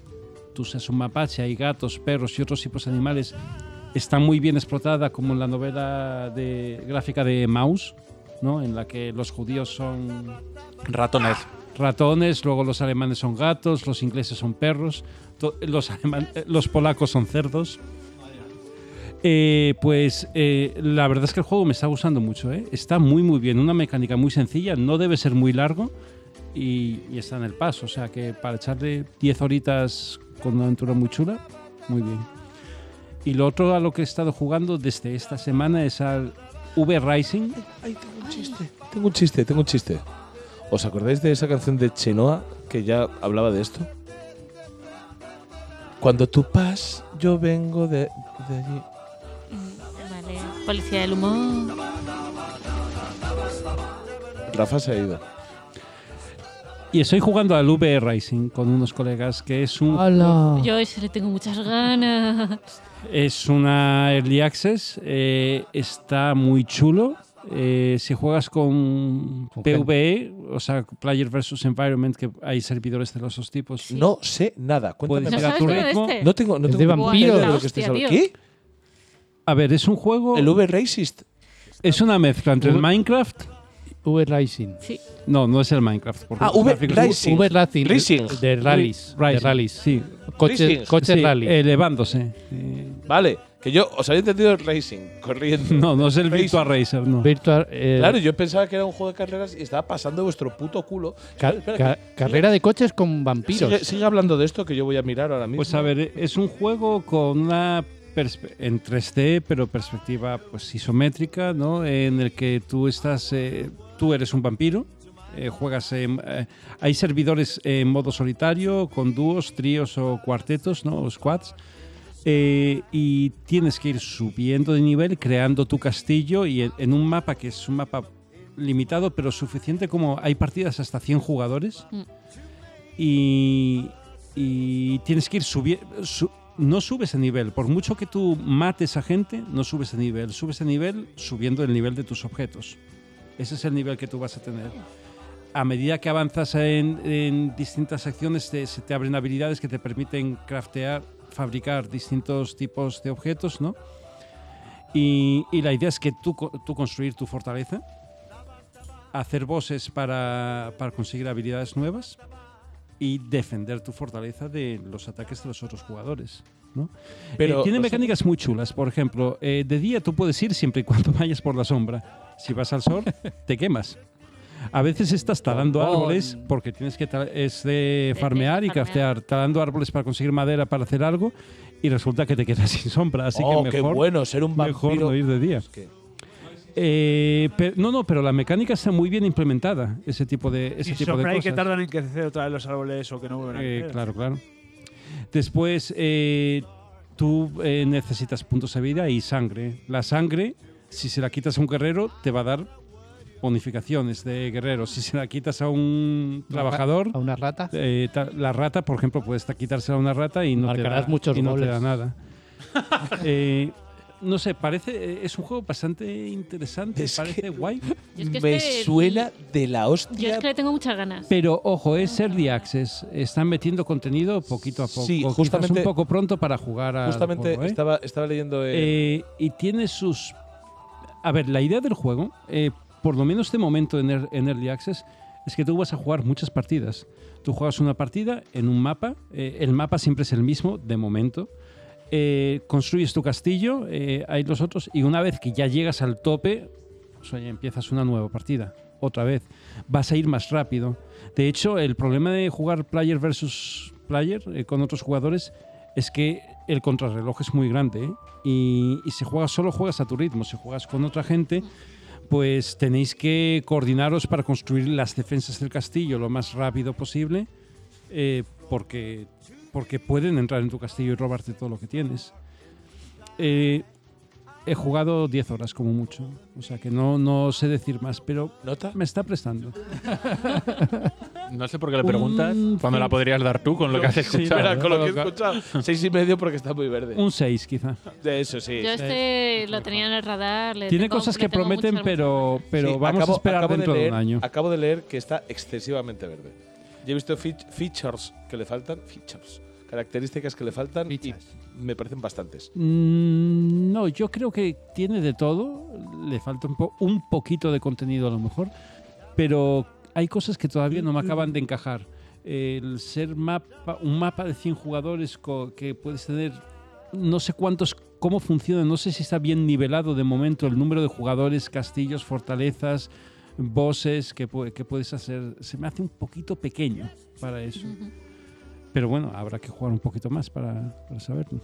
tú seas un mapache, hay gatos, perros y otros tipos de animales está muy bien explotada como en la novela de, gráfica de Maus, ¿no? en la que los judíos son Ratones. ratones, luego los alemanes son gatos, los ingleses son perros, to- los, aleman- eh, los polacos son cerdos. Eh, pues eh, la verdad es que el juego me está gustando mucho, ¿eh? está muy muy bien, una mecánica muy sencilla, no debe ser muy largo y, y está en el paso, o sea que para echarle 10 horitas con una aventura muy chula, muy bien. Y lo otro a lo que he estado jugando desde esta semana es al V Rising. Tengo un chiste, tengo un chiste. ¿Os acordáis de esa canción de Chenoa que ya hablaba de esto? Cuando tú pas, yo vengo de, de allí. Mm, Vale. Policía del humor. Rafa se ha ido. Y estoy jugando al V Rising con unos colegas que es un Ah. Yo a ese le tengo muchas ganas. Es una Early Access, eh, está muy chulo. Eh, si juegas con PvE, o sea, Player versus Environment, que hay servidores de los dos tipos. No sé nada. Cuéntame. Puedes más. ir a tu ritmo. este? No tengo, no Es tengo de ni puta vampiros. idea de lo que estáis Hostia, hablando. tío. ¿Qué? A ver, es un juego. ¿El V Racist? Es una mezcla entre el V- Minecraft. V Rising. Sí. No, no es el Minecraft. porque Ah, los V gráficos- Rising. V Racing. Racing. De rallies. De Rising, rallies. Sí. Racing. Coches, coches Sí, rally. Elevándose. Eh, Vale, que yo os había entendido Racing, corriendo. No, no es el Racing. Virtua Racer, no. Virtual, eh, Claro, yo pensaba que era un juego de carreras y estaba pasando vuestro puto culo. ca- Espera, espera, ca- que- carrera de coches con vampiros. sigue, sigue hablando de esto que yo voy a mirar ahora mismo. Pues a ver, es un juego con una perspe- en 3D, pero perspectiva pues isométrica, ¿no? En el que tú estás, eh, tú eres un vampiro, eh, juegas, en- eh, hay servidores en modo solitario, con dúos, tríos o cuartetos, ¿no? O squads. Eh, y tienes que ir subiendo de nivel, creando tu castillo y en, en un mapa que es un mapa limitado, pero suficiente como hay partidas hasta 100 jugadores Mm. y, y tienes que ir subiendo. no subes de nivel, por mucho que tú mates a gente, no subes de nivel. Subes de nivel subiendo el nivel de tus objetos. Ese es el nivel que tú vas a tener. A medida que avanzas en, en distintas acciones, te- se te abren habilidades que te permiten craftear, fabricar distintos tipos de objetos, ¿no? Y, y la idea es que tú, co- tú construir tu fortaleza, hacer voces para, para conseguir habilidades nuevas y defender tu fortaleza de los ataques de los otros jugadores. ¿no? Pero Eh, tiene los- mecánicas muy chulas. Por ejemplo, eh, de día tú puedes ir siempre y cuando vayas por la sombra. Si vas al sol, te quemas. A veces estás Oh. talando Bombón. árboles porque tienes que tal- es de farmear y farmear. craftear, talando árboles para conseguir madera para hacer algo y resulta que te quedas sin sombra, así oh, que qué mejor bueno ser un vampiro. mejor no ir de día. que- Eh, pe- no, no, pero la mecánica está muy bien implementada, ese tipo de, ese Y tipo de sobre ahí cosas. que tardan en crecer otra vez los árboles o que no vuelven a Eh, crecer. claro, claro. Después eh, tú eh, necesitas puntos de vida y sangre. La sangre, si se la quitas a un guerrero, te va a dar bonificaciones de guerrero. Si se la quitas a un Una ra- trabajador. ¿A una rata? eh, ta- la rata, por ejemplo, puedes ta- quitársela a una rata y no, te Marcarás da, muchos y no te goles. da nada. Eh, no sé, parece. eh, Es un juego bastante interesante, parece guay. es que Me este- suena de la Yo es que le tengo muchas ganas. Pero ojo, es Early Access. Están metiendo contenido poquito a poco. Sí, Quizás justamente- un poco pronto para jugar a. Justamente pues, ¿eh? estaba, estaba leyendo. el- y tiene sus. A ver, la idea del juego, eh, por lo menos de momento en, Ear- en Early Access, es que tú vas a jugar muchas partidas. Tú juegas una partida en un mapa. eh, el mapa siempre es el mismo, de momento. Eh, construyes tu castillo, eh, hay los otros, y una vez que ya llegas al tope, pues, oye, empiezas una nueva partida. Otra vez. Vas a ir más rápido. De hecho, el problema de jugar player versus player eh, con otros jugadores es que el contrarreloj es muy grande ¿eh? y, y si juegas solo juegas a tu ritmo, si juegas con otra gente pues tenéis que coordinaros para construir las defensas del castillo lo más rápido posible eh, porque, porque pueden entrar en tu castillo y robarte todo lo que tienes. Eh, he jugado 10 horas como mucho, o sea que no, no sé decir más, pero me está prestando. No sé por qué le preguntas. Cuando la podrías dar tú con lo que has Sí, escuchado. Espera, con lo que he escuchado. Seis y medio porque está muy verde. Un 6 quizá. De eso sí. Yo este lo tenía en el radar. le Tiene tengo- cosas le que tengo prometen, muchas- pero, pero Sí, vamos acabo- a esperar acabo dentro de, leer- un año. Acabo de leer que está excesivamente verde. Yo he visto fit- features que le faltan, features, características que le faltan y me parecen bastantes. Mm, No, yo creo que tiene de todo. Le falta un, po- un poquito de contenido a lo mejor. Pero hay cosas que todavía no me acaban de encajar. El ser mapa, un mapa de 100 jugadores co- que puedes tener no sé cuántos, cómo funciona, no sé si está bien nivelado de momento el número de jugadores, castillos, fortalezas, bosses que, pu- que puedes hacer. Se me hace un poquito pequeño para eso. Pero bueno, habrá que jugar un poquito más para, para saberlo.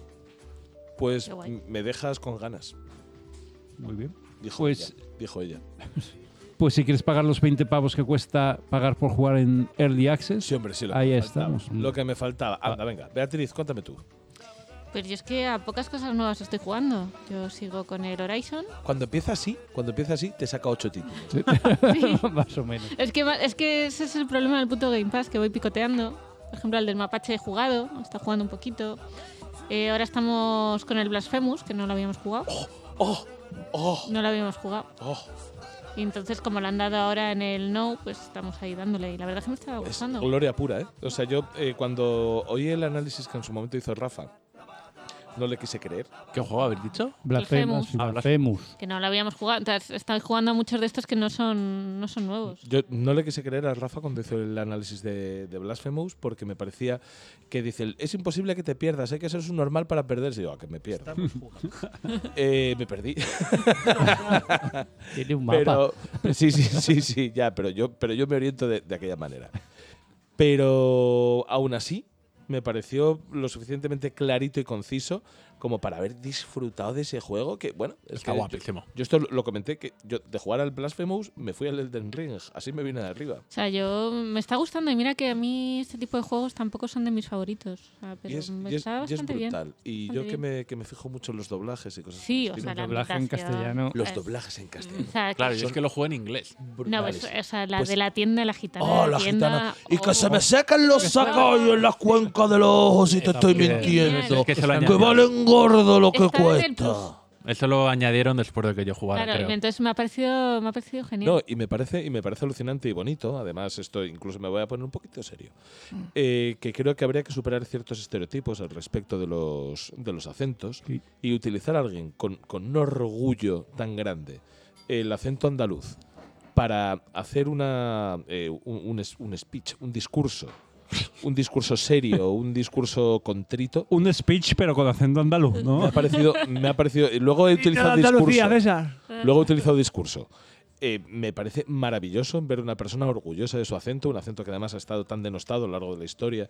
Pues Qué guay. m- me dejas con ganas. Muy bien. Dijo Pues- ella. Dijo ella. Pues si quieres pagar los 20 pavos que cuesta pagar por jugar en Early Access, Sí, lo que ahí Mm. Ah. me faltaba. estamos. Lo que me faltaba. Anda, venga. Beatriz, cuéntame tú. Pues yo es que a pocas cosas nuevas estoy jugando. Yo sigo con el Horizon. Cuando empieza así, cuando empieza así, te saca ocho títulos. Más o menos. Es que, va- es que ese es el problema del puto Game Pass, que voy picoteando. Por ejemplo, el del mapache he jugado, está jugando un poquito. Eh, ahora estamos con el Blasphemous, que no lo habíamos jugado. Oh, No lo habíamos jugado. Y entonces, como lo han dado ahora en el No, pues estamos ahí dándole. Y la verdad es que me estaba gustando. Gloria pura, ¿eh? O sea, yo eh, cuando oí el análisis que en su momento hizo Rafa, no le quise creer. ¿Qué juego habéis dicho? Blasphemous. Ah, Blasphemous. Que no lo habíamos jugado. Entonces, estoy jugando a muchos de estos que no son, no son nuevos. Yo no le quise creer a Rafa cuando hizo el análisis de, de Blasphemous porque me parecía que dice, es imposible que te pierdas, hay que ser un normal para perderse. Y yo, "Ah, que me pierdo. Eh, me perdí. Tiene un Pero- sí, sí, sí, sí, ya, pero yo, pero yo me oriento de, de aquella manera. Pero aún así, me pareció lo suficientemente clarito y conciso como para haber disfrutado de ese juego que, bueno, es Está que guapísimo. Yo, yo esto lo- lo comenté, que yo de jugar al Blasphemous me fui al Elden Ring, así me vine de arriba. O sea, yo me está gustando y mira que a mí este tipo de juegos tampoco son de mis favoritos. O sea, pero y es, me y es- está y es bastante bien. brutal. Y Bastante yo que bien. me, que me fijo mucho en los doblajes y cosas Sí, por o el sea, estilo. la doblaje en ambientación castellano. Los es- doblajes en castellano. o sea, que- Claro, yo es que lo jugué en inglés. No, pues, o sea, la Pues- de la tienda, la gitana. Oh, de la tienda, gitana. Y que oh. se me secan los sacos en las cuencas de los ojos si te estoy bien. mintiendo. Es que se lo que añadieron. valen gordo lo que Está en el cuesta. Eso lo añadieron después de que yo jugara, Claro, creo. entonces me ha parecido, me ha parecido genial. No, y me parece, y me parece alucinante y bonito. Además, esto incluso me voy a poner un poquito serio. eh, que creo que habría que superar ciertos estereotipos al respecto de los, de los acentos y utilizar a alguien con, con un orgullo tan grande el acento andaluz para hacer una, eh, un, un es- un speech, un discurso, un discurso serio, un discurso contrito. Un speech, pero con acento andaluz, ¿no? Me ha parecido, me ha parecido. Luego he utilizado Andalucía, discurso. César. Luego he utilizado discurso. Eh, me parece maravilloso ver una persona orgullosa de su acento, un acento que además ha estado tan denostado a lo largo de la historia.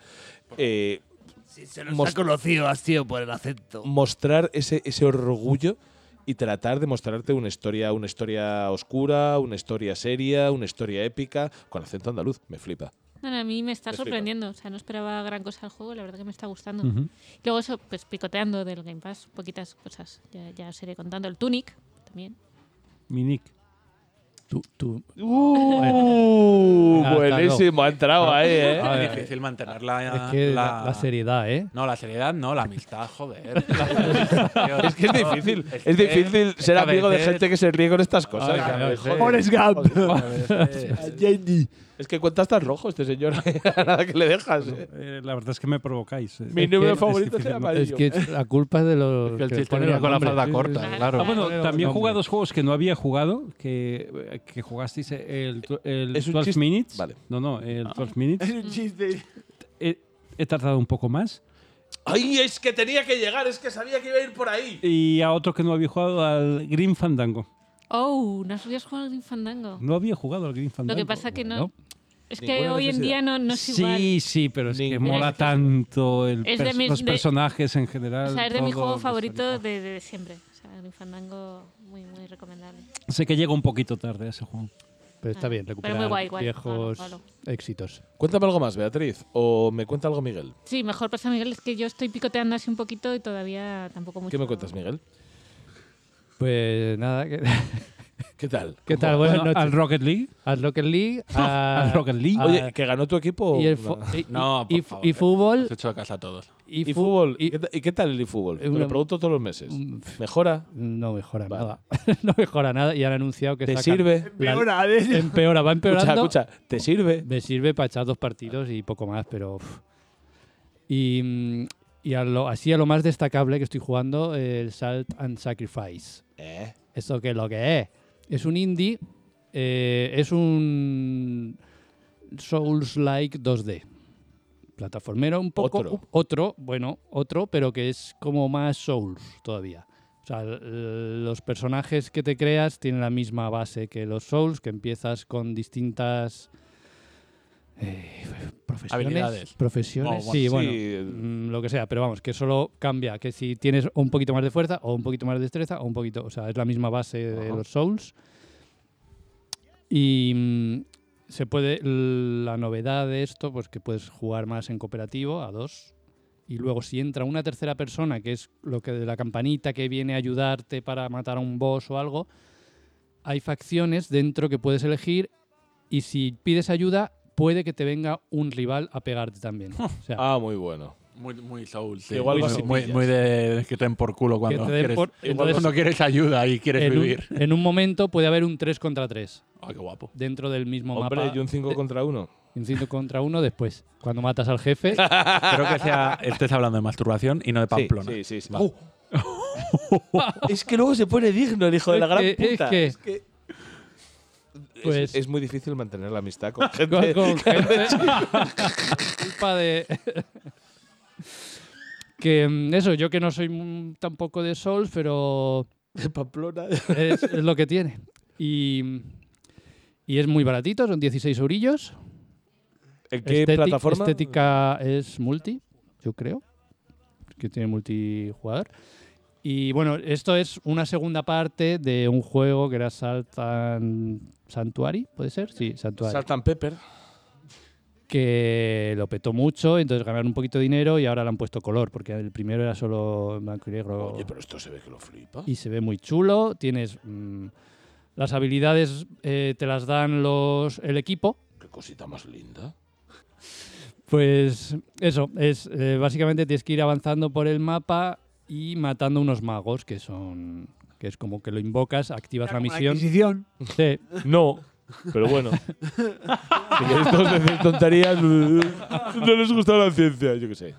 Eh, Se nos ha Most- conocido así por el acento. mostrar ese, ese orgullo y tratar de mostrarte una historia, una historia oscura, una historia seria, una historia épica, con acento andaluz. Me flipa. No, no, a mí me está Te explico. sorprendiendo. O sea, no esperaba gran cosa al juego. La verdad que me está gustando. Ujú. Luego eso, pues picoteando del Game Pass. Poquitas cosas. Ya, ya os iré contando. El Tunic también. Minic. Tú, tú. Uh, buenísimo, ha entrado ahí, ¿eh? Es difícil mantener Ah, la, Es que la- la seriedad, ¿eh? No, la seriedad no, la amistad, joder. Es que es difícil. Es difícil ser amigo de gente que se ríe con estas cosas. Ay, Joder, joder. Forrest Gump. Joder. Jenny. Es que cuenta hasta el rojo este señor. Nada que le dejas. eh. Eh, la verdad es que me provocáis. eh. Mi Es número que es favorito difícil, se llama ¿no? Es que Es la culpa es de los. que el que chiste ponen venía los con la nombres. falda Sí, sí, corta, sí. claro. Ah, bueno, Ponen los también he nombres. jugado dos juegos que no había jugado, que, que jugasteis el, tw- el Es un 12 chiste. Minutes. Vale. No, no, el 12 Minutes. Ah. un chiste. He, he tardado un poco más. Ay, es que tenía que llegar, es que sabía que iba a ir por ahí. Y a otro que no había jugado, al Green Fandango. Oh, no habías jugado al Green Fandango. No había jugado al Green Lo Fandango. que pasa que no. Es que Ninguna hoy en necesidad. día no, no es igual. Sí, sí, pero es que Ninguna mola necesidad. tanto el Es de pers- mis- los de- personajes en general. O sea, es de mis todo, juegos la favoritos de, de siempre. O sea, Green Fandango, muy, muy recomendable. historia. Sé que llega un poquito tarde a ese juego. Pero pues está bien, Ah, muy recuperar guay, guay. viejos Palo, palo. éxitos. Cuéntame algo más, Beatriz. O me cuenta algo Miguel. Sí, mejor pasa, Miguel, es que yo estoy picoteando así un poquito y todavía tampoco mucho. ¿Qué me cuentas, Miguel? Pues nada. que- ¿Qué tal? ¿Qué tal? Buenas Bueno, noches. al Rocket League. Al Rocket League. a- Al Rocket League. a- Oye, ¿que ganó tu equipo? y el fo- y- No, y- por y favor. fútbol. Os he hecho de casa a todos. ¿Y, fútbol? ¿Y, qué ta- y qué tal el eFútbol? Te una- lo pregunto todos los meses. ¿Mejora? No mejora nada. no mejora nada y han anunciado que ¿Te sacan sirve? la- Empeora, ¿eh? empeora, va empeorando. Escucha, escucha, ¿te sirve? Me sirve para echar dos partidos y poco más, pero. uf. Y, mm, y a lo- así a lo más destacable que estoy jugando, el Salt and Sacrifice. ¿Eh? ¿Eso qué es lo que es? Es un indie, eh, es un Souls-like 2D. Plataformero un poco. Otro. otro, bueno, otro, pero que es como más Souls todavía. O sea, l- los personajes que te creas tienen la misma base que los Souls, que empiezas con distintas eh, profesiones. Habilidades. Profesiones. Oh, sí, bueno, bueno. sí. mm, Lo que sea, pero vamos, que solo cambia que si tienes un poquito más de fuerza o un poquito más de destreza o un poquito. O sea, es la misma base de los Souls. Y mm, se puede. La novedad de esto, pues que puedes jugar más en cooperativo, a dos. Y luego, si entra una tercera persona, que es lo que de la campanita que viene a ayudarte para matar a un boss o algo, hay facciones dentro que puedes elegir. Y si pides ayuda, puede que te venga un rival a pegarte también. O sea, Ah, muy bueno. Muy, muy soul, sí. Igual muy, vas y muy, pillas. muy de que te den por culo cuando, te den Ah, quieres, por- igual entonces- cuando quieres ayuda y quieres en un- vivir. en un momento puede haber un 3 contra 3 Ah, qué guapo. dentro del mismo Hombre, mapa. y un 5 de- contra 1. y un 5 contra 1 después, cuando matas al jefe. Espero que sea, estés hablando de masturbación y no de Pamplona. Sí, sí, sí. Vale. es que luego se pone digno el hijo de la Es gran que- es puta. que- Es que- es- Pues- es muy difícil mantener la amistad con con, gente. con gente. culpa de. que mm, eso, yo que no soy mm, tampoco de Souls, pero de Pamplona. es, es lo que tiene. Y, y es muy baratito, son 16 eurillos. ¿En qué Estétic- plataforma? Estética es multi, yo creo. Que tiene multijugador. Y bueno, esto es una segunda parte de un juego que era Saltan Santuary, ¿puede ser? Sí, Santuary. Salt and Pepper. que lo petó mucho, entonces ganaron un poquito de dinero y ahora le han puesto color, porque el primero era solo en blanco y negro. Oye, pero esto se ve que lo flipa. Y se ve muy chulo, tienes... mm, las habilidades eh, te las dan los, el equipo, Qué cosita más linda. Pues eso, es eh, básicamente tienes que ir avanzando por el mapa y matando unos magos que son que es como que lo invocas, activas la misión. Adquisición. Sí. No, pero bueno. si queréis todos decir tonterías, no les gusta la ciencia, yo qué sé.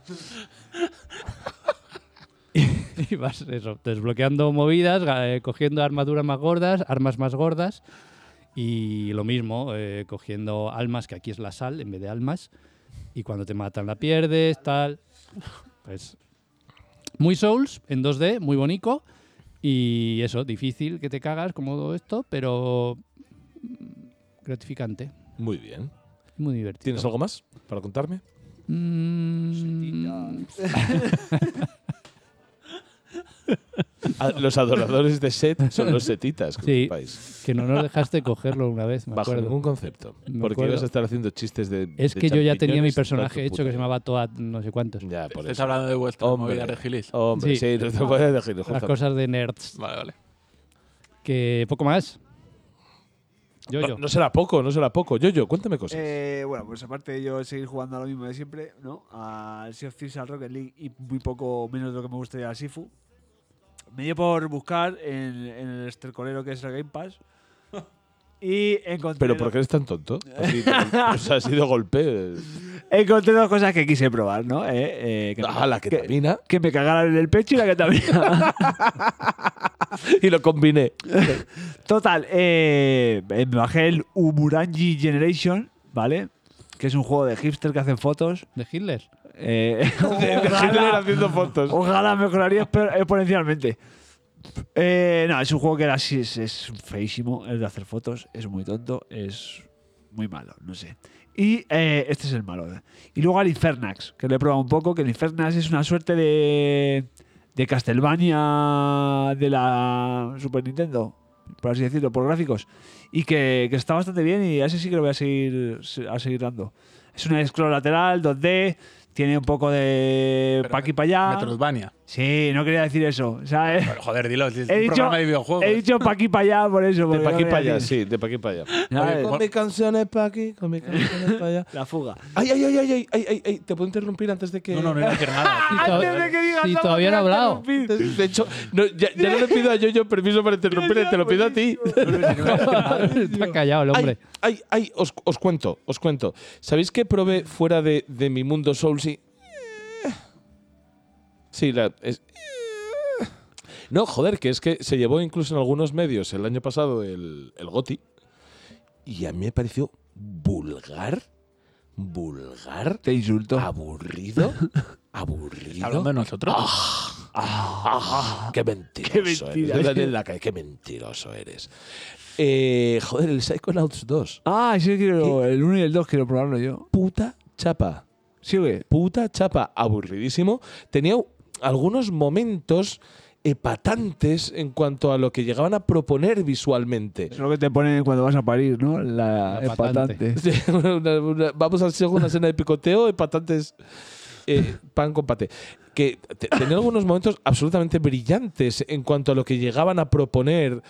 y vas eso, desbloqueando movidas, ga- eh, cogiendo armaduras más gordas, armas más gordas y lo mismo, eh, cogiendo almas, que aquí es la sal en vez de almas, y cuando te matan la pierdes, tal. Pues muy Souls en 2D, muy bonito y eso, difícil que te cagas como todo esto, pero mm, gratificante, Muy bien. muy divertido. ¿Tienes algo más para contarme? Mm, A- Ah, Los adoradores de Set son los setitas, que Sí, sepáis. que no nos dejaste cogerlo una vez, me Bajo acuerdo. ningún concepto. Me porque acuerdo. ibas a estar haciendo chistes de. Es de que yo ya tenía mi champiñones toda personaje tu hecho que se llamaba Toad no sé cuántos. Ya, por Estáis eso. hablando de vuestra Hombre, movida de Gilis. Hombre, sí, no te puedes de Gilis, Las justo. cosas de nerds. Vale, vale. Que poco más. Yo, No, yo. no será poco, no será poco. Yo, yo, cuéntame cosas. Eh, bueno, pues aparte de yo seguir jugando a lo mismo de siempre, ¿no? Al Sea of Thieves, al Rocket League y muy poco menos de lo que me gustaría al Sifu. Me dio por buscar en, en el estercolero que es el Game Pass. Y encontré. Pero ¿por qué eres tan tonto? Así, o sea, ha sido golpe. Encontré dos cosas que quise probar, ¿no? Eh, eh, que Ah, la que que- termina. que me cagaran en el pecho y la que también. y lo combiné. Total, eh, me bajé el Umurangi Generation, ¿vale? Que es un juego de hipster que hacen fotos. ¿De Hitler? Eh, De Hitler haciendo fotos. Ojalá mejoraría expo- exponencialmente. Eh, no, es un juego que era así, es, es feísimo, el de hacer fotos, es muy tonto, es muy malo, no sé. Y eh, este es el malo. Y luego al Infernax, que lo he probado un poco, que el Infernax es una suerte de, de Castlevania de la Super Nintendo, por así decirlo, por gráficos. Y que, que está bastante bien y a ese sí que lo voy a seguir, a seguir dando. Es una scroll lateral, 2D, tiene un poco de pa' aquí para allá. Metroidvania. Sí, no quería decir eso. O sea, eh, Pero, joder, dilo. si es he un dicho, programa de videojuegos. he dicho pa' aquí para allá por eso. De porque pa' no aquí para quería allá, decir- sí, de pa' aquí para allá. Ya ves. con mis canciones pa' aquí, con mis canciones para allá. La fuga. Ay, ay, ay, ay, ay, ay, ay, ay, te puedo interrumpir antes de que. No, no, no iba a decir nada. Si to- Antes de que digas si algo, todavía no he hablado. De hecho, no, ya, ya no le pido a Yoyo permiso para interrumpir, te lo pido a ti. Está callado el hombre. Ay, ay, os, os cuento, os cuento. ¿Sabéis qué probé fuera de, de mi mundo Souls y. Sí, la. es- No, joder, que es que se llevó incluso en algunos medios el año pasado el, el Goti. Y a mí me pareció vulgar. Vulgar. Te insulto. Aburrido. Aburrido. hablando de nosotros? Ah, ah, qué mentiroso. Qué eres, mentira. Daniel Lacalle, qué mentiroso eres. Eh, joder, el Psychonauts 2. Ah, sí, quiero, el 1 y el 2 quiero probarlo yo. Puta chapa. Sigue. Puta chapa. Aburridísimo. Tenía u- algunos momentos epatantes en cuanto a lo que llegaban a proponer visualmente. Es lo que te ponen cuando vas a parir, ¿no? La, La empatante. Sí, una- una- una- vamos a hacer una cena de picoteo, empatantes, eh, pan con pate. Que te- tenía algunos momentos absolutamente brillantes en cuanto a lo que llegaban a proponer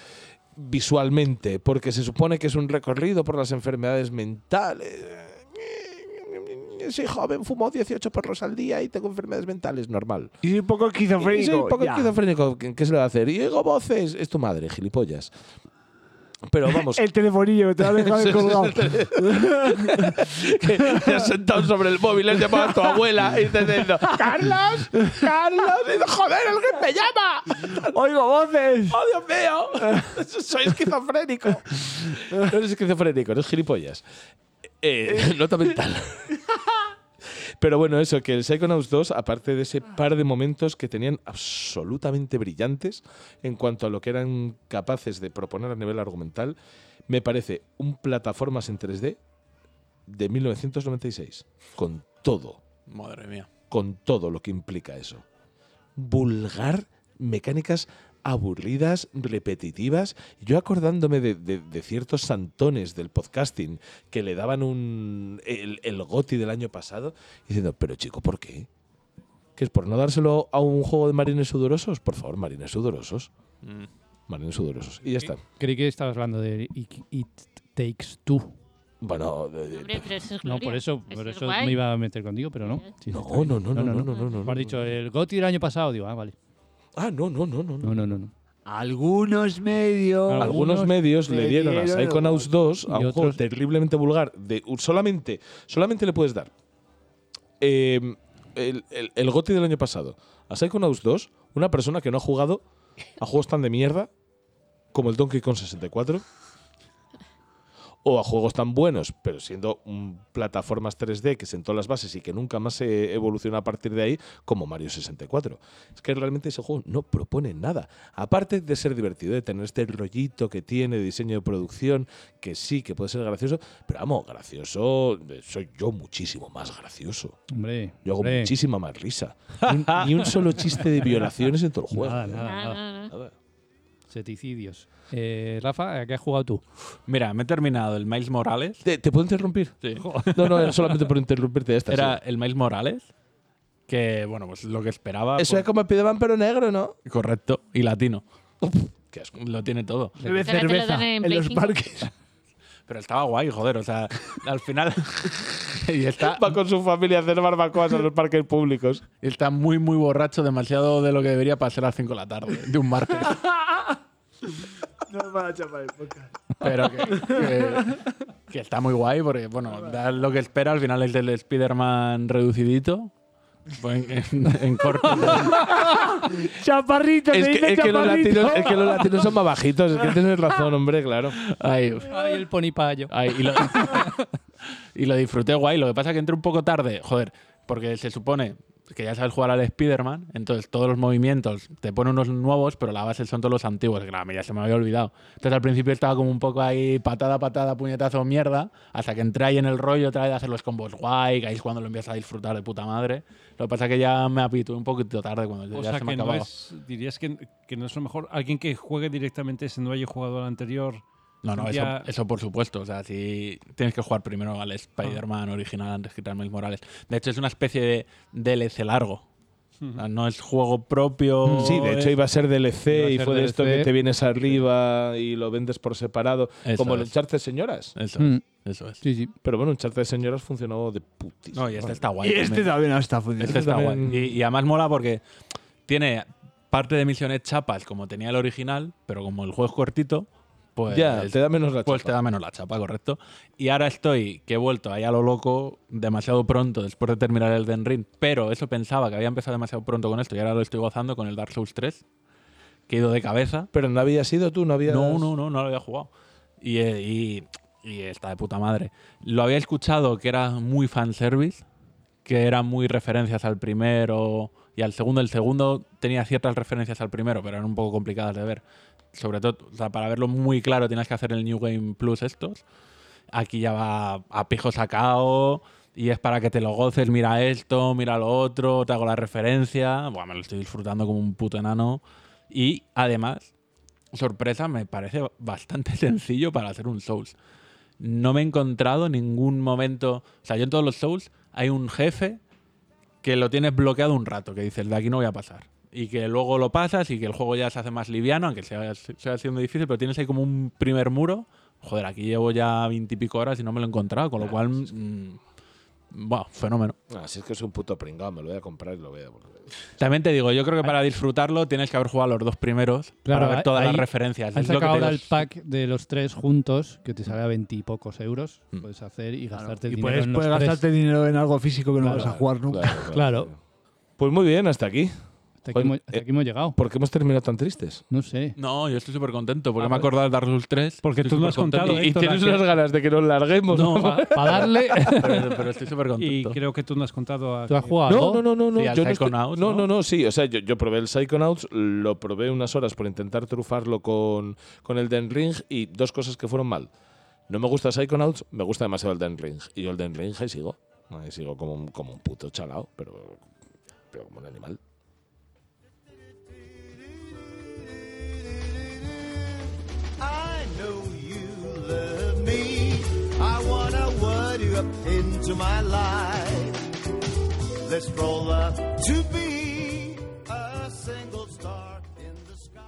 visualmente, porque se supone que es un recorrido por las enfermedades mentales. Soy joven, fumo 18 porros al día y tengo enfermedades mentales, normal. Y soy un poco esquizofrénico. Y soy un poco ya. esquizofrénico, ¿qué qué se le va a hacer? Y oigo voces, es tu madre, gilipollas. Pero vamos, El telefonillo que te va a dejar colgado. que te has sentado sobre el móvil, has llamado a tu abuela y te has dicho, ¡Carlos! ¡Carlos! Y dices, ¡Joder, alguien me llama! ¡Oigo voces! ¡Oh, Dios mío! ¡Soy esquizofrénico! No eres esquizofrénico, eres gilipollas. Eh, nota mental. Pero bueno, eso, que el Psychonauts 2, aparte de ese par de momentos que tenían absolutamente brillantes en cuanto a lo que eran capaces de proponer a nivel argumental, me parece un plataformas en 3D de 1996. Con todo, Madre mía. con todo lo que implica eso. Vulgar, mecánicas aburridas, repetitivas. Yo acordándome de, de- de ciertos santones del podcasting que le daban un, el, el goti del año pasado, diciendo, pero chico, ¿por qué? ¿Que es por no dárselo a un juego de marines sudorosos? Por favor, marines sudorosos. Mm. Marines sudorosos. Y ya está. Creí que estabas hablando de It, It Takes Two. Bueno, eh, de- de- Hombre, pero eso es No, gloria. por eso, Eso por es eso guay. me iba a meter contigo, pero no. Sí, No, está bien. no, no, no, no, no, no, Me has no. dicho el Goti del año pasado. Digo, ah, vale. Ah, no, no, no, no. No, no, no. no. Algunos medios. Algunos, medios le dieron a Psychonauts 2 a Y un juego otros- terriblemente vulgar. De, solamente, solamente le puedes dar eh, el, el, el GOTY del año pasado a Psychonauts 2, una persona que no ha jugado a juegos tan de mierda como el Donkey Kong 64 o a juegos tan buenos, pero siendo mm, plataformas 3D que sentó las bases y que nunca más se evolucionó a partir de ahí, como Mario 64. Es que realmente ese juego no propone nada. Aparte de ser divertido, de tener este rollito que tiene de diseño de producción, que sí, que puede ser gracioso, pero vamos, gracioso, eh, soy yo muchísimo más gracioso. Hombre, Yo hago hombre. muchísima más risa. Ni un, ni un solo chiste de violaciones en todo el juego. Nada, nada, nada. Seticidios. Eh, Rafa, ¿a qué has jugado tú? Mira, me he terminado el Miles Morales. ¿Te, te puedo interrumpir? Sí. No, no, era solamente por interrumpirte esta. Era sí. el Miles Morales, que, bueno, pues lo que esperaba. Eso es como el Pideman pero negro, ¿no? pues, Correcto, y latino. Lo tiene todo. Bebe Pero te lo cerveza dan en en Play los cinco. parques. Pero estaba guay, joder, o sea, al final. y está. Va con su familia a hacer barbacoas a los parques públicos. Y está muy, muy borracho, demasiado de lo que debería pasar a las 5 de la tarde, de un martes. No me van a chapar el podcast. Pero que, que- que está muy guay porque, bueno, da lo que espera. Al final es del Spider-Man reducidito. Pues en, en- en corto. chaparrito, Es te que, dice es que los chaparrito. latinos, es que los latinos son más bajitos, es que tienes razón, hombre, claro. Ay, Ay, el ponipayo. ay, y, lo, y lo disfruté guay. Lo que pasa es que entré un poco tarde, joder, porque se supone que ya sabes jugar al Spider-Man, entonces todos los movimientos te ponen unos nuevos, pero la base son todos los antiguos. que la- ya se me había olvidado. Entonces al principio estaba como un poco ahí patada, patada, puñetazo, mierda, hasta que entré ahí en el rollo otra vez de hacer los combos guay, que ahí es cuando lo empiezas a disfrutar de puta madre. Lo que pasa es que ya me apitué un poquito tarde cuando O ya sea, se me que no acababa. es, dirías que, que no es lo mejor. Alguien que juegue directamente ese no haya jugado al anterior. No, no, ya- eso, eso por supuesto. O sea, si tienes que jugar primero al Ah. Spider-Man original antes que tal Miles Morales. De hecho, es una especie de DLC largo. O sea, No es juego propio. Mm. Sí, de hecho es- iba a ser Iba DLC a y ser fue de esto DLC. que te vienes arriba y lo vendes por separado, Eso como el es. Uncharted Señoras. Eso Mm. es. Eso es. Sí, sí. Pero bueno, Uncharted Señoras funcionó de putis. No, y este está guay. Y este también. también no está funcionando. Este está también- guay. Y, y además mola porque tiene parte de misiones chapas como tenía el original, pero como el juego es cortito, pues. Ya, te da menos la Pues chapa. te da menos la chapa, correcto. Y ahora estoy, que he vuelto ahí a lo loco demasiado pronto después de terminar el Den Ring. Pero eso pensaba que había empezado demasiado pronto con esto y ahora lo estoy gozando con el Dark Souls 3, que he ido de cabeza. Pero no había sido tú, no había. No, no, no, no lo había jugado. Y, eh, y, y está de puta madre. Lo había escuchado que era muy fanservice, que eran muy referencias al primero y al segundo. El segundo tenía ciertas referencias al primero, pero eran un poco complicadas de ver. Sobre todo, o sea, para verlo muy claro tienes que hacer el New Game Plus estos. Aquí ya va a pijo sacado y es para que te lo goces. Mira esto, mira lo otro, te hago la referencia. Buah, me lo estoy disfrutando como un puto enano. Y además, sorpresa, me parece bastante sencillo para hacer un Souls. No me he encontrado ningún momento. O sea, yo en todos los Souls hay un jefe que lo tienes bloqueado un rato, que dices, de aquí no voy a pasar. Y que luego lo pasas y que el juego ya se hace más liviano, aunque sea, sea siendo difícil, pero tienes ahí como un primer muro. Joder, aquí llevo ya veintipico horas y no me lo he encontrado, con lo cual. mm, buah, fenómeno. Así Ah, es que es un puto pringado, me lo voy a comprar y lo voy a devolver. También te digo, yo creo Ah. que para disfrutarlo tienes que haber jugado los dos primeros para ver todas ahí las referencias. Han Es lo que sacado te ahora digo, el pack de los tres juntos, que te sale a veintipocos euros. Puedes hacer y gastarte el Y Este dinero puedes, en los puedes tres. gastarte dinero en algo físico que no vas a jugar nunca. Claro. Pues muy bien, hasta aquí. Hasta aquí, Joder, hemos, hasta aquí hemos llegado. ¿Por qué hemos terminado tan tristes? No sé. No, yo estoy súper contento porque me he acordado del Dark Souls 3. Porque Estoy tú Ah, lo has supercontento. contado, Y, y Héctor, tienes la que- Las ganas de que nos larguemos. No, ¿no? pa- pa' darle. pero, pero estoy súper contento. Y creo que tú no has contado. A ¿Tú has jugado? No, no, no, no, no. Sí, al no, estoy- Psychonauts, no, ¿no? no, no, sí. O sea, yo, yo probé el Psychonauts, lo probé unas horas por intentar trufarlo con, con el Den Ring y dos cosas que fueron mal. No me gusta Psychonauts, me gusta demasiado el Den Ring. Y yo el Den Ring ahí sigo. Ahí sigo como un, como un puto chalao, pero, pero como un animal. I know you love me. I wanna word you up into my life. Let's roll up to be a single star in the sky.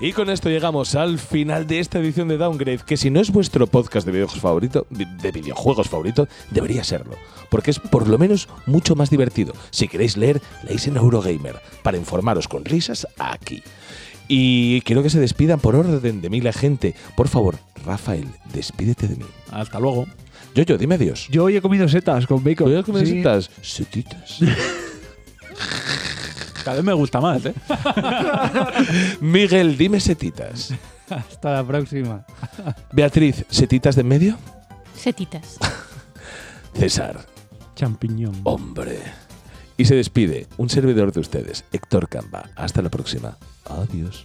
Y con esto llegamos al final de esta edición de Downgrade, que si no es vuestro podcast de videojuegos favorito, vi- de videojuegos favorito, debería serlo, porque es por lo menos mucho más divertido. Si queréis leer, leéis en Eurogamer, para informaros con risas aquí. Y quiero que se despidan por orden de mí la gente. Por favor, Rafael, despídete de mí. Hasta luego. Yo, yo, dime adiós. Yo hoy he comido setas con bacon. Yo he comido Sí. setas. Setitas. Cada vez me gusta más, ¿eh? Miguel, dime setitas. Hasta la próxima. Beatriz, setitas de en medio. Setitas. César, Champiñón. hombre. Y se despide un servidor de ustedes, Héctor Camba. Hasta la próxima. Adiós.